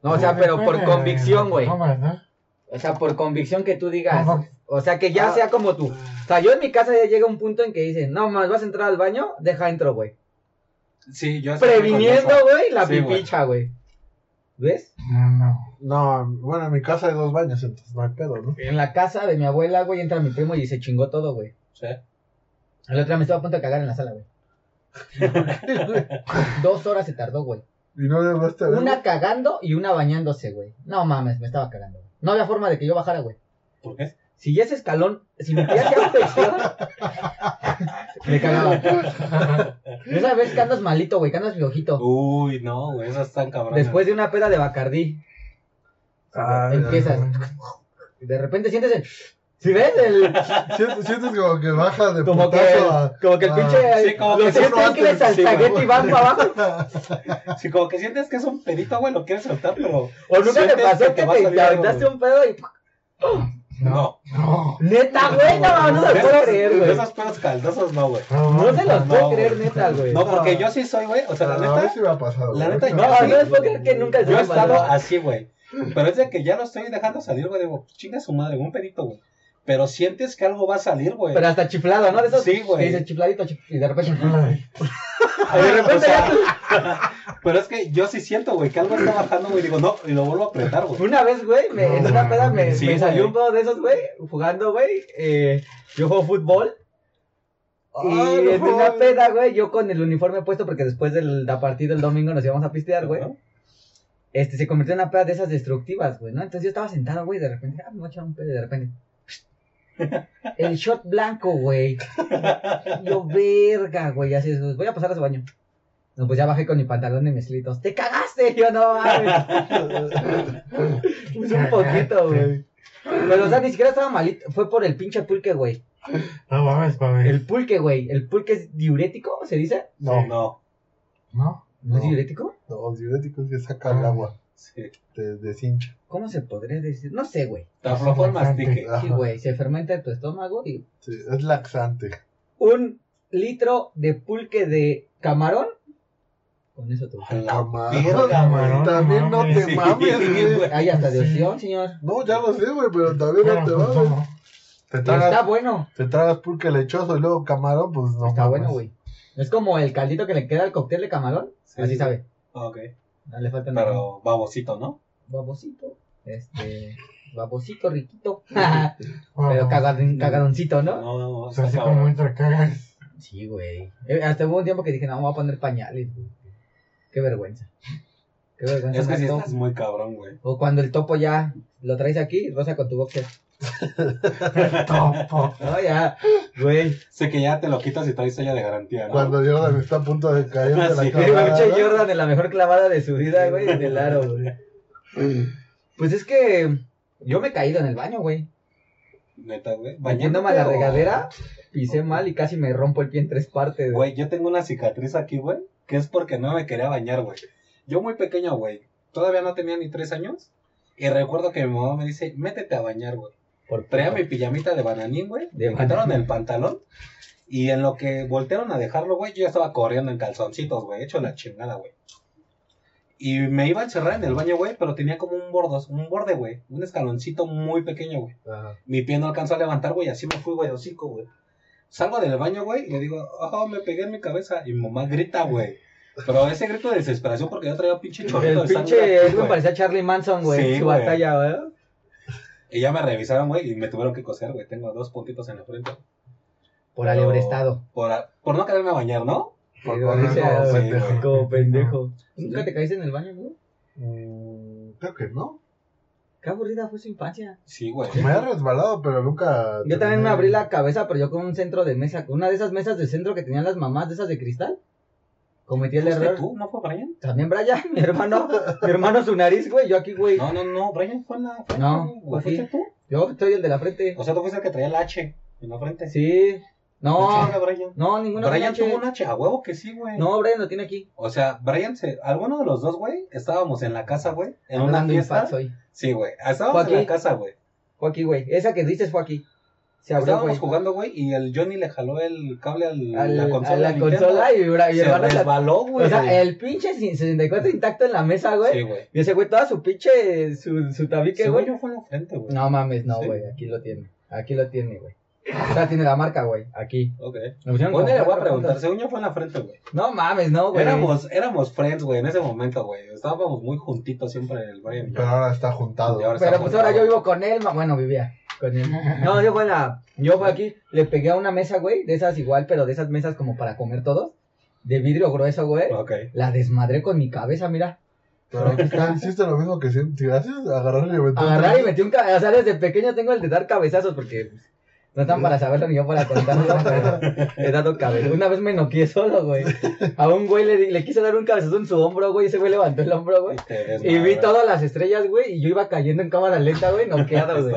[SPEAKER 3] No, o sea, pero por
[SPEAKER 4] Depende de
[SPEAKER 3] convicción,
[SPEAKER 4] lo que
[SPEAKER 3] güey. Ah,
[SPEAKER 4] comas, ¿no?
[SPEAKER 3] O sea, por convicción que tú digas.
[SPEAKER 4] Ajá.
[SPEAKER 3] O sea, que ya
[SPEAKER 1] Ah.
[SPEAKER 3] sea como tú. O sea, yo en mi casa ya llega un punto en que dicen, no más, vas a entrar al baño, deja entro, güey.
[SPEAKER 2] Sí, yo estoy
[SPEAKER 3] Previniendo,
[SPEAKER 2] con eso.
[SPEAKER 3] güey, la
[SPEAKER 2] Sí, güey.
[SPEAKER 3] pipicha, güey. ¿Ves?
[SPEAKER 4] No, no.
[SPEAKER 1] No, bueno, en mi casa hay dos baños, entonces no hay pedo, ¿no?
[SPEAKER 3] En la casa de mi abuela, güey, entra mi primo y se chingó todo, güey.
[SPEAKER 2] Sí.
[SPEAKER 3] El otro día me estaba a punto de cagar en la sala, güey. Dos horas se tardó, güey.
[SPEAKER 1] Y no les basta ver,
[SPEAKER 3] Una cagando y una bañándose, güey. No mames, me estaba cagando. güey. No había forma de que yo bajara, güey.
[SPEAKER 2] ¿Por qué?
[SPEAKER 3] Si ya ese escalón, si mi tía hacía presión, me cagaba. Y Esa vez que andas malito, güey, que andas flojito.
[SPEAKER 2] Uy, no, güey, esas están cabronas.
[SPEAKER 3] Después de una peda de Bacardí,
[SPEAKER 1] Ah,
[SPEAKER 3] empiezas. Y De repente sientes el... ¿Sí ves? El,
[SPEAKER 1] Sientes, sientes como que baja de
[SPEAKER 3] como, que,
[SPEAKER 1] putazo a-
[SPEAKER 3] como que el
[SPEAKER 1] ah,
[SPEAKER 3] pinche...
[SPEAKER 2] sí, como que
[SPEAKER 3] los
[SPEAKER 2] sí,
[SPEAKER 3] tres
[SPEAKER 1] no, antes,
[SPEAKER 3] tecles al
[SPEAKER 2] sí, güey.
[SPEAKER 3] espagueti van para abajo.
[SPEAKER 2] Sí, como que sientes que es un pedito, güey, lo quieres soltar, pero.
[SPEAKER 3] O nunca te
[SPEAKER 2] sientes
[SPEAKER 3] pasó que
[SPEAKER 2] va a
[SPEAKER 3] te,
[SPEAKER 2] salir
[SPEAKER 3] te
[SPEAKER 2] algo,
[SPEAKER 3] aventaste
[SPEAKER 2] güey.
[SPEAKER 3] un pedo y...
[SPEAKER 2] No.
[SPEAKER 4] No.
[SPEAKER 3] Neta, güey, no, no se
[SPEAKER 2] De
[SPEAKER 3] lo puedo
[SPEAKER 2] esas-
[SPEAKER 3] creer,
[SPEAKER 2] De
[SPEAKER 3] güey.
[SPEAKER 2] esos pedos caldosos, no, güey.
[SPEAKER 3] No se los
[SPEAKER 2] No,
[SPEAKER 3] puedo
[SPEAKER 2] güey.
[SPEAKER 3] creer, neta, güey.
[SPEAKER 2] No, porque yo sí soy, güey. O sea, la
[SPEAKER 1] a mí
[SPEAKER 2] neta,
[SPEAKER 1] sí me ha pasado.
[SPEAKER 2] la
[SPEAKER 1] güey.
[SPEAKER 2] neta,
[SPEAKER 1] Sí,
[SPEAKER 3] No,
[SPEAKER 2] sí.
[SPEAKER 3] no les puedo creer que nunca se
[SPEAKER 2] yo he
[SPEAKER 3] me
[SPEAKER 2] estado
[SPEAKER 3] pasó.
[SPEAKER 2] así, güey. Pero es de que ya lo estoy dejando salir, güey. Digo, chinga su madre, un pedito, güey. Pero sientes que algo va a salir, güey.
[SPEAKER 3] Pero hasta chiflado, ¿no? De esos
[SPEAKER 2] Sí, güey.
[SPEAKER 3] que dices chifladito, chif- y de repente...
[SPEAKER 4] Ay,
[SPEAKER 2] O
[SPEAKER 3] Y de repente
[SPEAKER 2] sea,
[SPEAKER 3] ya tú...
[SPEAKER 2] Pero es que yo sí siento, güey, que algo está bajando, güey. Digo, no, y lo vuelvo a apretar, güey.
[SPEAKER 3] Una vez, güey, me- en
[SPEAKER 4] No,
[SPEAKER 3] una peda me,
[SPEAKER 2] sí,
[SPEAKER 3] me salió
[SPEAKER 2] güey.
[SPEAKER 3] un pedo de esos, güey, jugando, güey. eh, yo juego fútbol. Y
[SPEAKER 1] Ah, no,
[SPEAKER 3] en una
[SPEAKER 1] joder.
[SPEAKER 3] peda, güey, yo con el uniforme puesto, porque después de la partida el domingo nos íbamos a pistear, güey.
[SPEAKER 2] Ajá.
[SPEAKER 3] Este, se convirtió en una peda de esas destructivas, güey, ¿no? Entonces yo estaba sentado, güey, de repente, ah, me voy a echar un pedo, y de repente. El shot blanco, güey. Yo, verga, güey, así es, pues, voy a pasar a su baño. No, pues ya bajé con mi pantalón de mezclitos. ¡Te cagaste! Yo no mames. Pues un poquito, güey. Pero, o sea, ni siquiera estaba malito. Fue por el pinche pulque, güey.
[SPEAKER 4] No mames, papi.
[SPEAKER 3] El pulque, güey. ¿El pulque es diurético? ¿Se dice?
[SPEAKER 1] No,
[SPEAKER 2] No,
[SPEAKER 4] ¿No?
[SPEAKER 3] ¿No, es
[SPEAKER 1] No.
[SPEAKER 3] diurético?
[SPEAKER 1] no, los diuréticos que saca el agua,
[SPEAKER 2] sí.
[SPEAKER 1] te deshincha.
[SPEAKER 3] ¿Cómo se podría decir? No sé, güey.
[SPEAKER 2] Te aflojó el mastique.
[SPEAKER 1] Ajá.
[SPEAKER 3] Sí, güey. Se fermenta en tu estómago y...
[SPEAKER 1] Ah, Sí, es laxante.
[SPEAKER 3] Un litro de pulque de camarón. Con eso tú.
[SPEAKER 2] A la
[SPEAKER 1] Camarón,
[SPEAKER 2] verga, güey.
[SPEAKER 4] camarón.
[SPEAKER 1] También no
[SPEAKER 4] mames.
[SPEAKER 1] te
[SPEAKER 2] Sí,
[SPEAKER 1] mames, güey.
[SPEAKER 2] güey.
[SPEAKER 3] Hay hasta de
[SPEAKER 4] Sí.
[SPEAKER 3] opción, señor.
[SPEAKER 1] No, ya lo sé, güey, pero también
[SPEAKER 4] Bueno,
[SPEAKER 1] no te
[SPEAKER 4] pues,
[SPEAKER 1] mames.
[SPEAKER 4] no.
[SPEAKER 1] Te
[SPEAKER 3] Está
[SPEAKER 1] tragas,
[SPEAKER 3] bueno.
[SPEAKER 1] te tragas pulque lechoso y luego camarón, pues no.
[SPEAKER 3] Está
[SPEAKER 1] mames.
[SPEAKER 3] bueno, güey. Es como el caldito que le queda al cóctel de camarón.
[SPEAKER 2] Sí.
[SPEAKER 3] Así sabe.
[SPEAKER 2] Ok.
[SPEAKER 3] No le falta nada.
[SPEAKER 2] Pero babosito, ¿no?
[SPEAKER 3] babosito, este, babosito riquito,
[SPEAKER 4] Bueno,
[SPEAKER 3] pero cagadon- cagadoncito, ¿no?
[SPEAKER 2] No, no,
[SPEAKER 4] o
[SPEAKER 2] está
[SPEAKER 4] sea, así
[SPEAKER 2] cabrón.
[SPEAKER 4] como entra cagas.
[SPEAKER 3] Sí, güey. Eh, Hasta hubo un tiempo que dije, no, me voy a poner pañales, güey. Qué vergüenza. Qué vergüenza.
[SPEAKER 2] Es que
[SPEAKER 3] me
[SPEAKER 2] sí
[SPEAKER 3] da
[SPEAKER 2] estás
[SPEAKER 3] topo.
[SPEAKER 2] muy cabrón, güey.
[SPEAKER 3] O cuando el topo ya lo traes aquí, rosa con tu boxer.
[SPEAKER 4] Topo.
[SPEAKER 3] No, ya, güey.
[SPEAKER 2] Sé que ya te lo quitas y traes sella de garantía, ¿no?
[SPEAKER 1] Cuando Jordan está a punto de caer de la
[SPEAKER 2] Sí,
[SPEAKER 3] Qué
[SPEAKER 1] cama,
[SPEAKER 3] pinche
[SPEAKER 1] ¿no?
[SPEAKER 3] Jordan de la mejor clavada de su vida, güey, en el aro, güey. Pues es que yo me he caído en el baño, güey.
[SPEAKER 2] Neta, güey.
[SPEAKER 3] Bañándome a la
[SPEAKER 2] o-
[SPEAKER 3] regadera, pisé mal y casi me rompo el pie en tres partes, güey.
[SPEAKER 2] Güey, yo tengo una cicatriz aquí, güey, que es porque no me quería bañar, güey. Yo muy pequeño, güey, todavía no tenía ni tres años. Y recuerdo que mi mamá me dice, métete a bañar, güey.
[SPEAKER 3] Por
[SPEAKER 2] Traía mi pijamita de bananín, güey.
[SPEAKER 3] De
[SPEAKER 2] Me quitaron
[SPEAKER 3] bananín.
[SPEAKER 2] el pantalón. Y en lo que voltearon a dejarlo, güey, yo ya estaba corriendo en calzoncitos, güey. Hecho la chingada, güey. Y me iba a encerrar en el baño, güey, pero tenía como un bordo, un borde, güey. Un escaloncito muy pequeño, güey.
[SPEAKER 1] Ajá.
[SPEAKER 2] Mi pie no alcanzó a levantar, güey, así me fui, güey, de hocico, güey. Salgo del baño, güey, y le digo, oh, me pegué en mi cabeza. Y mi mamá grita, güey. Pero ese grito de desesperación porque yo traía un pinche chorrito
[SPEAKER 3] El
[SPEAKER 2] de sangre.
[SPEAKER 3] pinche
[SPEAKER 2] aquí,
[SPEAKER 3] Edwin
[SPEAKER 2] güey.
[SPEAKER 3] parecía Charlie Manson, güey.
[SPEAKER 2] Sí,
[SPEAKER 3] en su
[SPEAKER 2] güey.
[SPEAKER 3] batalla, ¿verdad?
[SPEAKER 2] Y ya me revisaron, güey, y me tuvieron que coser, güey. Tengo dos puntitos en la frente.
[SPEAKER 3] Por
[SPEAKER 2] Pero-
[SPEAKER 3] alebrestado.
[SPEAKER 2] Por, a- por no quererme bañar, ¿no?
[SPEAKER 1] Por
[SPEAKER 3] Sí,
[SPEAKER 1] correr
[SPEAKER 3] sí,
[SPEAKER 1] como
[SPEAKER 3] sí,
[SPEAKER 1] pendejo.
[SPEAKER 2] güey.
[SPEAKER 3] ah, Como pendejo. ¿Nunca
[SPEAKER 2] Sí.
[SPEAKER 3] te caíste en el baño, güey?
[SPEAKER 1] Mm, Creo que no.
[SPEAKER 3] Qué aburrida fue su infancia.
[SPEAKER 2] Sí, güey.
[SPEAKER 1] Me he resbalado, pero nunca.
[SPEAKER 3] Yo también me abrí la cabeza, pero yo con un centro de mesa, con una de esas mesas de centro que tenían las mamás, de esas de cristal. Cometí el
[SPEAKER 2] ¿Fuiste
[SPEAKER 3] error.
[SPEAKER 2] tú? ¿No fue Brian?
[SPEAKER 3] También Brian, mi hermano, mi hermano su nariz, güey, yo aquí, güey.
[SPEAKER 2] No, no, no. Brian fue en la frente.
[SPEAKER 3] No,
[SPEAKER 2] güey.
[SPEAKER 3] fue
[SPEAKER 2] ¿Fuiste
[SPEAKER 3] aquí.
[SPEAKER 2] tú?
[SPEAKER 3] Yo soy el de la frente.
[SPEAKER 2] O sea, tú fuiste el que traía el H en la frente.
[SPEAKER 3] Sí. No,
[SPEAKER 2] No, Brian.
[SPEAKER 3] no, ninguno tiene
[SPEAKER 2] Brian
[SPEAKER 3] H.
[SPEAKER 2] tuvo un H, a huevo que sí, güey.
[SPEAKER 3] No, Brian lo tiene aquí.
[SPEAKER 2] O sea, Brian, se... alguno de los dos, güey, estábamos en la casa, güey, en una
[SPEAKER 3] Hablando
[SPEAKER 2] fiesta.
[SPEAKER 3] infarto hoy.
[SPEAKER 2] Sí, güey, estábamos
[SPEAKER 3] Joaquín.
[SPEAKER 2] en la casa, güey.
[SPEAKER 3] Fue aquí, güey. Esa que dices fue aquí. Se abrió,
[SPEAKER 2] Estábamos
[SPEAKER 3] güey.
[SPEAKER 2] jugando, güey, y el Johnny le jaló el cable al,
[SPEAKER 3] Al-
[SPEAKER 2] la
[SPEAKER 3] a
[SPEAKER 2] consola.
[SPEAKER 3] la
[SPEAKER 2] de Nintendo.
[SPEAKER 3] consola y, bra- y el
[SPEAKER 2] se
[SPEAKER 3] vato se-
[SPEAKER 2] resbaló, güey.
[SPEAKER 3] O sea, el pinche 64 intacto en la mesa, güey.
[SPEAKER 2] Sí, güey.
[SPEAKER 3] Y ese güey toda su pinche, su, su tabique,
[SPEAKER 2] Según
[SPEAKER 3] güey.
[SPEAKER 2] yo fue en la frente, güey.
[SPEAKER 3] No mames, no,
[SPEAKER 2] Sí.
[SPEAKER 3] güey. Aquí lo tiene. Aquí lo tiene, güey. O sea, tiene la marca, güey. Aquí.
[SPEAKER 2] Ok.
[SPEAKER 3] Me pusieron
[SPEAKER 2] Bueno,
[SPEAKER 3] como
[SPEAKER 2] le voy a
[SPEAKER 3] cuatro
[SPEAKER 2] preguntar.
[SPEAKER 3] puntos.
[SPEAKER 2] Según yo fue en la frente, güey.
[SPEAKER 3] No mames, no,
[SPEAKER 1] Eh.
[SPEAKER 3] güey.
[SPEAKER 2] Éramos, éramos friends, güey, en ese momento, güey. Estábamos muy juntitos siempre el Brian. y yo.
[SPEAKER 1] Pero ahora está juntado.
[SPEAKER 2] Y ahora
[SPEAKER 3] Pero pues ahora
[SPEAKER 2] estamos-
[SPEAKER 3] yo vivo con él, ma- bueno, vivía con él. No, yo fue la, yo fue aquí, le pegué a una mesa, güey, de esas igual, pero de esas mesas como para comer todos, de vidrio grueso, güey.
[SPEAKER 2] Ok.
[SPEAKER 3] La desmadré con mi cabeza, mira.
[SPEAKER 1] Pero aquí está, hiciste lo mismo que siempre. Gracias, agarrar y aventar.
[SPEAKER 3] Agarrar y metí un cabezazo. O sea, desde pequeño tengo el de dar cabezazos porque pues, no están para saberlo ni yo para contarlo. pero He dado cabezazos. Una vez me noqué solo, güey. A un güey le, di- le quise dar un cabezazo en su hombro, güey, y ese güey levantó el hombro, güey. Y vi todas las estrellas, güey, y yo iba cayendo en cámara lenta, güey, noqueado, güey.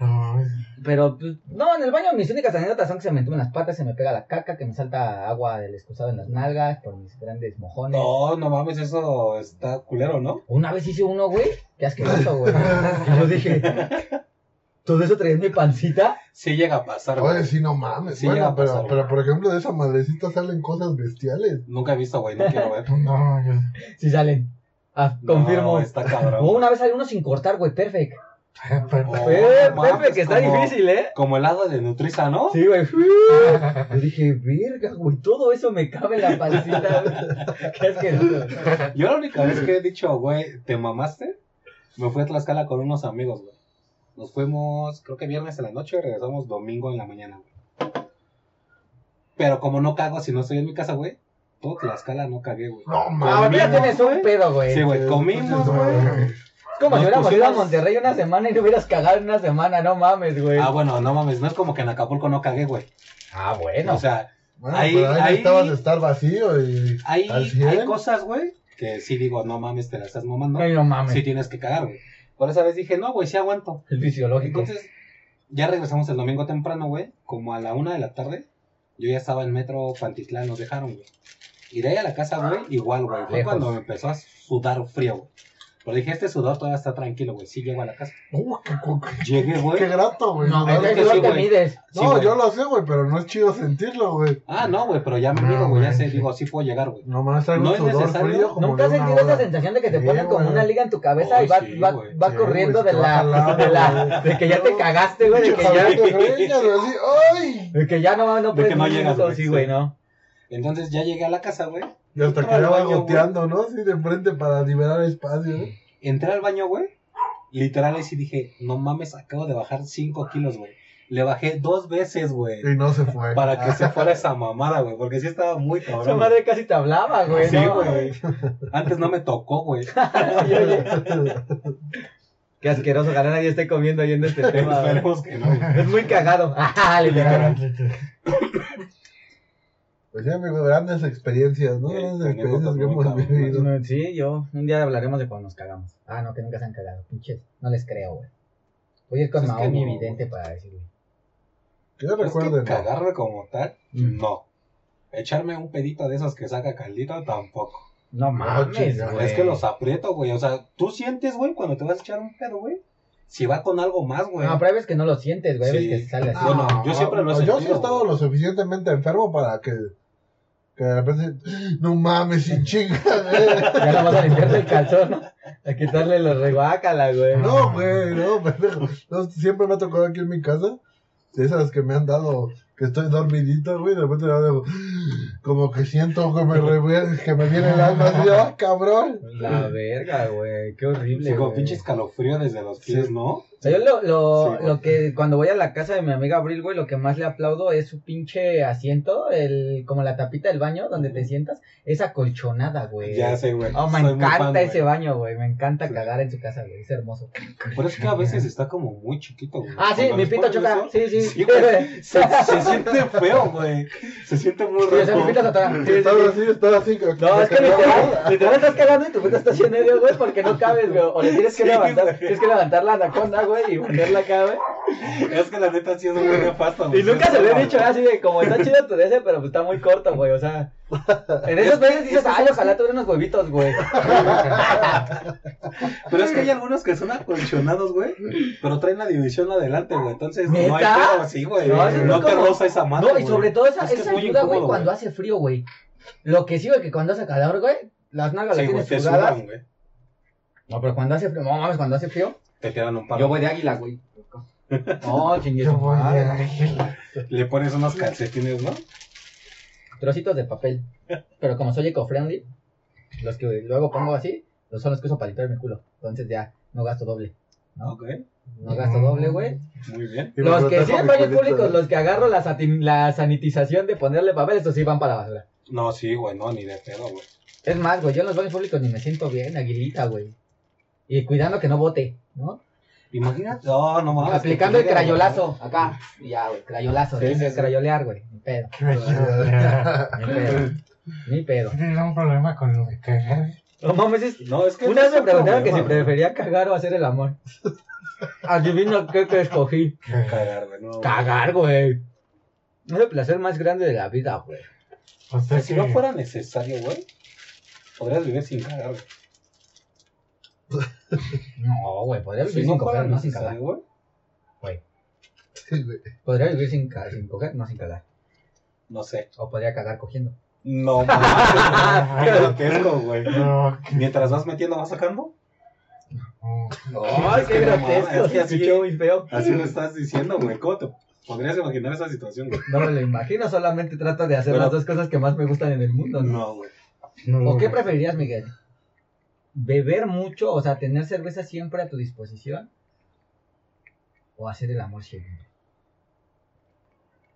[SPEAKER 4] No mames.
[SPEAKER 3] Pero, pues, no, en el baño mis únicas anécdotas son que se me entumen las patas, se me pega la caca, que me salta agua del excusado en las nalgas por mis grandes mojones.
[SPEAKER 2] No, no mames, eso está culero, ¿no?
[SPEAKER 3] Una vez hice uno, güey, qué asqueroso, güey. Y yo dije, ¿todo eso traía en mi pancita?
[SPEAKER 2] Sí llega a pasar, güey.
[SPEAKER 1] Oye, sí, no mames.
[SPEAKER 2] Sí llega
[SPEAKER 1] bueno,
[SPEAKER 2] a
[SPEAKER 1] pero,
[SPEAKER 2] pasar.
[SPEAKER 1] pero por ejemplo, de esa madrecita salen cosas bestiales.
[SPEAKER 2] Nunca he visto, güey, no quiero ver.
[SPEAKER 4] No, yo.
[SPEAKER 3] Sí salen. Ah, confirmo.
[SPEAKER 2] No, está cabrón.
[SPEAKER 3] O una vez salió uno sin cortar, güey, perfect.
[SPEAKER 4] Pero-
[SPEAKER 2] Oh,
[SPEAKER 3] eh,
[SPEAKER 2] no mames,
[SPEAKER 3] perfect, que está
[SPEAKER 2] como-
[SPEAKER 3] difícil, ¿eh?
[SPEAKER 2] Como el hada de Nutriza, ¿no?
[SPEAKER 3] Sí, güey. Yo dije, verga, güey, todo eso me cabe en la pancita, güey. Qué asqueroso.
[SPEAKER 2] Yo la única vez que he dicho, güey, ¿te mamaste? Me fui a Tlaxcala con unos amigos, güey. Nos fuimos, creo que viernes en la noche, regresamos domingo en la mañana, güey. Pero como no cago si no estoy en mi casa, güey, todo Tlaxcala no cagué, güey.
[SPEAKER 1] No
[SPEAKER 3] Ah,
[SPEAKER 1] mames. Eh,
[SPEAKER 3] mira, tienes un pedo, güey.
[SPEAKER 2] Sí, güey,
[SPEAKER 1] No,
[SPEAKER 2] comimos, güey.
[SPEAKER 1] mames.
[SPEAKER 3] Es como
[SPEAKER 2] Nos
[SPEAKER 3] si hubiéramos ido a
[SPEAKER 2] pusimos-
[SPEAKER 3] Monterrey una semana y no hubieras cagado en una semana, no mames, güey.
[SPEAKER 2] Ah, bueno, no mames, no es como que en Acapulco no cagué, güey.
[SPEAKER 3] Ah, bueno.
[SPEAKER 2] O sea,
[SPEAKER 1] Bueno,
[SPEAKER 2] Ahí-
[SPEAKER 1] pero ahí,
[SPEAKER 2] ahí-
[SPEAKER 1] estabas de estar vacío y.
[SPEAKER 2] hay,
[SPEAKER 1] ¿Al cien?
[SPEAKER 2] hay cosas, güey, que sí digo, no mames, te la estás mamando.
[SPEAKER 3] Ay, no mames.
[SPEAKER 2] Sí tienes que cagar, güey. Por esa vez dije, no, güey, sí aguanto.
[SPEAKER 3] Es fisiológico.
[SPEAKER 2] Entonces, ya regresamos el domingo temprano, güey, como a la una de la tarde. Yo ya estaba en metro Pantitlán, nos dejaron, güey. Y de ahí a la casa, güey, igual, güey. Fue
[SPEAKER 3] Lejos.
[SPEAKER 2] cuando me empezó a sudar frío, güey. Pero dije, este sudor todavía está tranquilo, güey. Sí llego a la casa.
[SPEAKER 1] Uh, qué, qué-
[SPEAKER 2] Llegué, güey.
[SPEAKER 1] qué grato, güey.
[SPEAKER 3] no,
[SPEAKER 1] No,
[SPEAKER 2] es
[SPEAKER 3] es
[SPEAKER 2] que
[SPEAKER 3] que
[SPEAKER 2] sí,
[SPEAKER 3] no te
[SPEAKER 2] güey.
[SPEAKER 3] mides.
[SPEAKER 2] Sí,
[SPEAKER 1] no,
[SPEAKER 2] güey.
[SPEAKER 1] yo lo sé, güey, pero no es chido sentirlo, güey.
[SPEAKER 2] Ah, no, güey, pero ya me mido,
[SPEAKER 4] No,
[SPEAKER 2] güey. Ya
[SPEAKER 4] güey,
[SPEAKER 2] sé,
[SPEAKER 4] sí.
[SPEAKER 2] digo, sí puedo llegar, güey.
[SPEAKER 1] No más traigo
[SPEAKER 2] No
[SPEAKER 1] un
[SPEAKER 2] es
[SPEAKER 1] sudor
[SPEAKER 2] necesario.
[SPEAKER 1] frío como
[SPEAKER 3] ¿Nunca has
[SPEAKER 1] de una
[SPEAKER 3] sentido esa
[SPEAKER 1] hora.
[SPEAKER 3] sensación de que te
[SPEAKER 1] Sí,
[SPEAKER 3] ponen como
[SPEAKER 1] güey.
[SPEAKER 3] una liga en tu cabeza
[SPEAKER 2] Oh,
[SPEAKER 3] y va,
[SPEAKER 2] sí,
[SPEAKER 3] va,
[SPEAKER 2] güey.
[SPEAKER 3] va
[SPEAKER 1] Sí,
[SPEAKER 3] corriendo
[SPEAKER 1] güey,
[SPEAKER 3] de,
[SPEAKER 1] se te va
[SPEAKER 3] la,
[SPEAKER 1] jalando,
[SPEAKER 3] de la.
[SPEAKER 1] güey.
[SPEAKER 3] de que ya
[SPEAKER 1] No.
[SPEAKER 3] te cagaste, güey. De
[SPEAKER 1] Pinche
[SPEAKER 3] que ya.
[SPEAKER 1] jabalí de greñas, güey, así, ¡ay!
[SPEAKER 3] De que ya no, no
[SPEAKER 2] De que
[SPEAKER 3] puedes
[SPEAKER 2] no
[SPEAKER 3] ni
[SPEAKER 2] llegas,
[SPEAKER 3] eso,
[SPEAKER 2] güey,
[SPEAKER 3] Sí,
[SPEAKER 2] sí.
[SPEAKER 3] güey, no.
[SPEAKER 2] Entonces ya llegué a la casa, güey.
[SPEAKER 1] Y hasta
[SPEAKER 2] Entra
[SPEAKER 1] que
[SPEAKER 2] al
[SPEAKER 1] ya va
[SPEAKER 2] baño, güey.
[SPEAKER 1] goteando, ¿no? Así de frente para liberar espacio. ¿no?
[SPEAKER 2] Entré al baño, güey. Literal, ahí sí dije, no mames, acabo de bajar 5 kilos, güey. Le bajé dos veces, güey.
[SPEAKER 1] Y no se fue.
[SPEAKER 2] Para que se fuera esa mamada, güey. Porque sí estaba muy
[SPEAKER 3] Su
[SPEAKER 2] cabrón.
[SPEAKER 3] madre casi te hablaba, güey.
[SPEAKER 2] Sí,
[SPEAKER 3] ¿no?
[SPEAKER 2] güey. Antes no me tocó, güey.
[SPEAKER 3] Sí, oye. Qué asqueroso, ojalá nadie esté comiendo oyendo este tema. güey.
[SPEAKER 2] Esperemos que no. güey.
[SPEAKER 3] Es muy cagado. Ah, literal.
[SPEAKER 1] Pues ya, amigo, grandes experiencias, ¿no?
[SPEAKER 2] Sí,
[SPEAKER 1] Grandes
[SPEAKER 2] tenemos
[SPEAKER 1] experiencias que
[SPEAKER 2] otro
[SPEAKER 1] hemos
[SPEAKER 2] punto,
[SPEAKER 1] vivido.
[SPEAKER 3] No, Sí, yo. Un día hablaremos de cuando nos cagamos. Ah, no, que nunca se han cagado. Pinches. No les creo, güey. Voy a ir con
[SPEAKER 2] Pues es que
[SPEAKER 3] Naomi
[SPEAKER 2] no,
[SPEAKER 3] vidente
[SPEAKER 2] güey.
[SPEAKER 3] para decirle.
[SPEAKER 1] Que yo
[SPEAKER 2] Es que
[SPEAKER 1] recuerden. ¿no?
[SPEAKER 2] cagarme como tal,
[SPEAKER 3] Mm.
[SPEAKER 2] no. Echarme un pedito de esos que saca caldito, tampoco.
[SPEAKER 3] No mames,
[SPEAKER 1] chinga,
[SPEAKER 3] güey.
[SPEAKER 2] Es que los aprieto, güey. O sea, tú sientes, güey, cuando te vas a echar un pedo, güey. Si va con algo más, güey.
[SPEAKER 3] No, pero hay veces que no lo sientes, güey. Hay
[SPEAKER 2] Sí.
[SPEAKER 3] veces que sale así.
[SPEAKER 2] Ah, Bueno, yo siempre lo he
[SPEAKER 1] no, Yo sí he
[SPEAKER 2] sentido,
[SPEAKER 1] estado
[SPEAKER 2] güey.
[SPEAKER 1] lo suficientemente enfermo para que. Que de repente. No mames, sin chingas, eh".
[SPEAKER 3] Ya lo vas a limpiarte el calzón, ¿no? A quitarle los reguácala, güey.
[SPEAKER 1] No, güey, no, pendejo. No, siempre me ha tocado aquí en mi casa. De esas que me han dado. Que estoy dormidito, güey. De repente me dejo. Como que siento que me, revier- que me viene el alma así, ¡ah, cabrón!
[SPEAKER 3] La verga, güey. Qué horrible,
[SPEAKER 2] Sí, con
[SPEAKER 3] güey.
[SPEAKER 2] pinche escalofrío desde los pies,
[SPEAKER 1] Sí.
[SPEAKER 2] ¿no?
[SPEAKER 3] O sea, yo lo, lo,
[SPEAKER 2] Sí, güey.
[SPEAKER 3] lo que cuando voy a la casa de mi amiga Abril, güey, lo que más le aplaudo es su pinche asiento, el, como la tapita del baño donde te sientas, es acolchonada, güey.
[SPEAKER 2] Ya sé, güey.
[SPEAKER 3] Oh, me
[SPEAKER 2] Soy muy
[SPEAKER 3] encanta
[SPEAKER 2] fan, güey.
[SPEAKER 3] ese baño, güey. Me encanta
[SPEAKER 2] Sí.
[SPEAKER 3] cagar en su casa, güey. Es hermoso.
[SPEAKER 2] Pero es que a veces está como muy chiquito, güey.
[SPEAKER 3] Ah, sí,
[SPEAKER 2] Cuando
[SPEAKER 3] mi
[SPEAKER 2] les
[SPEAKER 3] pito
[SPEAKER 2] pones
[SPEAKER 3] choca.
[SPEAKER 2] eso,
[SPEAKER 3] Sí, sí.
[SPEAKER 2] Sí, güey. Se, se siente feo, güey. Se siente muy
[SPEAKER 3] Sí, o sea, mi pito se
[SPEAKER 2] raro.
[SPEAKER 3] atora. Sí, sí,
[SPEAKER 1] Estaba
[SPEAKER 3] sí.
[SPEAKER 1] así, estaba así. que-
[SPEAKER 3] No, es que literal, literal estás cagando y tu puta está lleno de güey, porque no cabes, güey. O le tienes que
[SPEAKER 2] Sí,
[SPEAKER 3] levantar,
[SPEAKER 2] güey.
[SPEAKER 3] tienes que levantar la anaconda, güey, y ponerla acá, güey.
[SPEAKER 2] Es que la neta sí es muy nefasto, güey.
[SPEAKER 3] Y nunca se lo he dicho ¿eh?
[SPEAKER 2] güey.
[SPEAKER 3] así de como está chido tu ese, pero pues está muy corto, güey. O sea, en esos veces dices, ay, ojalá tuviera unos huevitos, güey.
[SPEAKER 2] Pero es que hay algunos que son acolchonados, güey. Pero traen la división adelante, güey. Entonces, no hay
[SPEAKER 3] ¿Neta?
[SPEAKER 2] pedo así, güey.
[SPEAKER 3] No,
[SPEAKER 2] No,
[SPEAKER 3] eso es
[SPEAKER 2] te
[SPEAKER 3] como-
[SPEAKER 2] roza esa madre.
[SPEAKER 3] No, y
[SPEAKER 2] güey.
[SPEAKER 3] sobre todo esa,
[SPEAKER 2] Es que es
[SPEAKER 3] esa
[SPEAKER 2] muy
[SPEAKER 3] ayuda, güey,
[SPEAKER 2] incómodo,
[SPEAKER 3] cuando hace frío, güey. Lo que sí, güey, que cuando hace calor, güey, las nalgas
[SPEAKER 2] Sí,
[SPEAKER 3] las
[SPEAKER 2] güey, te
[SPEAKER 3] tienes sudadas.
[SPEAKER 2] sudan, güey.
[SPEAKER 3] No, pero cuando hace frío, no mames, cuando hace frío,
[SPEAKER 2] Te quedan un par.
[SPEAKER 3] yo voy de águila, güey. No, chingue
[SPEAKER 4] Yo
[SPEAKER 3] su
[SPEAKER 4] voy
[SPEAKER 3] madre.
[SPEAKER 4] de águila.
[SPEAKER 2] Le pones unos calcetines, ¿no?
[SPEAKER 3] Trocitos de papel. Pero como soy eco-friendly, los que luego pongo así, los son los que uso para limpiar mi culo. Entonces ya, no gasto doble. No.
[SPEAKER 2] Ah, Ok,
[SPEAKER 3] No gasto doble, güey.
[SPEAKER 2] muy bien.
[SPEAKER 1] Y me
[SPEAKER 3] Los que sí
[SPEAKER 1] protejo
[SPEAKER 3] en
[SPEAKER 1] mi
[SPEAKER 3] baños
[SPEAKER 1] culito,
[SPEAKER 3] públicos,
[SPEAKER 1] ¿no?
[SPEAKER 3] los que agarro la, sati- la sanitización de ponerle papel, estos sí van para la basura.
[SPEAKER 2] No, sí, güey, no, ni de pedo, güey.
[SPEAKER 3] Es más, güey, yo en los baños públicos ni me siento bien, aguilita, güey. Y cuidando que no bote, ¿no?
[SPEAKER 2] Imagínate. No, no mames.
[SPEAKER 3] Aplicando
[SPEAKER 2] que
[SPEAKER 3] el
[SPEAKER 2] te lleguen,
[SPEAKER 3] crayolazo, acá. Y ya, güey, crayolazo.
[SPEAKER 2] Sí,
[SPEAKER 3] Sí,
[SPEAKER 2] sí, sí.
[SPEAKER 3] Crayolear, güey. Ni pedo,
[SPEAKER 4] Crayolea.
[SPEAKER 3] ni pedo. ni pedo.
[SPEAKER 4] Tienes un problema con lo de cagar.
[SPEAKER 3] No mames, es...
[SPEAKER 2] güey. No, es que.
[SPEAKER 3] Una
[SPEAKER 2] no
[SPEAKER 3] vez
[SPEAKER 2] es
[SPEAKER 3] me
[SPEAKER 2] un
[SPEAKER 3] preguntaron que si
[SPEAKER 2] problema, güey.
[SPEAKER 3] prefería cagar o hacer el amor. Adivina qué que escogí.
[SPEAKER 4] Cagar.
[SPEAKER 2] Cagar, güey, no.
[SPEAKER 3] Cagar, güey. Es el placer más grande de la vida, güey.
[SPEAKER 4] O
[SPEAKER 2] O sea,
[SPEAKER 4] sea,
[SPEAKER 2] si
[SPEAKER 4] que-
[SPEAKER 2] no fuera necesario, güey, podrías vivir sin cagar, güey.
[SPEAKER 3] No, güey, podría vivir
[SPEAKER 2] Si
[SPEAKER 3] sin
[SPEAKER 2] no fuera
[SPEAKER 3] coger, no sin
[SPEAKER 2] necesario,
[SPEAKER 3] cagar.
[SPEAKER 2] güey.
[SPEAKER 1] Sí, güey.
[SPEAKER 3] Podría vivir sin, ca- sin coger, no sin cagar.
[SPEAKER 2] No sé.
[SPEAKER 3] O podría cagar cogiendo.
[SPEAKER 2] No, mames. Qué grotesco, güey.
[SPEAKER 4] No, que-
[SPEAKER 2] Mientras vas metiendo, vas sacando.
[SPEAKER 4] no.
[SPEAKER 3] ¡Ay,
[SPEAKER 2] es
[SPEAKER 3] qué
[SPEAKER 2] que no mames,
[SPEAKER 3] grotesco!
[SPEAKER 2] es que
[SPEAKER 3] se
[SPEAKER 2] así-
[SPEAKER 3] escuchó muy feo.
[SPEAKER 2] Así lo estás diciendo, güey. ¿Cómo te podrías imaginar esa situación, güey?
[SPEAKER 3] No me lo imagino, solamente trato de hacer
[SPEAKER 2] Pero-
[SPEAKER 3] las dos cosas que más me gustan en el mundo. ¿no?
[SPEAKER 2] No, güey.
[SPEAKER 4] No lo
[SPEAKER 3] ¿O qué
[SPEAKER 4] veo.
[SPEAKER 3] preferirías, Miguel? ¿Beber mucho, o sea, tener cerveza siempre a tu disposición? ¿O hacer el amor siempre?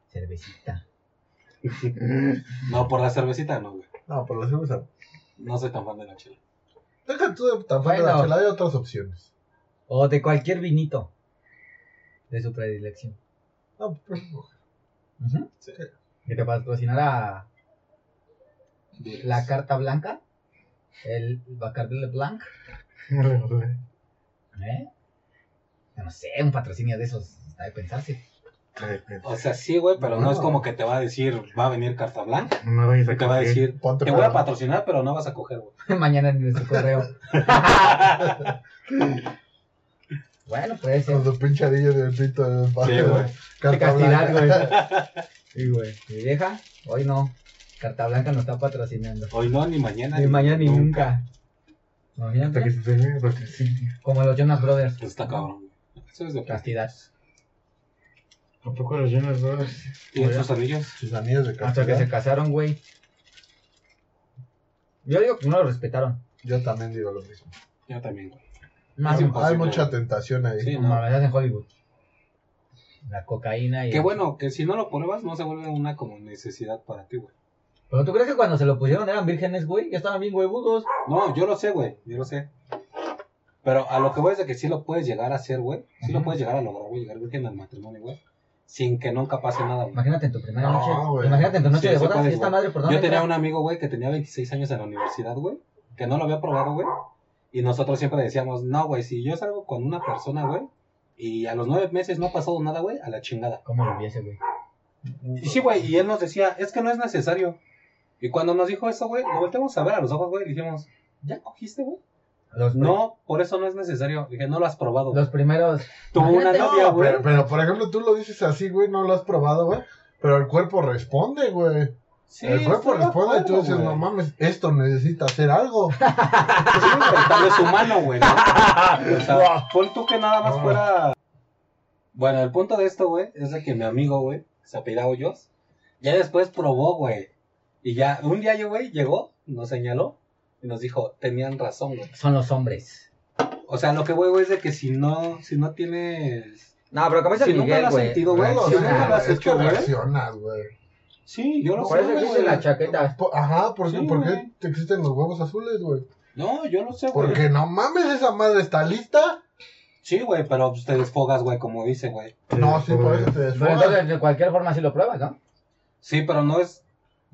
[SPEAKER 3] Cervecita.
[SPEAKER 2] No, por la cervecita, no, güey.
[SPEAKER 1] No, por la cerveza.
[SPEAKER 2] No soy tan fan de la chela.
[SPEAKER 1] Deja tú de tan fan de la
[SPEAKER 3] Bueno.
[SPEAKER 1] chela, hay otras opciones.
[SPEAKER 3] O de cualquier vinito de su predilección.
[SPEAKER 1] No, pues,
[SPEAKER 3] Ujú.
[SPEAKER 2] Sí.
[SPEAKER 3] Que te patrocinara la carta blanca, el Bacardi Blanc.
[SPEAKER 4] No le duele.
[SPEAKER 3] ¿Eh? Yo No sé, un patrocinio de esos está de pensarse.
[SPEAKER 2] O sea, sí, güey, pero no. es como que te va a decir, va a venir carta blanca.
[SPEAKER 4] No voy a
[SPEAKER 2] Te va a
[SPEAKER 4] coger.
[SPEAKER 2] decir,
[SPEAKER 1] ponte
[SPEAKER 2] te voy a
[SPEAKER 1] perro.
[SPEAKER 2] patrocinar, pero no vas a coger, güey.
[SPEAKER 3] Mañana en su correo. bueno, puede ser.
[SPEAKER 1] Con su pinchadillo de pito del
[SPEAKER 2] Sí, güey.
[SPEAKER 3] Qué
[SPEAKER 1] Carta
[SPEAKER 3] castidad,
[SPEAKER 1] blanca.
[SPEAKER 3] güey. Sí, güey. Mi vieja, hoy no. Carta Blanca nos está patrocinando.
[SPEAKER 2] Hoy no, ni mañana.
[SPEAKER 3] Ni mañana ni nunca.
[SPEAKER 4] Hasta que
[SPEAKER 3] Imagínate.
[SPEAKER 4] se te vea el patrocinio.
[SPEAKER 3] Como los Jonas Brothers.
[SPEAKER 2] Pues está cabrón, güey. Eso es de
[SPEAKER 3] Castidad.
[SPEAKER 4] Tampoco los llenas dos.
[SPEAKER 2] ¿Tienen sus anillos?
[SPEAKER 1] Sus anillos de
[SPEAKER 3] Hasta que
[SPEAKER 1] castidad.
[SPEAKER 3] se casaron, güey. Yo digo que no lo respetaron.
[SPEAKER 1] Yo también digo lo mismo.
[SPEAKER 2] Yo también, güey.
[SPEAKER 3] Más
[SPEAKER 2] Sí,
[SPEAKER 3] un
[SPEAKER 1] Hay
[SPEAKER 2] imposible.
[SPEAKER 1] mucha tentación ahí.
[SPEAKER 2] Sí,
[SPEAKER 3] No,
[SPEAKER 2] no.
[SPEAKER 3] mames, en Hollywood. La cocaína y.
[SPEAKER 2] Qué bueno, que si no lo pruebas, no se vuelve una como necesidad para ti, güey.
[SPEAKER 3] Pero tú crees que cuando se lo pusieron eran vírgenes, güey. Ya estaban bien huevudos.
[SPEAKER 2] No, yo lo sé, güey. Yo lo sé. Pero a lo que voy es de que sí lo puedes llegar a hacer, güey. Sí lo
[SPEAKER 3] Ajá.
[SPEAKER 2] puedes llegar a lograr, güey. Llegar virgen al matrimonio, güey. Sin que nunca pase nada, güey.
[SPEAKER 3] Imagínate en tu primera
[SPEAKER 1] No,
[SPEAKER 3] noche.
[SPEAKER 1] güey.
[SPEAKER 3] Imagínate en tu noche
[SPEAKER 2] Sí,
[SPEAKER 3] de
[SPEAKER 2] sí
[SPEAKER 3] bodas.
[SPEAKER 2] puedes,
[SPEAKER 3] y esta
[SPEAKER 2] güey.
[SPEAKER 3] madre, ¿por dónde?
[SPEAKER 2] Yo tenía
[SPEAKER 3] entra?
[SPEAKER 2] un amigo, güey, que tenía 26 años en la universidad, güey, que no lo había probado, güey. Y nosotros siempre decíamos, no, güey, si yo salgo con una persona, güey, y a los nueve meses no ha pasado nada, güey, a la chingada.
[SPEAKER 3] ¿Cómo lo viese, güey?
[SPEAKER 2] Y sí, güey, y él nos decía, es que no es necesario. Y cuando nos dijo eso, güey, lo volteamos a ver a los ojos, güey, y dijimos, ¿ya cogiste, güey?
[SPEAKER 3] Los pri-
[SPEAKER 2] No, por eso no es necesario. Dije, no lo has probado. güey.
[SPEAKER 3] Los primeros.
[SPEAKER 2] Tuvo una
[SPEAKER 3] Imagínate,
[SPEAKER 2] novia,
[SPEAKER 1] No,
[SPEAKER 2] güey.
[SPEAKER 1] Ah, pero, pero, por ejemplo, tú lo dices así, güey, no lo has probado, güey. Pero el cuerpo responde, güey.
[SPEAKER 2] Sí,
[SPEAKER 1] el cuerpo
[SPEAKER 2] estoy de
[SPEAKER 1] responde y tú
[SPEAKER 2] acuerdo,
[SPEAKER 1] dices,
[SPEAKER 2] güey.
[SPEAKER 1] no mames, esto necesita hacer algo.
[SPEAKER 2] Sí, güey, tal vez humano, güey. ¿no? O sea, pon tú que nada más
[SPEAKER 1] Ah.
[SPEAKER 2] fuera. Bueno, el punto de esto, güey, es de que mi amigo, güey, se apellida Hoyos, ya después probó, güey. Y ya, un día yo, güey, llegó, nos señaló y nos dijo, tenían razón, güey.
[SPEAKER 3] Son los hombres.
[SPEAKER 2] O sea, lo que, güey, güey, es de que si no, si no tienes.
[SPEAKER 3] No, pero como
[SPEAKER 2] dice Si nunca Miguel, lo has güey. sentido,
[SPEAKER 3] pues,
[SPEAKER 2] güey,
[SPEAKER 1] No,
[SPEAKER 2] si
[SPEAKER 1] no,
[SPEAKER 2] nunca lo has
[SPEAKER 1] es
[SPEAKER 2] hecho,
[SPEAKER 1] que
[SPEAKER 2] güey.
[SPEAKER 1] reaccionas, güey.
[SPEAKER 2] Sí, yo lo
[SPEAKER 3] Por
[SPEAKER 2] sé,
[SPEAKER 3] eso existe
[SPEAKER 2] güey.
[SPEAKER 3] la chaqueta.
[SPEAKER 1] Po- Ajá, ¿por,
[SPEAKER 2] Sí,
[SPEAKER 1] qué- por qué
[SPEAKER 2] güey.
[SPEAKER 1] te existen los huevos azules, güey?
[SPEAKER 2] No, yo lo sé, güey.
[SPEAKER 1] Porque no mames, esa madre está lista.
[SPEAKER 2] Sí, güey, pero pues, te desfogas, güey, como dice, güey.
[SPEAKER 1] No, sí, por eso te
[SPEAKER 3] Pero
[SPEAKER 1] desfogas.
[SPEAKER 3] entonces, de cualquier forma, sí lo pruebas, ¿no?
[SPEAKER 2] Sí, pero no es.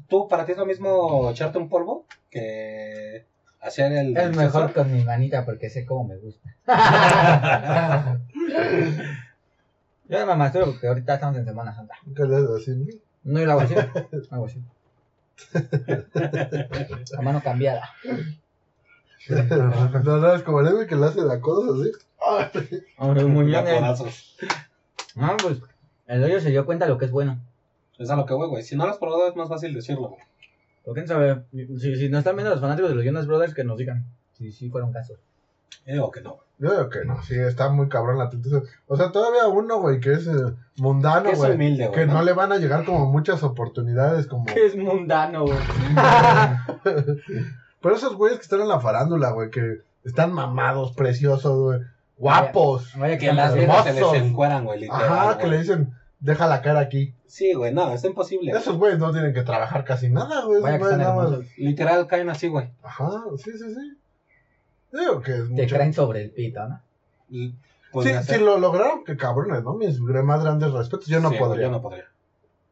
[SPEAKER 2] Tú, para ti es lo mismo echarte un polvo que hacer el.
[SPEAKER 3] Es mejor con mi manita porque sé cómo me gusta. Yo me masturbo porque ahorita estamos en Semana Santa.
[SPEAKER 1] ¿Qué le vas a decir?
[SPEAKER 3] No, yo lo hago así. Hago así. La mano cambiada.
[SPEAKER 1] No, no, es como el Edwin que le hace la cosa así.
[SPEAKER 2] Taconazos.
[SPEAKER 3] No, pues el hoyo se dio cuenta de lo que es bueno.
[SPEAKER 2] Es a lo que voy, güey. Si no lo has probado es más fácil decirlo, güey.
[SPEAKER 3] Pero quién sabe, si, si no están viendo los fanáticos de los Jonas Brothers, que nos digan si sí fueron casos.
[SPEAKER 2] Yo digo Eh, que no.
[SPEAKER 1] Yo digo que no, sí, está muy cabrón la tristeza. O sea, todavía uno, güey, que es eh, mundano,
[SPEAKER 2] Que es
[SPEAKER 1] güey.
[SPEAKER 2] humilde, güey.
[SPEAKER 1] Que no
[SPEAKER 2] ¿no?
[SPEAKER 1] le van a llegar como muchas oportunidades, como...
[SPEAKER 3] Que es mundano, güey.
[SPEAKER 1] Pero esos güeyes que están en la farándula, güey, que están mamados, preciosos, güey. Guapos.
[SPEAKER 3] Vaya
[SPEAKER 2] Que las
[SPEAKER 1] viejas
[SPEAKER 2] viejas se les
[SPEAKER 1] Hermosos.
[SPEAKER 2] encueran, güey, literal.
[SPEAKER 1] Ajá,
[SPEAKER 2] güey.
[SPEAKER 1] que le dicen, deja la cara aquí.
[SPEAKER 2] Sí, güey, no, es imposible. güey.
[SPEAKER 1] Esos güeyes no tienen que trabajar casi nada, güey.
[SPEAKER 3] Vaya
[SPEAKER 1] Esos güeyes
[SPEAKER 3] que están
[SPEAKER 1] nada más-
[SPEAKER 3] hermosos.
[SPEAKER 2] Literal caen así, güey.
[SPEAKER 1] Ajá, sí, sí, sí. Digo que es
[SPEAKER 3] Te Pues,
[SPEAKER 1] mucho.
[SPEAKER 3] creen sobre el pito, ¿no?
[SPEAKER 2] Y
[SPEAKER 1] Sí,
[SPEAKER 2] podría
[SPEAKER 1] si
[SPEAKER 2] ser.
[SPEAKER 1] lo lograron, que cabrones, ¿no? Mis más grandes respetos. Yo no
[SPEAKER 2] Sí, güey,
[SPEAKER 1] podría.
[SPEAKER 2] Yo no podría.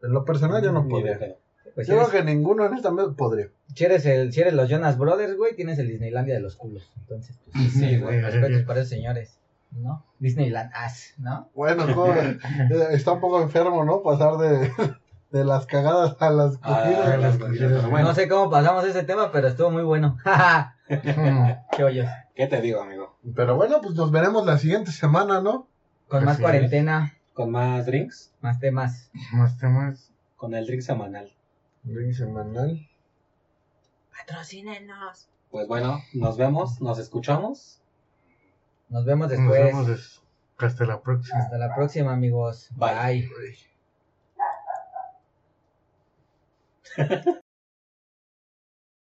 [SPEAKER 1] En lo personal, yo no
[SPEAKER 2] Ni de
[SPEAKER 1] podría.
[SPEAKER 2] pedo.
[SPEAKER 3] Pues si
[SPEAKER 1] yo creo
[SPEAKER 3] eres,
[SPEAKER 1] que ninguno en esta mesa podría.
[SPEAKER 3] si eres el, si eres los Jonas Brothers, güey, tienes el Disneylandia de los culos. Entonces, pues,
[SPEAKER 2] Sí, güey.
[SPEAKER 3] respetos para esos señores, ¿no? Disneyland as, ¿no?
[SPEAKER 1] Bueno, joven, eh, está un poco enfermo, ¿no? Pasar de, de las cagadas a las
[SPEAKER 2] Ah,
[SPEAKER 1] cogidas.
[SPEAKER 2] las
[SPEAKER 4] Bueno,
[SPEAKER 2] cogidas, pero
[SPEAKER 3] No
[SPEAKER 2] Bueno,
[SPEAKER 3] sé cómo pasamos ese tema, pero estuvo muy bueno. ¡Ja, ja! ¡Qué hoyos!
[SPEAKER 2] ¿qué te digo, amigo?
[SPEAKER 1] Pero bueno, pues nos veremos la siguiente semana, ¿no?
[SPEAKER 3] Con más
[SPEAKER 4] Así es.
[SPEAKER 3] cuarentena,
[SPEAKER 2] ¿Con más drinks?
[SPEAKER 3] más temas.
[SPEAKER 4] Más temas.
[SPEAKER 2] Con el drink semanal.
[SPEAKER 1] Ring semanal.
[SPEAKER 3] Patrocínenos.
[SPEAKER 2] Pues bueno, nos vemos, nos escuchamos.
[SPEAKER 3] Nos vemos
[SPEAKER 4] Nos
[SPEAKER 3] después.
[SPEAKER 4] vemos des- hasta la próxima.
[SPEAKER 3] Hasta la próxima, amigos.
[SPEAKER 2] Bye.
[SPEAKER 3] Bye.